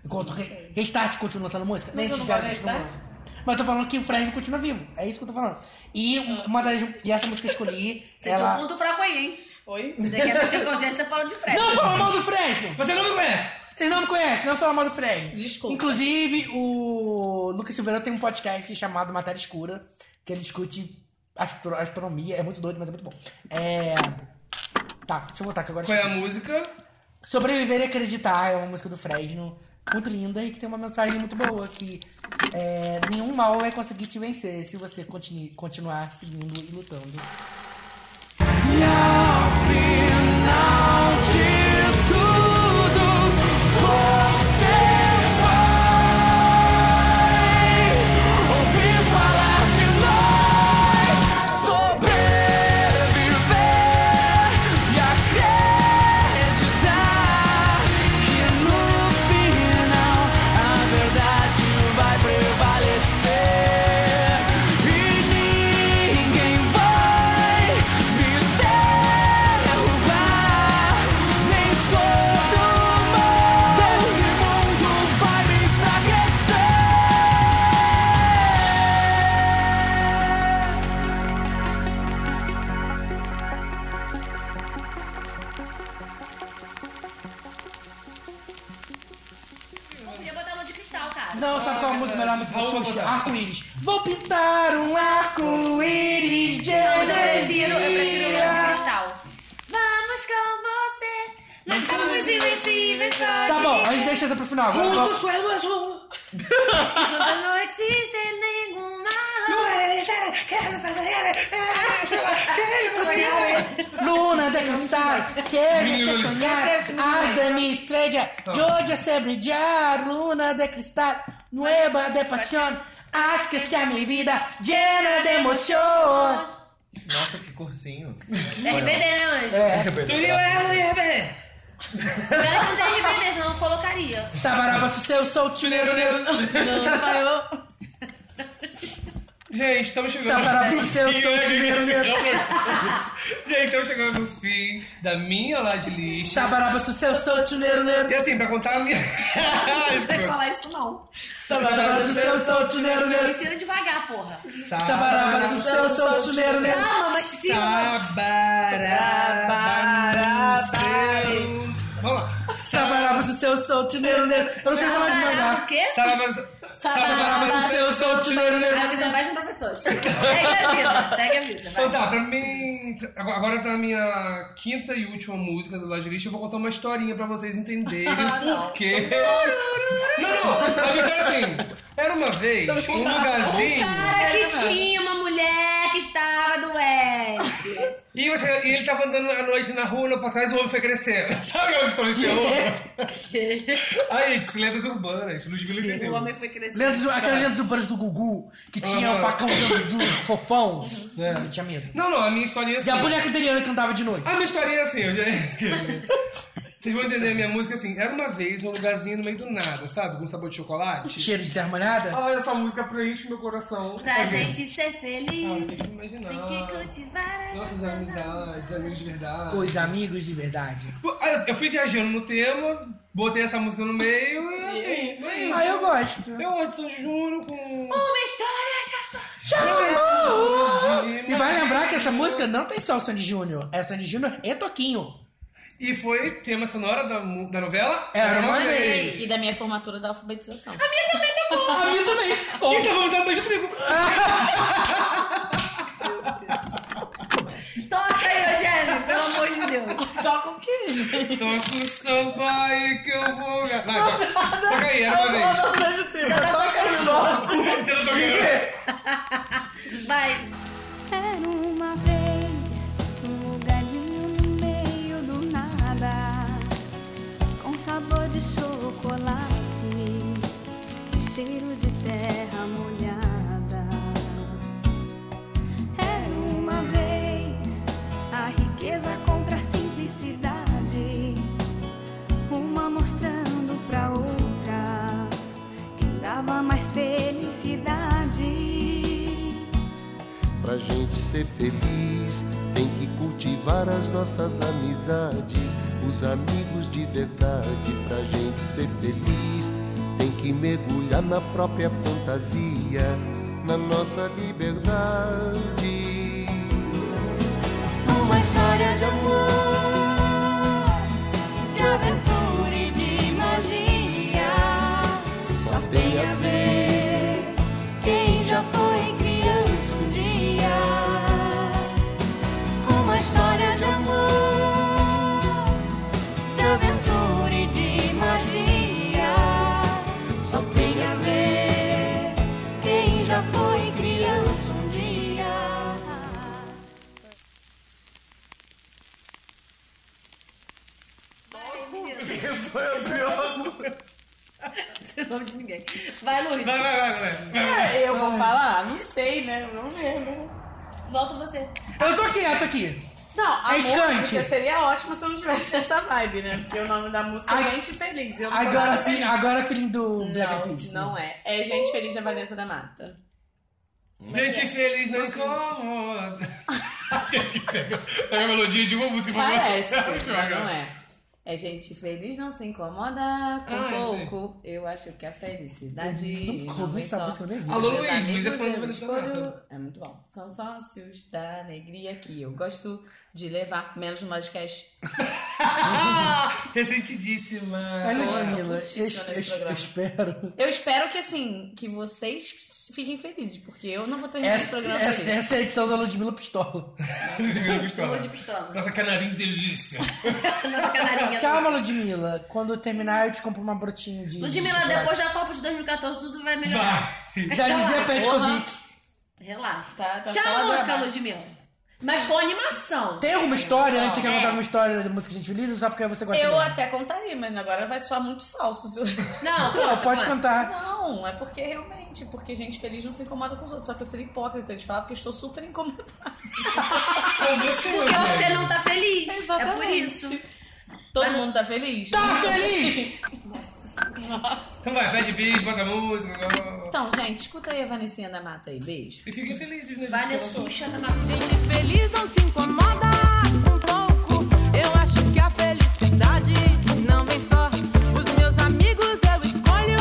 Speaker 2: Enquanto o Re- Restart continua lançando música.
Speaker 5: Mas eu
Speaker 2: nem
Speaker 5: não tá?
Speaker 2: Gisele
Speaker 5: gosto de
Speaker 2: continua
Speaker 5: Restart.
Speaker 2: lançando. Mas eu tô falando que o Fred continua vivo. É isso que eu tô falando. E uma das. E essa música que eu
Speaker 5: é
Speaker 14: Você
Speaker 2: escolhi.
Speaker 5: tipo
Speaker 14: tinha um
Speaker 2: ela...
Speaker 14: ponto fraco aí, hein?
Speaker 5: Oi?
Speaker 14: Você quer mexer com o Gênero, você fala de Fred.
Speaker 2: Não fala mal do Fresno!
Speaker 3: Você não me conhece!
Speaker 2: Vocês não me conhecem, não fala mal do Fresno. Desculpa. Inclusive, o Lucas Silveira tem um podcast chamado Matéria Escura, que ele discute astro- astronomia. É muito doido, mas é muito bom. É. Tá, deixa eu voltar que agora.
Speaker 3: Qual é a
Speaker 2: esqueci.
Speaker 3: música?
Speaker 2: Sobreviver e Acreditar é uma música do Fresno, muito linda e que tem uma mensagem muito boa, que é, nenhum mal vai conseguir te vencer se você continue- continuar seguindo e lutando.
Speaker 6: E ao final de tudo, você vai ouvir falar de nós, sobreviver e acreditar que no final a verdade vai prevalecer e ninguém vai me derrubar. Nem todo mal desse mundo vai me enfraquecer.
Speaker 14: Não podia botar a lua de cristal, cara.
Speaker 2: Não, sabe qual é a música melhor música do
Speaker 14: Raul,
Speaker 2: Xuxa?
Speaker 14: botar.
Speaker 2: Arco-íris. Vou pintar um arco-íris de
Speaker 14: Não, mas eu prefiro, eu prefiro
Speaker 2: energia.
Speaker 14: lua de
Speaker 6: *laughs*
Speaker 14: cristal. Vamos com você, nós somos invencíveis só
Speaker 2: Tá
Speaker 14: de
Speaker 2: bom, a
Speaker 14: quem
Speaker 2: gente deixa essa pro final. Agora
Speaker 14: Juntos
Speaker 2: vamos- tá.
Speaker 14: Juntos não existe nenhuma
Speaker 6: é
Speaker 2: Luna de cristal, quer você sonhar, as de mi estrella,
Speaker 3: Tá.
Speaker 2: yo ya sé brillar, é luna de cristal, nueva de pasión, haz que sea mi vida llena de emoción.
Speaker 7: Nossa, que cursinho.
Speaker 14: RBD, né, Anjo?
Speaker 2: É.
Speaker 14: Pera que não tem RBD, senão eu colocaria.
Speaker 2: Sabaraba, se eu sou tchuneiro,
Speaker 3: Gente, estamos chegando.
Speaker 2: Sabará do seu,
Speaker 3: *laughs* E
Speaker 2: seu
Speaker 3: hoje
Speaker 2: dinheiro, né?
Speaker 3: Gente, estamos chegando no fim da minha laje lixo.
Speaker 2: Sabaraba do seu sou tchuneiro,
Speaker 3: E assim, pra contar
Speaker 5: *laughs*
Speaker 3: a minha.
Speaker 14: Não vai falar isso, não.
Speaker 3: Sabaraba do seu, sou tchuneiro, né?
Speaker 14: Ensina devagar, porra.
Speaker 3: Sabaraba do seu, sou tchuneiro, né?
Speaker 14: Calma, mas se-
Speaker 3: Sabaraba do seu. Vamos lá.
Speaker 2: Sabaraba do seu sou tchuneiro, Eu não sei falar de
Speaker 14: Sabará do quê?
Speaker 2: Sabaraba do seu sou tchuneiro,
Speaker 14: Ah, vocês são mais um professor. Segue a vida, segue a vida. vai.
Speaker 3: Então tá, pra mim. Agora agora pra minha quinta e última música do Laje Lixo, eu vou contar uma historinha pra vocês
Speaker 14: *laughs*
Speaker 3: entenderem
Speaker 6: Ah,
Speaker 3: o
Speaker 6: não.
Speaker 3: porquê. Não, não, a minha história é assim. Era uma vez um
Speaker 14: Um
Speaker 3: lugarzinho.
Speaker 14: cara que tinha uma mulher que estava doente.
Speaker 3: E, você, e ele tava andando à noite na rua, olhou pra trás, o homem foi crescendo. *laughs* Sabe aquelas
Speaker 14: *laughs*
Speaker 3: histórias de terror? Ai, gente, é lendas urbanas, Ludmilla entendeu.
Speaker 14: O homem foi crescendo.
Speaker 2: Lendas, aquelas lendas urbanas do Gugu, que tinha o
Speaker 3: Aham.
Speaker 2: facão dentro do fofão. É. Eu tinha medo.
Speaker 3: Não, não, a minha historinha é assim.
Speaker 2: E a boneca italiana que andava de noite.
Speaker 3: A minha historinha é assim, eu já... *laughs* Vocês vão entender a minha música assim. Era uma vez um lugarzinho no meio do nada, sabe? Com sabor de chocolate.
Speaker 2: Cheiro de sermanhada?
Speaker 3: Ai, essa música preenche meu coração.
Speaker 14: Pra
Speaker 3: Tá
Speaker 14: gente
Speaker 3: vendo?
Speaker 14: ser feliz, tem que cultivar *laughs*
Speaker 3: Nossas amizades, amigos de verdade.
Speaker 2: Os amigos de verdade.
Speaker 3: Ah, eu- Eu fui viajando no tema, botei essa música no meio e assim. foi isso.
Speaker 2: Ah, eu gosto.
Speaker 3: Eu gosto de São Júnior com.
Speaker 14: Uma história
Speaker 2: E vai lembrar que é essa música não tem só o Sandy Júnior. É Sandy Júnior e Toquinho. É,
Speaker 3: E foi tema sonora da, mu- da novela
Speaker 2: Era uma vez.
Speaker 5: E da minha formatura da alfabetização.
Speaker 14: A minha também
Speaker 5: tá
Speaker 14: tem bom.
Speaker 2: A minha também.
Speaker 3: Então vamos dar um beijo tribo.
Speaker 14: Toca aí, Eugênio, pelo amor de Deus.
Speaker 5: Toca o quê, gente?
Speaker 3: Toca o samba aí que eu vou. Vai, vai. Toca aí, era uma vez.
Speaker 14: Já tá tocando.
Speaker 3: Já tá tocando.
Speaker 14: Vai.
Speaker 6: Era uma vez um lugarzinho no meio do nada, com sabor de chocolate e cheiro de terra molhada.
Speaker 10: Pra gente ser feliz, tem que cultivar as nossas amizades, os amigos de verdade. Pra gente ser feliz, tem que mergulhar na própria fantasia, na nossa liberdade.
Speaker 14: Uma história de amor, de aventura e de magia. Só tem a ver quem já foi criança um dia. Uma história de amor, de aventura e de magia. Só tem a ver quem já foi criança um dia.
Speaker 2: Foi o pior.
Speaker 15: Sem nome de ninguém. Vai, Luiz.
Speaker 3: Vai, vai, vai, vai.
Speaker 5: É, Eu vou falar? Não sei, né? Vamos ver, né?
Speaker 4: Volta você.
Speaker 2: Eu tô aqui, eu tô aqui.
Speaker 5: Não, a
Speaker 2: É
Speaker 5: música
Speaker 2: skunk.
Speaker 5: seria ótima se eu não tivesse essa vibe, né? Porque o nome da música é Gente Feliz. Eu não sou
Speaker 2: Agora,
Speaker 5: nada
Speaker 2: fi-
Speaker 5: feliz.
Speaker 2: agora filhinho do Black Eyed Peas.
Speaker 5: Não é. É Gente Feliz da Vanessa da Mata.
Speaker 3: Gente feliz não incomoda.
Speaker 5: *laughs*
Speaker 3: Gente tá que pega pega a melodia de uma música e vai
Speaker 5: Parece,
Speaker 3: botar-
Speaker 5: mas
Speaker 3: *laughs* joga.
Speaker 5: não é. É gente feliz, não se incomoda com
Speaker 3: Ah, eu sei.
Speaker 5: pouco. Eu acho que a felicidade.
Speaker 3: Eu nunca ouvi
Speaker 5: não vem
Speaker 3: essa
Speaker 5: só
Speaker 3: música, eu nem vi.
Speaker 5: dos
Speaker 3: Alô,
Speaker 5: meus
Speaker 3: Luiz, Luiz é
Speaker 5: amigos,
Speaker 3: fã da
Speaker 5: eu
Speaker 3: Vanessa
Speaker 5: escolho-
Speaker 3: Mata.
Speaker 5: É muito bom. São sócios da alegria que eu gosto de levar, menos no
Speaker 3: *laughs*
Speaker 5: podcast.
Speaker 3: Ah, Ressentidíssima.
Speaker 2: É Ludmilla,
Speaker 5: Tô
Speaker 2: eu,
Speaker 5: putíssima
Speaker 2: es-
Speaker 5: nesse
Speaker 2: es-
Speaker 5: programa.
Speaker 2: espero.
Speaker 5: Eu espero que assim, que vocês fiquem felizes, porque eu não
Speaker 4: é
Speaker 5: vou terminar esse
Speaker 2: Essa,
Speaker 5: programa
Speaker 2: essa-
Speaker 5: feliz.
Speaker 2: essa é a edição da Ludmilla Pistola.
Speaker 3: Ludmilla
Speaker 4: Lua de pistola.
Speaker 3: Nossa canarinha delícia.
Speaker 4: Nossa canarinha.
Speaker 2: *laughs* Calma, Ludmilla. Quando eu terminar, eu te compro uma brotinha de.
Speaker 4: Ludmilla,
Speaker 2: de chocolate.
Speaker 4: depois Então, da Copa de 2014, tudo vai melhorar.
Speaker 2: Já
Speaker 14: Então,
Speaker 2: dizia
Speaker 4: Relaxa.
Speaker 2: Petkovic.
Speaker 4: Relaxa. Tá,
Speaker 5: tá
Speaker 4: Chama a
Speaker 5: falando
Speaker 4: música,
Speaker 5: abaixo.
Speaker 4: Ludmilla. Mas com animação.
Speaker 2: Tem alguma história antes? Você quer
Speaker 4: É.
Speaker 2: contar alguma história da música Gente Feliz ou só porque você gosta
Speaker 5: Eu
Speaker 2: dela?
Speaker 5: até contaria, mas agora vai soar muito falso. se eu-
Speaker 4: Não,
Speaker 2: Não, pode contar.
Speaker 5: Não, é porque realmente, porque gente feliz não se incomoda com os outros. Só que eu seria hipócrita de falar porque eu estou super incomodada.
Speaker 3: Com você,
Speaker 4: Porque você não tá feliz. É por
Speaker 5: Exatamente.
Speaker 4: isso.
Speaker 5: Todo mundo tá feliz?
Speaker 2: Tá
Speaker 5: Ninguém
Speaker 2: feliz!
Speaker 3: Então vai, pede bis, bota a música. blá, blá, blá.
Speaker 5: Então, gente, escuta aí a Vanessinha da Mata aí. Beijo.
Speaker 3: E fiquem felizes, né? gente?
Speaker 4: Vanessucha da Mata.
Speaker 5: Gente
Speaker 6: Feliz não se incomoda um pouco. Eu acho que a felicidade não vem só. Os meus amigos eu escolho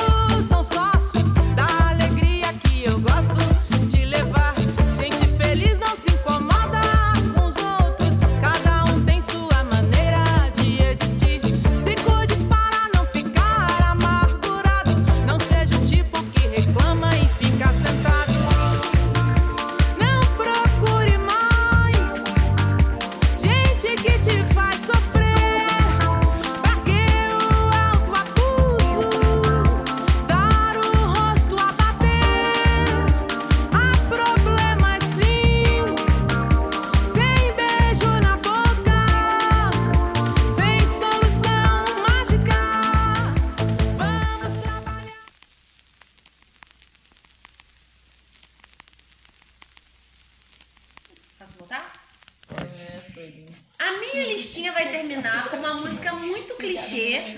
Speaker 6: são sócios da alegria que eu gosto de levar. Gente feliz não se incomoda com os outros. Cada um tem sua maneira de existir. Se cuide para não ficar amargurado. Não seja o tipo que reclama e fica sentado. Não procure mais gente que te faz sofrer. Paguei o autoacuso, dar o rosto a bater. Há problemas sim, sem beijo na boca, sem solução mágica. Vamos trabalhar.
Speaker 4: Posso voltar? A minha listinha vai terminar com uma música muito clichê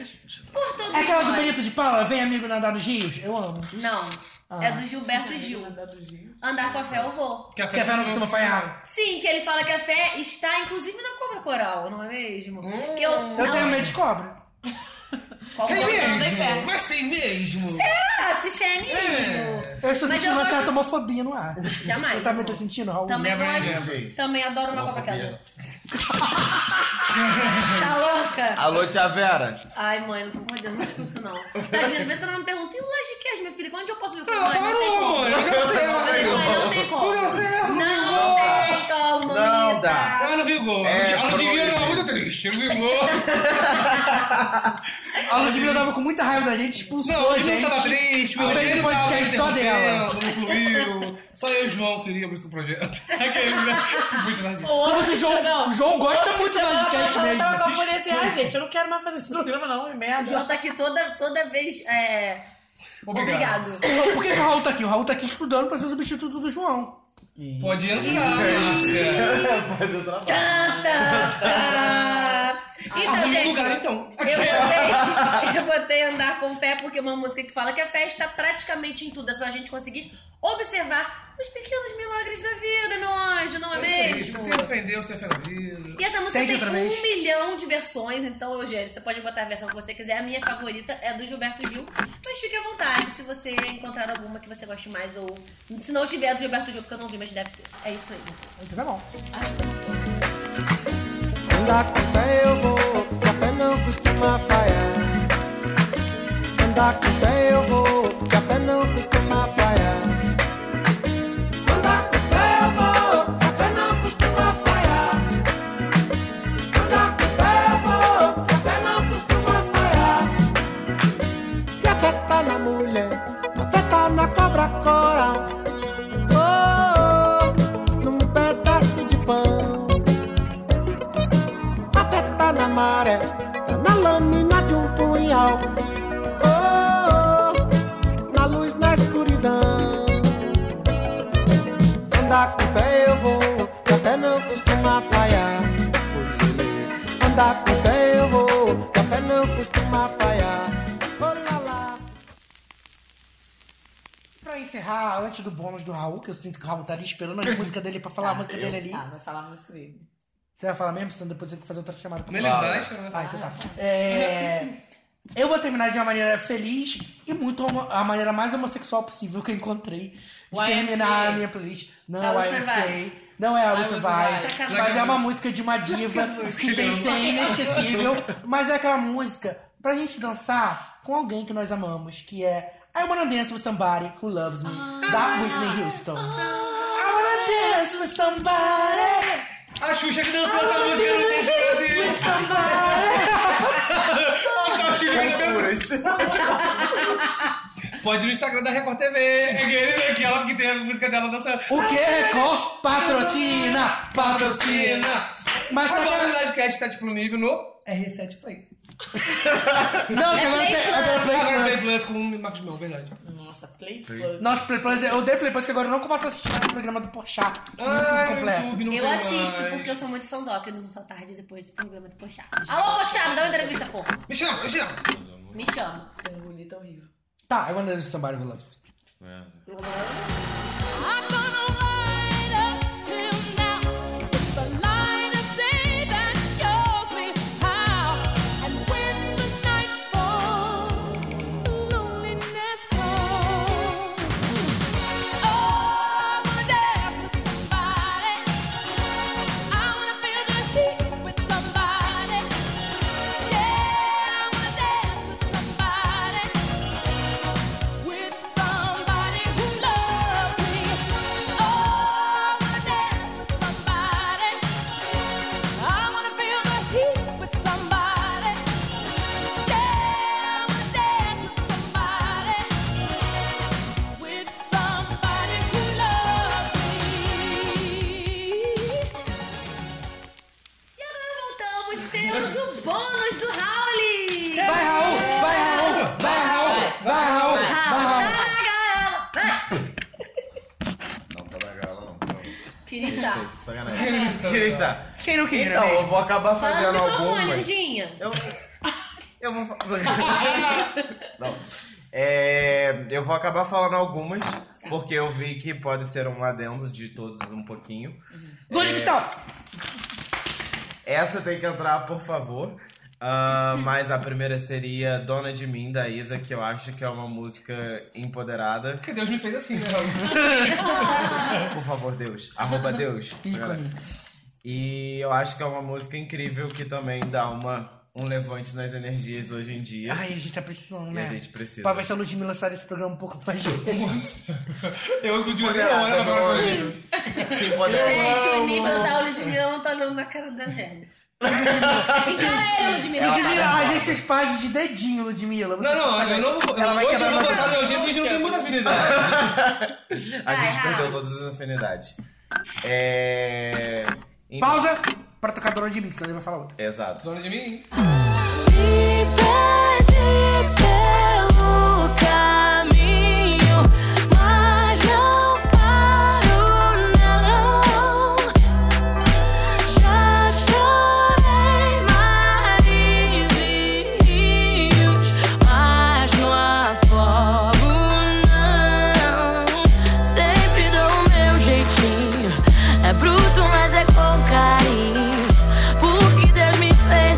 Speaker 4: por todos
Speaker 2: É aquela do
Speaker 4: nós.
Speaker 2: Benito de Paula? Vem, amigo, nadar nos rios? Eu amo.
Speaker 4: Não,
Speaker 2: Ah.
Speaker 4: é do Gilberto Gil. Andar com a fé eu vou.
Speaker 2: Que a fé não costuma falhar.
Speaker 4: Sim, que ele fala que a fé está inclusive na cobra coral, não é mesmo? Que eu,
Speaker 2: Eu tenho medo de cobra.
Speaker 4: Qual
Speaker 2: Tem
Speaker 4: cobra não tem
Speaker 2: mesmo?
Speaker 4: fé?
Speaker 3: Mas tem mesmo.
Speaker 4: Será? Se é menino.
Speaker 2: Eu estou
Speaker 4: Mas
Speaker 2: sentindo
Speaker 4: eu
Speaker 2: uma
Speaker 4: gosto-
Speaker 2: certa homofobia no ar.
Speaker 4: Jamais,
Speaker 2: Você tá me
Speaker 4: amor.
Speaker 2: sentindo, Raul?
Speaker 4: Também gosto. Também adoro uma copa queda. Tá louca?
Speaker 7: Alô, tia Vera.
Speaker 4: Ai, mãe, não, pelo amor de Deus, não escuto isso não. Tadinha, às vezes ela me pergunta, e o Lagiquez, meu filho, onde eu posso ver? Eu falo, mãe, não tem como.
Speaker 3: um eu quero ser ela,
Speaker 4: Eu falei, mãe, não tem como.
Speaker 3: Eu quero ser ela,
Speaker 4: Não,
Speaker 3: não tem
Speaker 4: tem então. como,
Speaker 3: Não
Speaker 4: dá.
Speaker 3: Ela não viu gol.
Speaker 2: É,
Speaker 3: ela devia era muito triste. Não viu *laughs* gol.
Speaker 2: A Ludmilla tava com muita raiva da gente, expulsou
Speaker 3: Não,
Speaker 2: a
Speaker 3: eu
Speaker 2: gente.
Speaker 3: tava triste. Meu
Speaker 2: Fez um
Speaker 3: dinheiro
Speaker 2: podcast só
Speaker 3: tava
Speaker 2: dela.
Speaker 3: Não fluiu. Só eu e o João queríamos do projeto. *laughs* Aquele, né? Que puxa nada de-
Speaker 2: Como se o João, o João gosta muito do podcast
Speaker 5: Eu
Speaker 2: mesmo.
Speaker 5: tava com a folha assim, ah, gente, eu não quero mais fazer esse programa não,
Speaker 3: É
Speaker 5: merda.
Speaker 4: O João tá aqui toda, toda vez. É...
Speaker 3: Ah,
Speaker 4: Obrigado.
Speaker 2: Por que, que o Raul tá aqui? O Raul tá aqui estudando pra ser o substituto do João.
Speaker 3: Pode entrar, Márcia. É
Speaker 4: Tá, tá, tá. Então,
Speaker 3: Arruma um
Speaker 4: gente,
Speaker 3: lugar, então.
Speaker 4: Eu, botei, eu botei Andar com Fé porque é uma música que fala que a fé está praticamente em tudo. É só a gente conseguir observar os pequenos milagres da vida, meu anjo, não é
Speaker 3: É isso aí,
Speaker 4: mesmo?
Speaker 3: Você tem que ofender, você tem que *laughs* ofender.
Speaker 4: E essa música
Speaker 3: Tente
Speaker 4: tem,
Speaker 3: outra
Speaker 4: um
Speaker 3: vez.
Speaker 4: milhão de versões, então, Eugênio, você pode botar a versão que você quiser. A minha favorita é a do Gilberto Gil, mas fique à vontade se você encontrar alguma que você goste mais ou se não tiver a do Gilberto Gil, porque eu não vi, mas deve ter. É isso aí.
Speaker 2: Então tá bom.
Speaker 16: Andar com fé eu vou, café não costuma falhar. Andar com fé eu vou, café não costuma falhar. Andar com fé eu vou, café não costuma falhar. Andar com fé eu vou, café não costuma falhar. Que a fé tá na mulher, a fé tá na cobra cora. Oh, num pedaço de pão. A fé tá na maré, tá na lâmina de um punhal. Oh, oh, na luz, na escuridão. Andar com fé eu vou, que a fé não costuma falhar. Andar com fé eu vou, que a fé não costuma falhar.
Speaker 2: Pra encerrar, antes do bônus do Raul, que eu sinto que o Raul tá ali esperando a música dele pra falar a música dele ali.
Speaker 17: Tá, vai falar a música dele.
Speaker 2: Você vai falar mesmo? Senão depois eu tenho que fazer outra chamada. pra
Speaker 3: Ele
Speaker 2: falar.
Speaker 3: vai chamar.
Speaker 2: Ah, então tá. É, Eu vou terminar de uma maneira feliz e muito homo- a maneira mais homossexual possível que eu encontrei de
Speaker 18: YMCA.
Speaker 2: terminar a minha playlist. Não
Speaker 18: I Will
Speaker 2: é YMCA.
Speaker 18: Survive.
Speaker 2: Não é a
Speaker 18: I
Speaker 2: Will
Speaker 18: Will
Speaker 2: Survive.
Speaker 18: Survive.
Speaker 2: Mas é uma música de uma diva que tem que ser inesquecível. Mas é aquela música pra gente dançar com alguém que nós amamos, que é I Wanna Dance With Somebody Who Loves Me, da Whitney Houston. I wanna dance with somebody.
Speaker 3: A Xuxa que dançou essa música no Xuxa Brasil.
Speaker 2: With
Speaker 3: Tá,
Speaker 2: somebody.
Speaker 3: A Xuxa que Pode ir no Instagram da Record TV. É que eles aqui, ela que tem a música dela dançando.
Speaker 2: O que é Record? Patrocina! Patrocina! Mas
Speaker 3: agora
Speaker 2: tá-
Speaker 3: o Livecast tá disponível no R7 Play.
Speaker 2: Não,
Speaker 6: É
Speaker 2: que agora tem- agora tem É Play
Speaker 3: Agora tem
Speaker 2: Plus.
Speaker 3: Plus com o Marcos Mel, verdade.
Speaker 17: Nossa, Play
Speaker 2: Nossa, Play Plus, eu odeio Play Plus, que agora eu não começo a assistir mais o programa do Porchat. no
Speaker 3: Ah,
Speaker 2: YouTube completo.
Speaker 4: eu assisto porque eu sou muito fãzoca, eu durmo só tarde depois do programa do Pochá. Alô, Pochá, me dá uma entrevista, porra.
Speaker 3: Me chama, me chama.
Speaker 4: Me chama.
Speaker 17: Bonita horrível.
Speaker 2: Tá, eu mandei somebody who loves.
Speaker 6: Oh, With somebody who loves me. Oh, I wanna dance with somebody. I wanna feel the heat with somebody. Yeah, I wanna dance with somebody. With somebody who loves me.
Speaker 4: E agora voltamos e temos o bônus do Raul!
Speaker 2: Vai, Raul! Vai, Raul! Vai, Raul! Vai, Raul! Vai, Raul!
Speaker 4: Tá na galera! Vai!
Speaker 7: Não, tá na gala, não.
Speaker 4: Queria estar.
Speaker 7: Sacanagem.
Speaker 4: Quem não está?
Speaker 7: Quem não está?
Speaker 2: Quem não queria,
Speaker 7: Então,
Speaker 2: né,
Speaker 7: eu vou acabar
Speaker 4: Fala
Speaker 7: fazendo
Speaker 4: no microfone,
Speaker 7: algumas.
Speaker 4: Anjinha.
Speaker 7: Eu... Eu vou *laughs* Não. É, eu vou acabar falando algumas, porque eu vi que pode ser um adendo de todos um pouquinho. É,
Speaker 2: Lua de cristal!
Speaker 7: Essa tem que entrar, por favor. Ah, mas a primeira seria Dona de Mim, da Isa, que eu acho que é uma música empoderada.
Speaker 3: Porque Deus me fez assim, né, Raul?
Speaker 7: *laughs* Por favor, Deus. Arroba Deus. E eu acho que é uma música incrível que também dá uma, um levante nas energias hoje em dia.
Speaker 2: Ai, a gente tá precisando,
Speaker 7: E
Speaker 2: né?
Speaker 7: a gente precisa.
Speaker 2: Pra ver se a Ludmilla sai desse programa um pouco
Speaker 7: *laughs*
Speaker 2: mais feliz.
Speaker 3: Eu que o Diogo
Speaker 7: Moderada,
Speaker 3: olha pra
Speaker 7: meu
Speaker 3: agora.
Speaker 7: anjo. Sim,
Speaker 4: Gente,
Speaker 7: moderada.
Speaker 4: o nível da Ludmilla não tá olhando na cara da Angélica. Encara é ele, Ludmilla.
Speaker 2: Ludmilla,
Speaker 4: cara.
Speaker 2: a gente fez paz de dedinho, Ludmilla. tá
Speaker 3: Não, não, eu não vou.
Speaker 2: Ela vai
Speaker 3: hoje eu
Speaker 2: quebrar na
Speaker 3: vou votar
Speaker 2: cara.
Speaker 3: no Eugênio porque a gente não tem muita afinidade.
Speaker 7: *laughs* A gente
Speaker 2: Vai,
Speaker 7: perdeu
Speaker 2: Raul.
Speaker 7: todas as afinidades. É... então-
Speaker 2: Pausa pra tocar Dona de mim, que senão ele vai falar outra.
Speaker 7: Exato.
Speaker 3: Dona de mim?
Speaker 6: Pede pelo caminho, mas não paro não. Já chorei mais.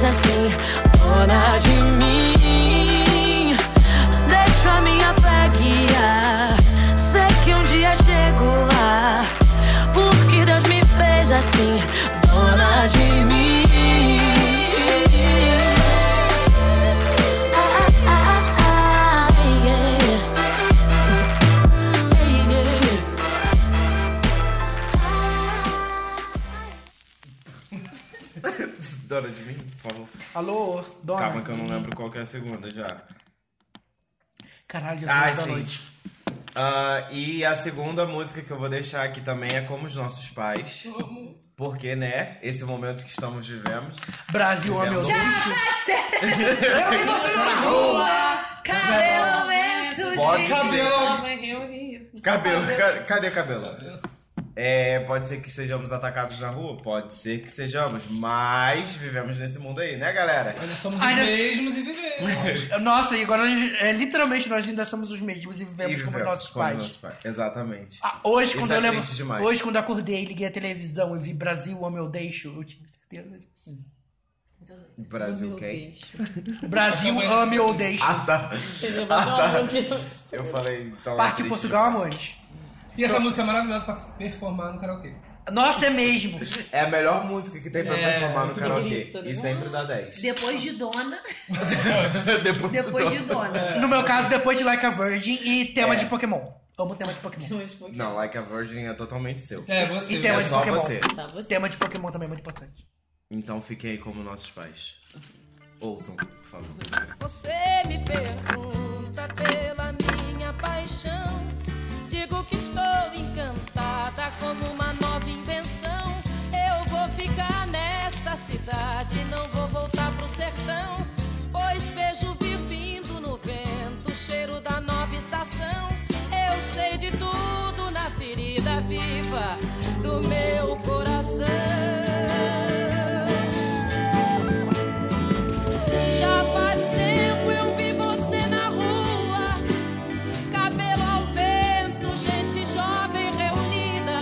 Speaker 19: É assim, um assim, dona de mim. Ai, ai, ah, ai, yeah. Ei, yeah.
Speaker 7: *laughs* Dona de mim, por favor.
Speaker 2: Alô, dona.
Speaker 7: Calma que eu não lembro qual que é a segunda já.
Speaker 2: Caralho, as
Speaker 7: Ah,
Speaker 2: músicas da
Speaker 7: sim.
Speaker 2: noite.
Speaker 7: Ah, e a segunda música que eu vou deixar aqui também é Como os Nossos Pais.
Speaker 19: ah.
Speaker 7: Porque, né, esse momento que estamos vivemos.
Speaker 2: Brasil, ó, meu
Speaker 7: Vivemos.
Speaker 2: Deus.
Speaker 7: *laughs*
Speaker 6: Eu vi você na rua. Cabelo
Speaker 7: Pode
Speaker 6: aumento,
Speaker 7: ser.
Speaker 6: reunido.
Speaker 7: Cabelo, ca- cadê o cabelo? É, pode ser que sejamos atacados na rua? Pode ser que sejamos, mas vivemos nesse mundo aí, né, galera?
Speaker 3: Ainda somos
Speaker 2: os Ainda-
Speaker 3: mesmos e vivemos.
Speaker 2: Nossa, e agora é, literalmente nós ainda somos os mesmos e vivemos como
Speaker 7: vivemos
Speaker 2: nossos
Speaker 7: como
Speaker 2: pais. Ah,
Speaker 7: nossos pais. Exatamente.
Speaker 2: Hoje,
Speaker 7: Isso
Speaker 2: quando
Speaker 7: é
Speaker 2: eu lembro,
Speaker 7: triste demais.
Speaker 2: hoje, quando eu acordei e liguei a televisão e vi Brasil, homem, eu deixo, eu tinha certeza disso.
Speaker 7: Brasil, quem?
Speaker 2: *laughs* Brasil, ame ou deixe.
Speaker 7: Ah, tá.
Speaker 2: Entendeu?
Speaker 7: Ah, tá.
Speaker 2: Não, meu Deus.
Speaker 7: Eu falei. então é
Speaker 2: Parte
Speaker 7: triste.
Speaker 2: Portugal, amores.
Speaker 3: E essa música é maravilhosa pra performar no karaokê.
Speaker 2: Nossa, é mesmo.
Speaker 7: É a melhor música que tem pra
Speaker 3: É,
Speaker 7: performar no
Speaker 3: muito
Speaker 2: tá
Speaker 7: karaokê.
Speaker 3: bonita, né?
Speaker 7: E sempre dá 10.
Speaker 4: Depois de dona.
Speaker 7: Depois,
Speaker 4: Depois de
Speaker 3: É.
Speaker 4: dona.
Speaker 2: No meu caso, depois de Like a Virgin e
Speaker 7: É.
Speaker 2: tema de Pokémon. Amo tema de Pokémon.
Speaker 7: Não, Like a Virgin é totalmente seu.
Speaker 2: E tema
Speaker 7: é
Speaker 2: de
Speaker 7: só
Speaker 2: Pokémon.
Speaker 7: você.
Speaker 4: Tá,
Speaker 2: Tema de Pokémon também é muito importante.
Speaker 7: Então fiquem aí como nossos pais. Ouçam, por favor.
Speaker 19: Você me pergunta pela minha paixão. Digo que estou encantada como uma nova invenção. Eu vou ficar nesta cidade, não vou voltar pro sertão. Pois vejo vir vindo no vento o cheiro da nova estação. Eu sei de tudo na ferida viva do meu coração. Já faz tempo eu vi você na rua, cabelo ao vento, gente jovem reunida.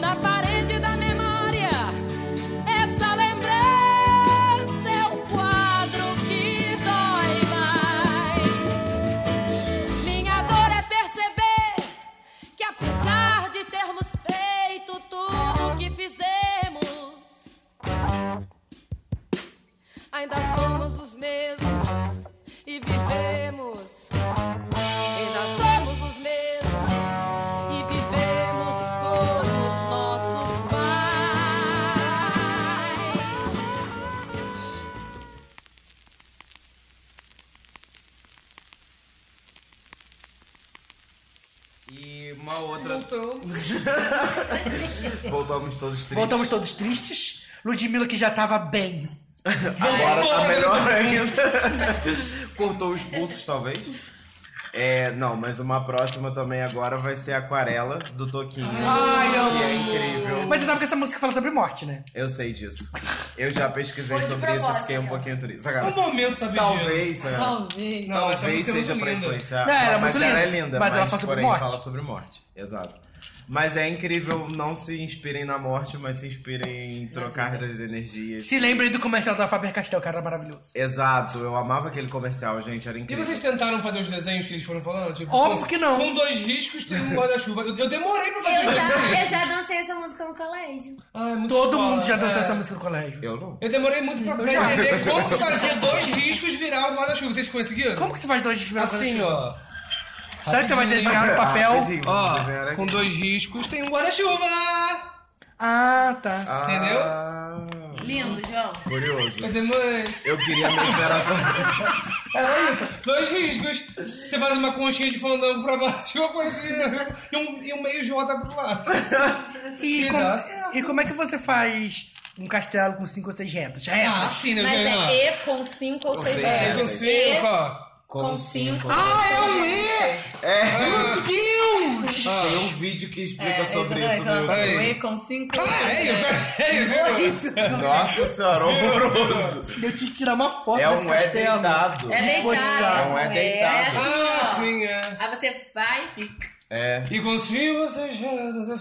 Speaker 19: Na parede da memória, essa lembrança é o quadro que dói mais. Minha dor é perceber que apesar de termos feito tudo o que fizemos. Ainda somos os mesmos e vivemos. Ainda somos os mesmos e vivemos como os nossos pais.
Speaker 7: E uma outra. *laughs* Voltamos todos tristes.
Speaker 2: Voltamos todos tristes. Ludmilla que já tava bem.
Speaker 7: *laughs* Agora tá melhor ainda. *laughs* Cortou os pulsos, talvez. É, não, mas uma próxima também agora vai ser Aquarela do Toquinho.
Speaker 2: Ai, eu
Speaker 7: que é
Speaker 2: amo.
Speaker 7: incrível.
Speaker 2: Mas você sabe que essa música fala sobre morte, né?
Speaker 7: Eu sei disso. Eu já pesquisei
Speaker 2: Foi de
Speaker 7: sobre isso e
Speaker 2: propósito,
Speaker 7: fiquei um pouquinho triste. Sacanagem.
Speaker 2: Um momento, sabia?
Speaker 7: Talvez, sacanagem.
Speaker 2: Talvez. Não, essa
Speaker 7: Talvez
Speaker 2: música é
Speaker 7: seja
Speaker 2: muito
Speaker 7: pra
Speaker 2: linda.
Speaker 7: influenciar.
Speaker 2: Não, ela é
Speaker 7: mas
Speaker 2: muito
Speaker 7: ela é
Speaker 2: linda.
Speaker 7: linda,
Speaker 2: Mas
Speaker 7: mas,
Speaker 2: ela fala sobre
Speaker 7: porém,
Speaker 2: morte.
Speaker 7: fala sobre morte. Exato. Mas é incrível, não se inspirem na morte, mas se inspirem em trocar das energias.
Speaker 2: Se lembrem do comercial da Faber Castell, cara, era maravilhoso.
Speaker 7: Exato, eu amava aquele comercial, gente, era
Speaker 3: E
Speaker 7: incrível.
Speaker 3: vocês tentaram fazer os desenhos que eles foram falando? Tipo,
Speaker 2: Óbvio
Speaker 3: com-
Speaker 2: que não.
Speaker 3: Com dois riscos, todo mundo guarda-chuva. Eu, eu demorei pra fazer
Speaker 6: Eu
Speaker 3: os
Speaker 6: já, eu
Speaker 3: desenhos.
Speaker 6: já dancei essa música no colégio.
Speaker 3: Ah, é muito
Speaker 2: Todo
Speaker 3: escola,
Speaker 2: mundo já dançou
Speaker 3: é.
Speaker 2: essa música no colégio.
Speaker 7: Eu não.
Speaker 3: Eu demorei muito pra, pra
Speaker 2: já.
Speaker 3: entender como fazer dois riscos virar o guarda-chuva. Vocês conseguiram? Como
Speaker 2: que você faz dois riscos virar o
Speaker 3: Assim, ó.
Speaker 2: guarda-chuva? Será que você vai desenhar no papel?
Speaker 3: Rapidinho, Ó,
Speaker 2: vou desenhar aqui.
Speaker 3: com dois riscos tem um guarda-chuva.
Speaker 2: Ah, tá.
Speaker 3: Entendeu?
Speaker 4: Lindo, João.
Speaker 7: Ah, Curioso.
Speaker 3: Eu demorei.
Speaker 7: Eu queria mesmo era só.
Speaker 2: É,
Speaker 3: Era isso. Dois riscos. Você faz uma conchinha de fandango pra baixo, uma conchinha e um, e um meio J pro lado.
Speaker 2: E,
Speaker 3: Que
Speaker 2: como-
Speaker 3: dá certo.
Speaker 2: e como é que você faz um castelo com cinco ou seis retas? Retas.
Speaker 3: Ah, sim, né,
Speaker 5: Mas é E com 5 ou 6
Speaker 2: É, com cinco,
Speaker 3: ó.
Speaker 7: Com
Speaker 5: cinco.
Speaker 2: Ah, é um
Speaker 7: E! É.
Speaker 5: Meu
Speaker 2: Deus!
Speaker 3: Ah.
Speaker 7: Tem um vídeo que explica
Speaker 5: É,
Speaker 6: É,
Speaker 7: sobre isso no
Speaker 5: Sobre o
Speaker 6: um
Speaker 5: E
Speaker 7: YouTube.
Speaker 5: com 5
Speaker 3: Ah, é isso, é
Speaker 5: isso.
Speaker 7: Nossa senhora, horroroso.
Speaker 2: Eu te tirar uma foto
Speaker 7: É
Speaker 2: desse
Speaker 7: um é
Speaker 2: castelo.
Speaker 7: deitado.
Speaker 4: É deitado.
Speaker 7: É um é deitado.
Speaker 4: assim, ó.
Speaker 3: sim, é.
Speaker 4: Aí você vai.
Speaker 7: É.
Speaker 3: E com cinco vocês já.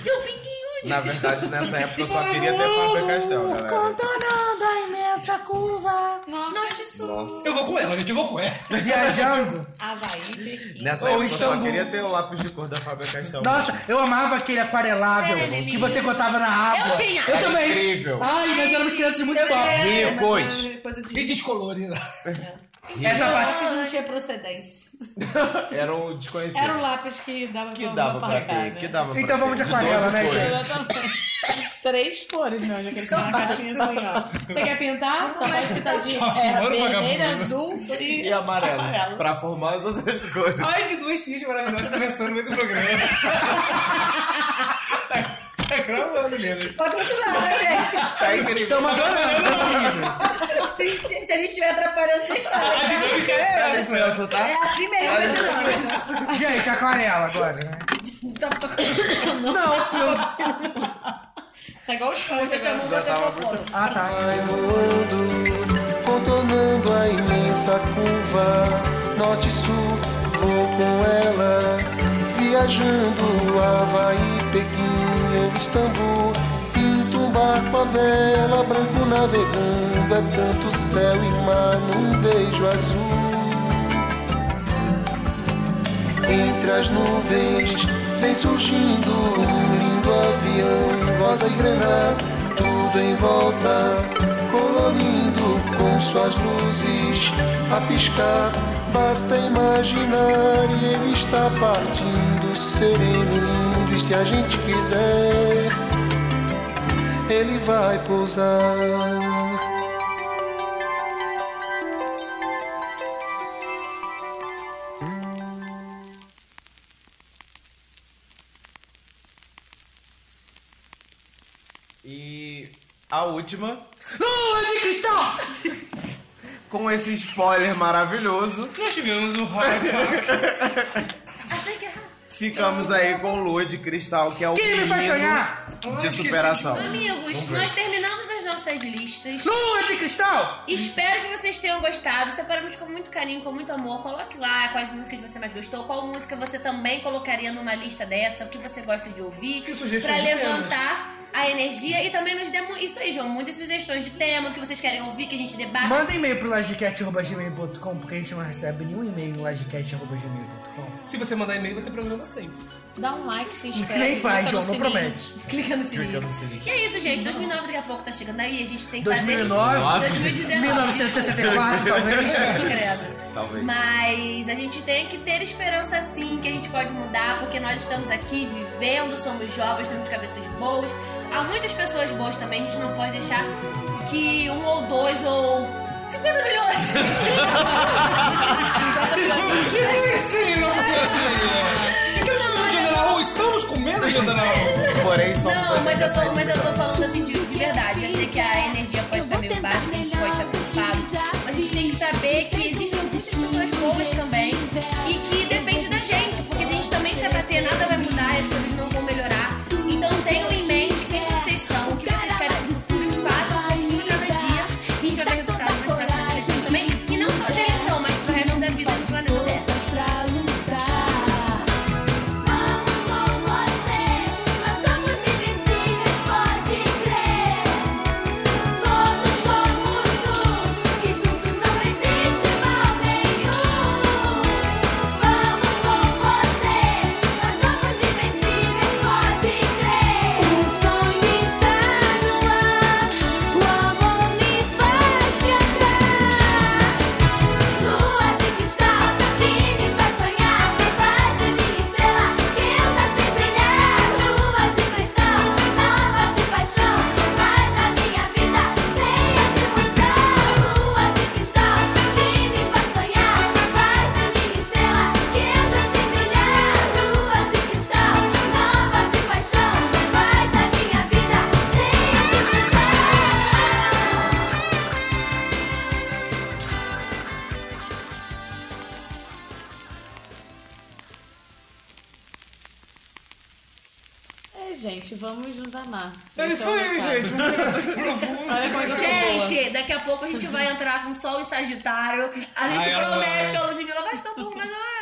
Speaker 4: Seu pinguinho muito
Speaker 7: Na verdade, nessa época eu só queria ter Fábio Castelo, galera.
Speaker 2: Contornando a imensa curva.
Speaker 4: Norte e Sul.
Speaker 7: Nossa.
Speaker 3: Eu vou com ela, gente, eu vou com ela.
Speaker 7: *laughs*
Speaker 2: Viajando.
Speaker 4: Havaí.
Speaker 7: Nessa
Speaker 2: Ou
Speaker 7: época eu só
Speaker 2: Istambul.
Speaker 7: queria ter o lápis de cor da Fábio Castelo.
Speaker 2: Nossa, eu amava aquele aquarelável
Speaker 7: Sério, Lili?
Speaker 2: que você botava na água.
Speaker 7: Eu tinha.
Speaker 2: Eu
Speaker 7: Era
Speaker 2: também. Ah, tá.
Speaker 7: incrível.
Speaker 2: Ai, nós éramos crianças muito pobres.
Speaker 3: E descolorida.
Speaker 2: Essa parte-
Speaker 6: que não tinha procedência.
Speaker 7: Era um desconhecido.
Speaker 6: Era o lápis que dava
Speaker 7: Que dava pra
Speaker 6: apagar,
Speaker 7: ter,
Speaker 6: né?
Speaker 7: que dava pra
Speaker 2: Então vamos
Speaker 7: ter.
Speaker 2: de aquarela,
Speaker 7: 12
Speaker 2: né,
Speaker 7: cores.
Speaker 2: gente?
Speaker 6: Três cores, meu anjo, aquele que tem uma caixinha assim, ó. Você quer pintar? Só faz pintadinha.
Speaker 7: Tá
Speaker 6: Era
Speaker 7: fumando,
Speaker 6: vermelho,
Speaker 7: vagabundo?
Speaker 6: azul
Speaker 3: né?
Speaker 6: e,
Speaker 7: E amarelo. Pra formar as outras cores.
Speaker 3: Ai, que duas filhas maravilhosas começando muito programa. tá, tá gravando, Lenas.
Speaker 5: Pode continuar, né, gente?
Speaker 3: Tá incrível. Estamos adorando.
Speaker 4: *laughs*
Speaker 5: Se a gente- se a gente estiver atrapalhando, vocês falam.
Speaker 4: tá?
Speaker 3: A dinâmica é
Speaker 5: Dá
Speaker 3: essa.
Speaker 5: licença, tá? É assim mesmo,
Speaker 2: Dá
Speaker 5: a
Speaker 2: licença.
Speaker 5: dinâmica.
Speaker 2: Gente, aquarela agora. né?
Speaker 5: Tá tocando.
Speaker 2: Não, pelo...
Speaker 6: Tá igual os pães, já chamou
Speaker 2: Já tava muito- Ah, tá.
Speaker 10: Raimundo, contornando a imensa curva, norte e sul, vou com ela, viajando Havaí, Pequim ou Istambul, pinto um barco à vela, branco navegando, é tanto céu e mar num beijo azul. Entre as nuvens vem surgindo um lindo avião, rosa e granada, tudo em volta colorindo com suas luzes a piscar. Basta imaginar e ele está partindo, sereno, lindo. E se a gente quiser, ele vai pousar.
Speaker 7: E a última,
Speaker 2: Lua de cristal!
Speaker 7: com esse spoiler maravilhoso,
Speaker 3: Nós tivemos um hard rock.
Speaker 7: ficamos aí com Lua de Cristal, que é o
Speaker 3: Quem me faz
Speaker 7: menino
Speaker 3: sonhar?
Speaker 7: de superação.
Speaker 4: Amigos,
Speaker 7: Vamos ver.
Speaker 4: nós terminamos as nossas listas.
Speaker 2: Lua de cristal!
Speaker 4: Espero que vocês tenham gostado. Separamos com muito carinho, com muito amor. Coloque lá quais músicas você mais gostou, qual música você também colocaria numa lista dessa, o que você gosta de ouvir,
Speaker 5: sugestões
Speaker 4: pra
Speaker 5: de
Speaker 4: levantar a energia e também nos demos isso aí, João, muitas sugestões de tema que vocês querem ouvir, que a gente debate.
Speaker 2: Manda e-mail pro lagicast.gmail.com porque a gente não recebe nenhum e-mail no lagicast.gmail.com.
Speaker 3: Se você mandar e-mail, vai ter programa sempre.
Speaker 6: Dá um like, se inscreve.
Speaker 2: Nem vai,
Speaker 6: clica no
Speaker 2: João, não
Speaker 6: sininho.
Speaker 2: promete.
Speaker 4: Clica no sininho.
Speaker 7: Clica no sininho.
Speaker 4: E é isso, gente. 2009 daqui a pouco tá chegando aí. A gente tem que
Speaker 2: 2009?
Speaker 4: fazer... 2019.
Speaker 2: 1964, talvez.
Speaker 4: Credo.
Speaker 7: Talvez.
Speaker 4: Mas a gente tem que ter esperança sim que a gente pode mudar, porque nós estamos aqui vivendo, somos jovens, temos cabeças boas. Há muitas pessoas boas também, a gente não pode deixar que um ou dois ou 50 milhões.
Speaker 3: Sim, nossa piadinha. Estamos comendo de andar na rua? tá Estamos comendo de andar na rua.
Speaker 7: Porém, só um
Speaker 4: Não, mas eu, tô, mas eu tô falando assim de, de verdade. Eu sei que a energia pode estar meio baixa, que a gente pode estar preocupado. Mas a gente tem que saber que existem muitas pessoas boas também. E que depende da gente. Porque se a gente também se abater, nada vai mudar, as coisas não vão melhorar. Então tenham em mente quem vocês são, o que vocês querem de tudo e façam um pouquinho cada dia. Que a gente vai ver resultado nas próximas eleições também. E não só pra eleição, mas pro resto da vida do planeta Terra.
Speaker 6: Um É, gente, vamos nos amar.
Speaker 3: É
Speaker 6: Esse
Speaker 3: isso
Speaker 6: é o
Speaker 3: aí,
Speaker 6: recado.
Speaker 3: gente. Você é profundo.
Speaker 6: Olha a coisa
Speaker 4: Gente, daqui a pouco a gente vai entrar com sol em Sagitário. A gente
Speaker 3: Ai, ela
Speaker 4: promete
Speaker 3: vai.
Speaker 4: que a Ludmilla vai estar bom, mas ela é,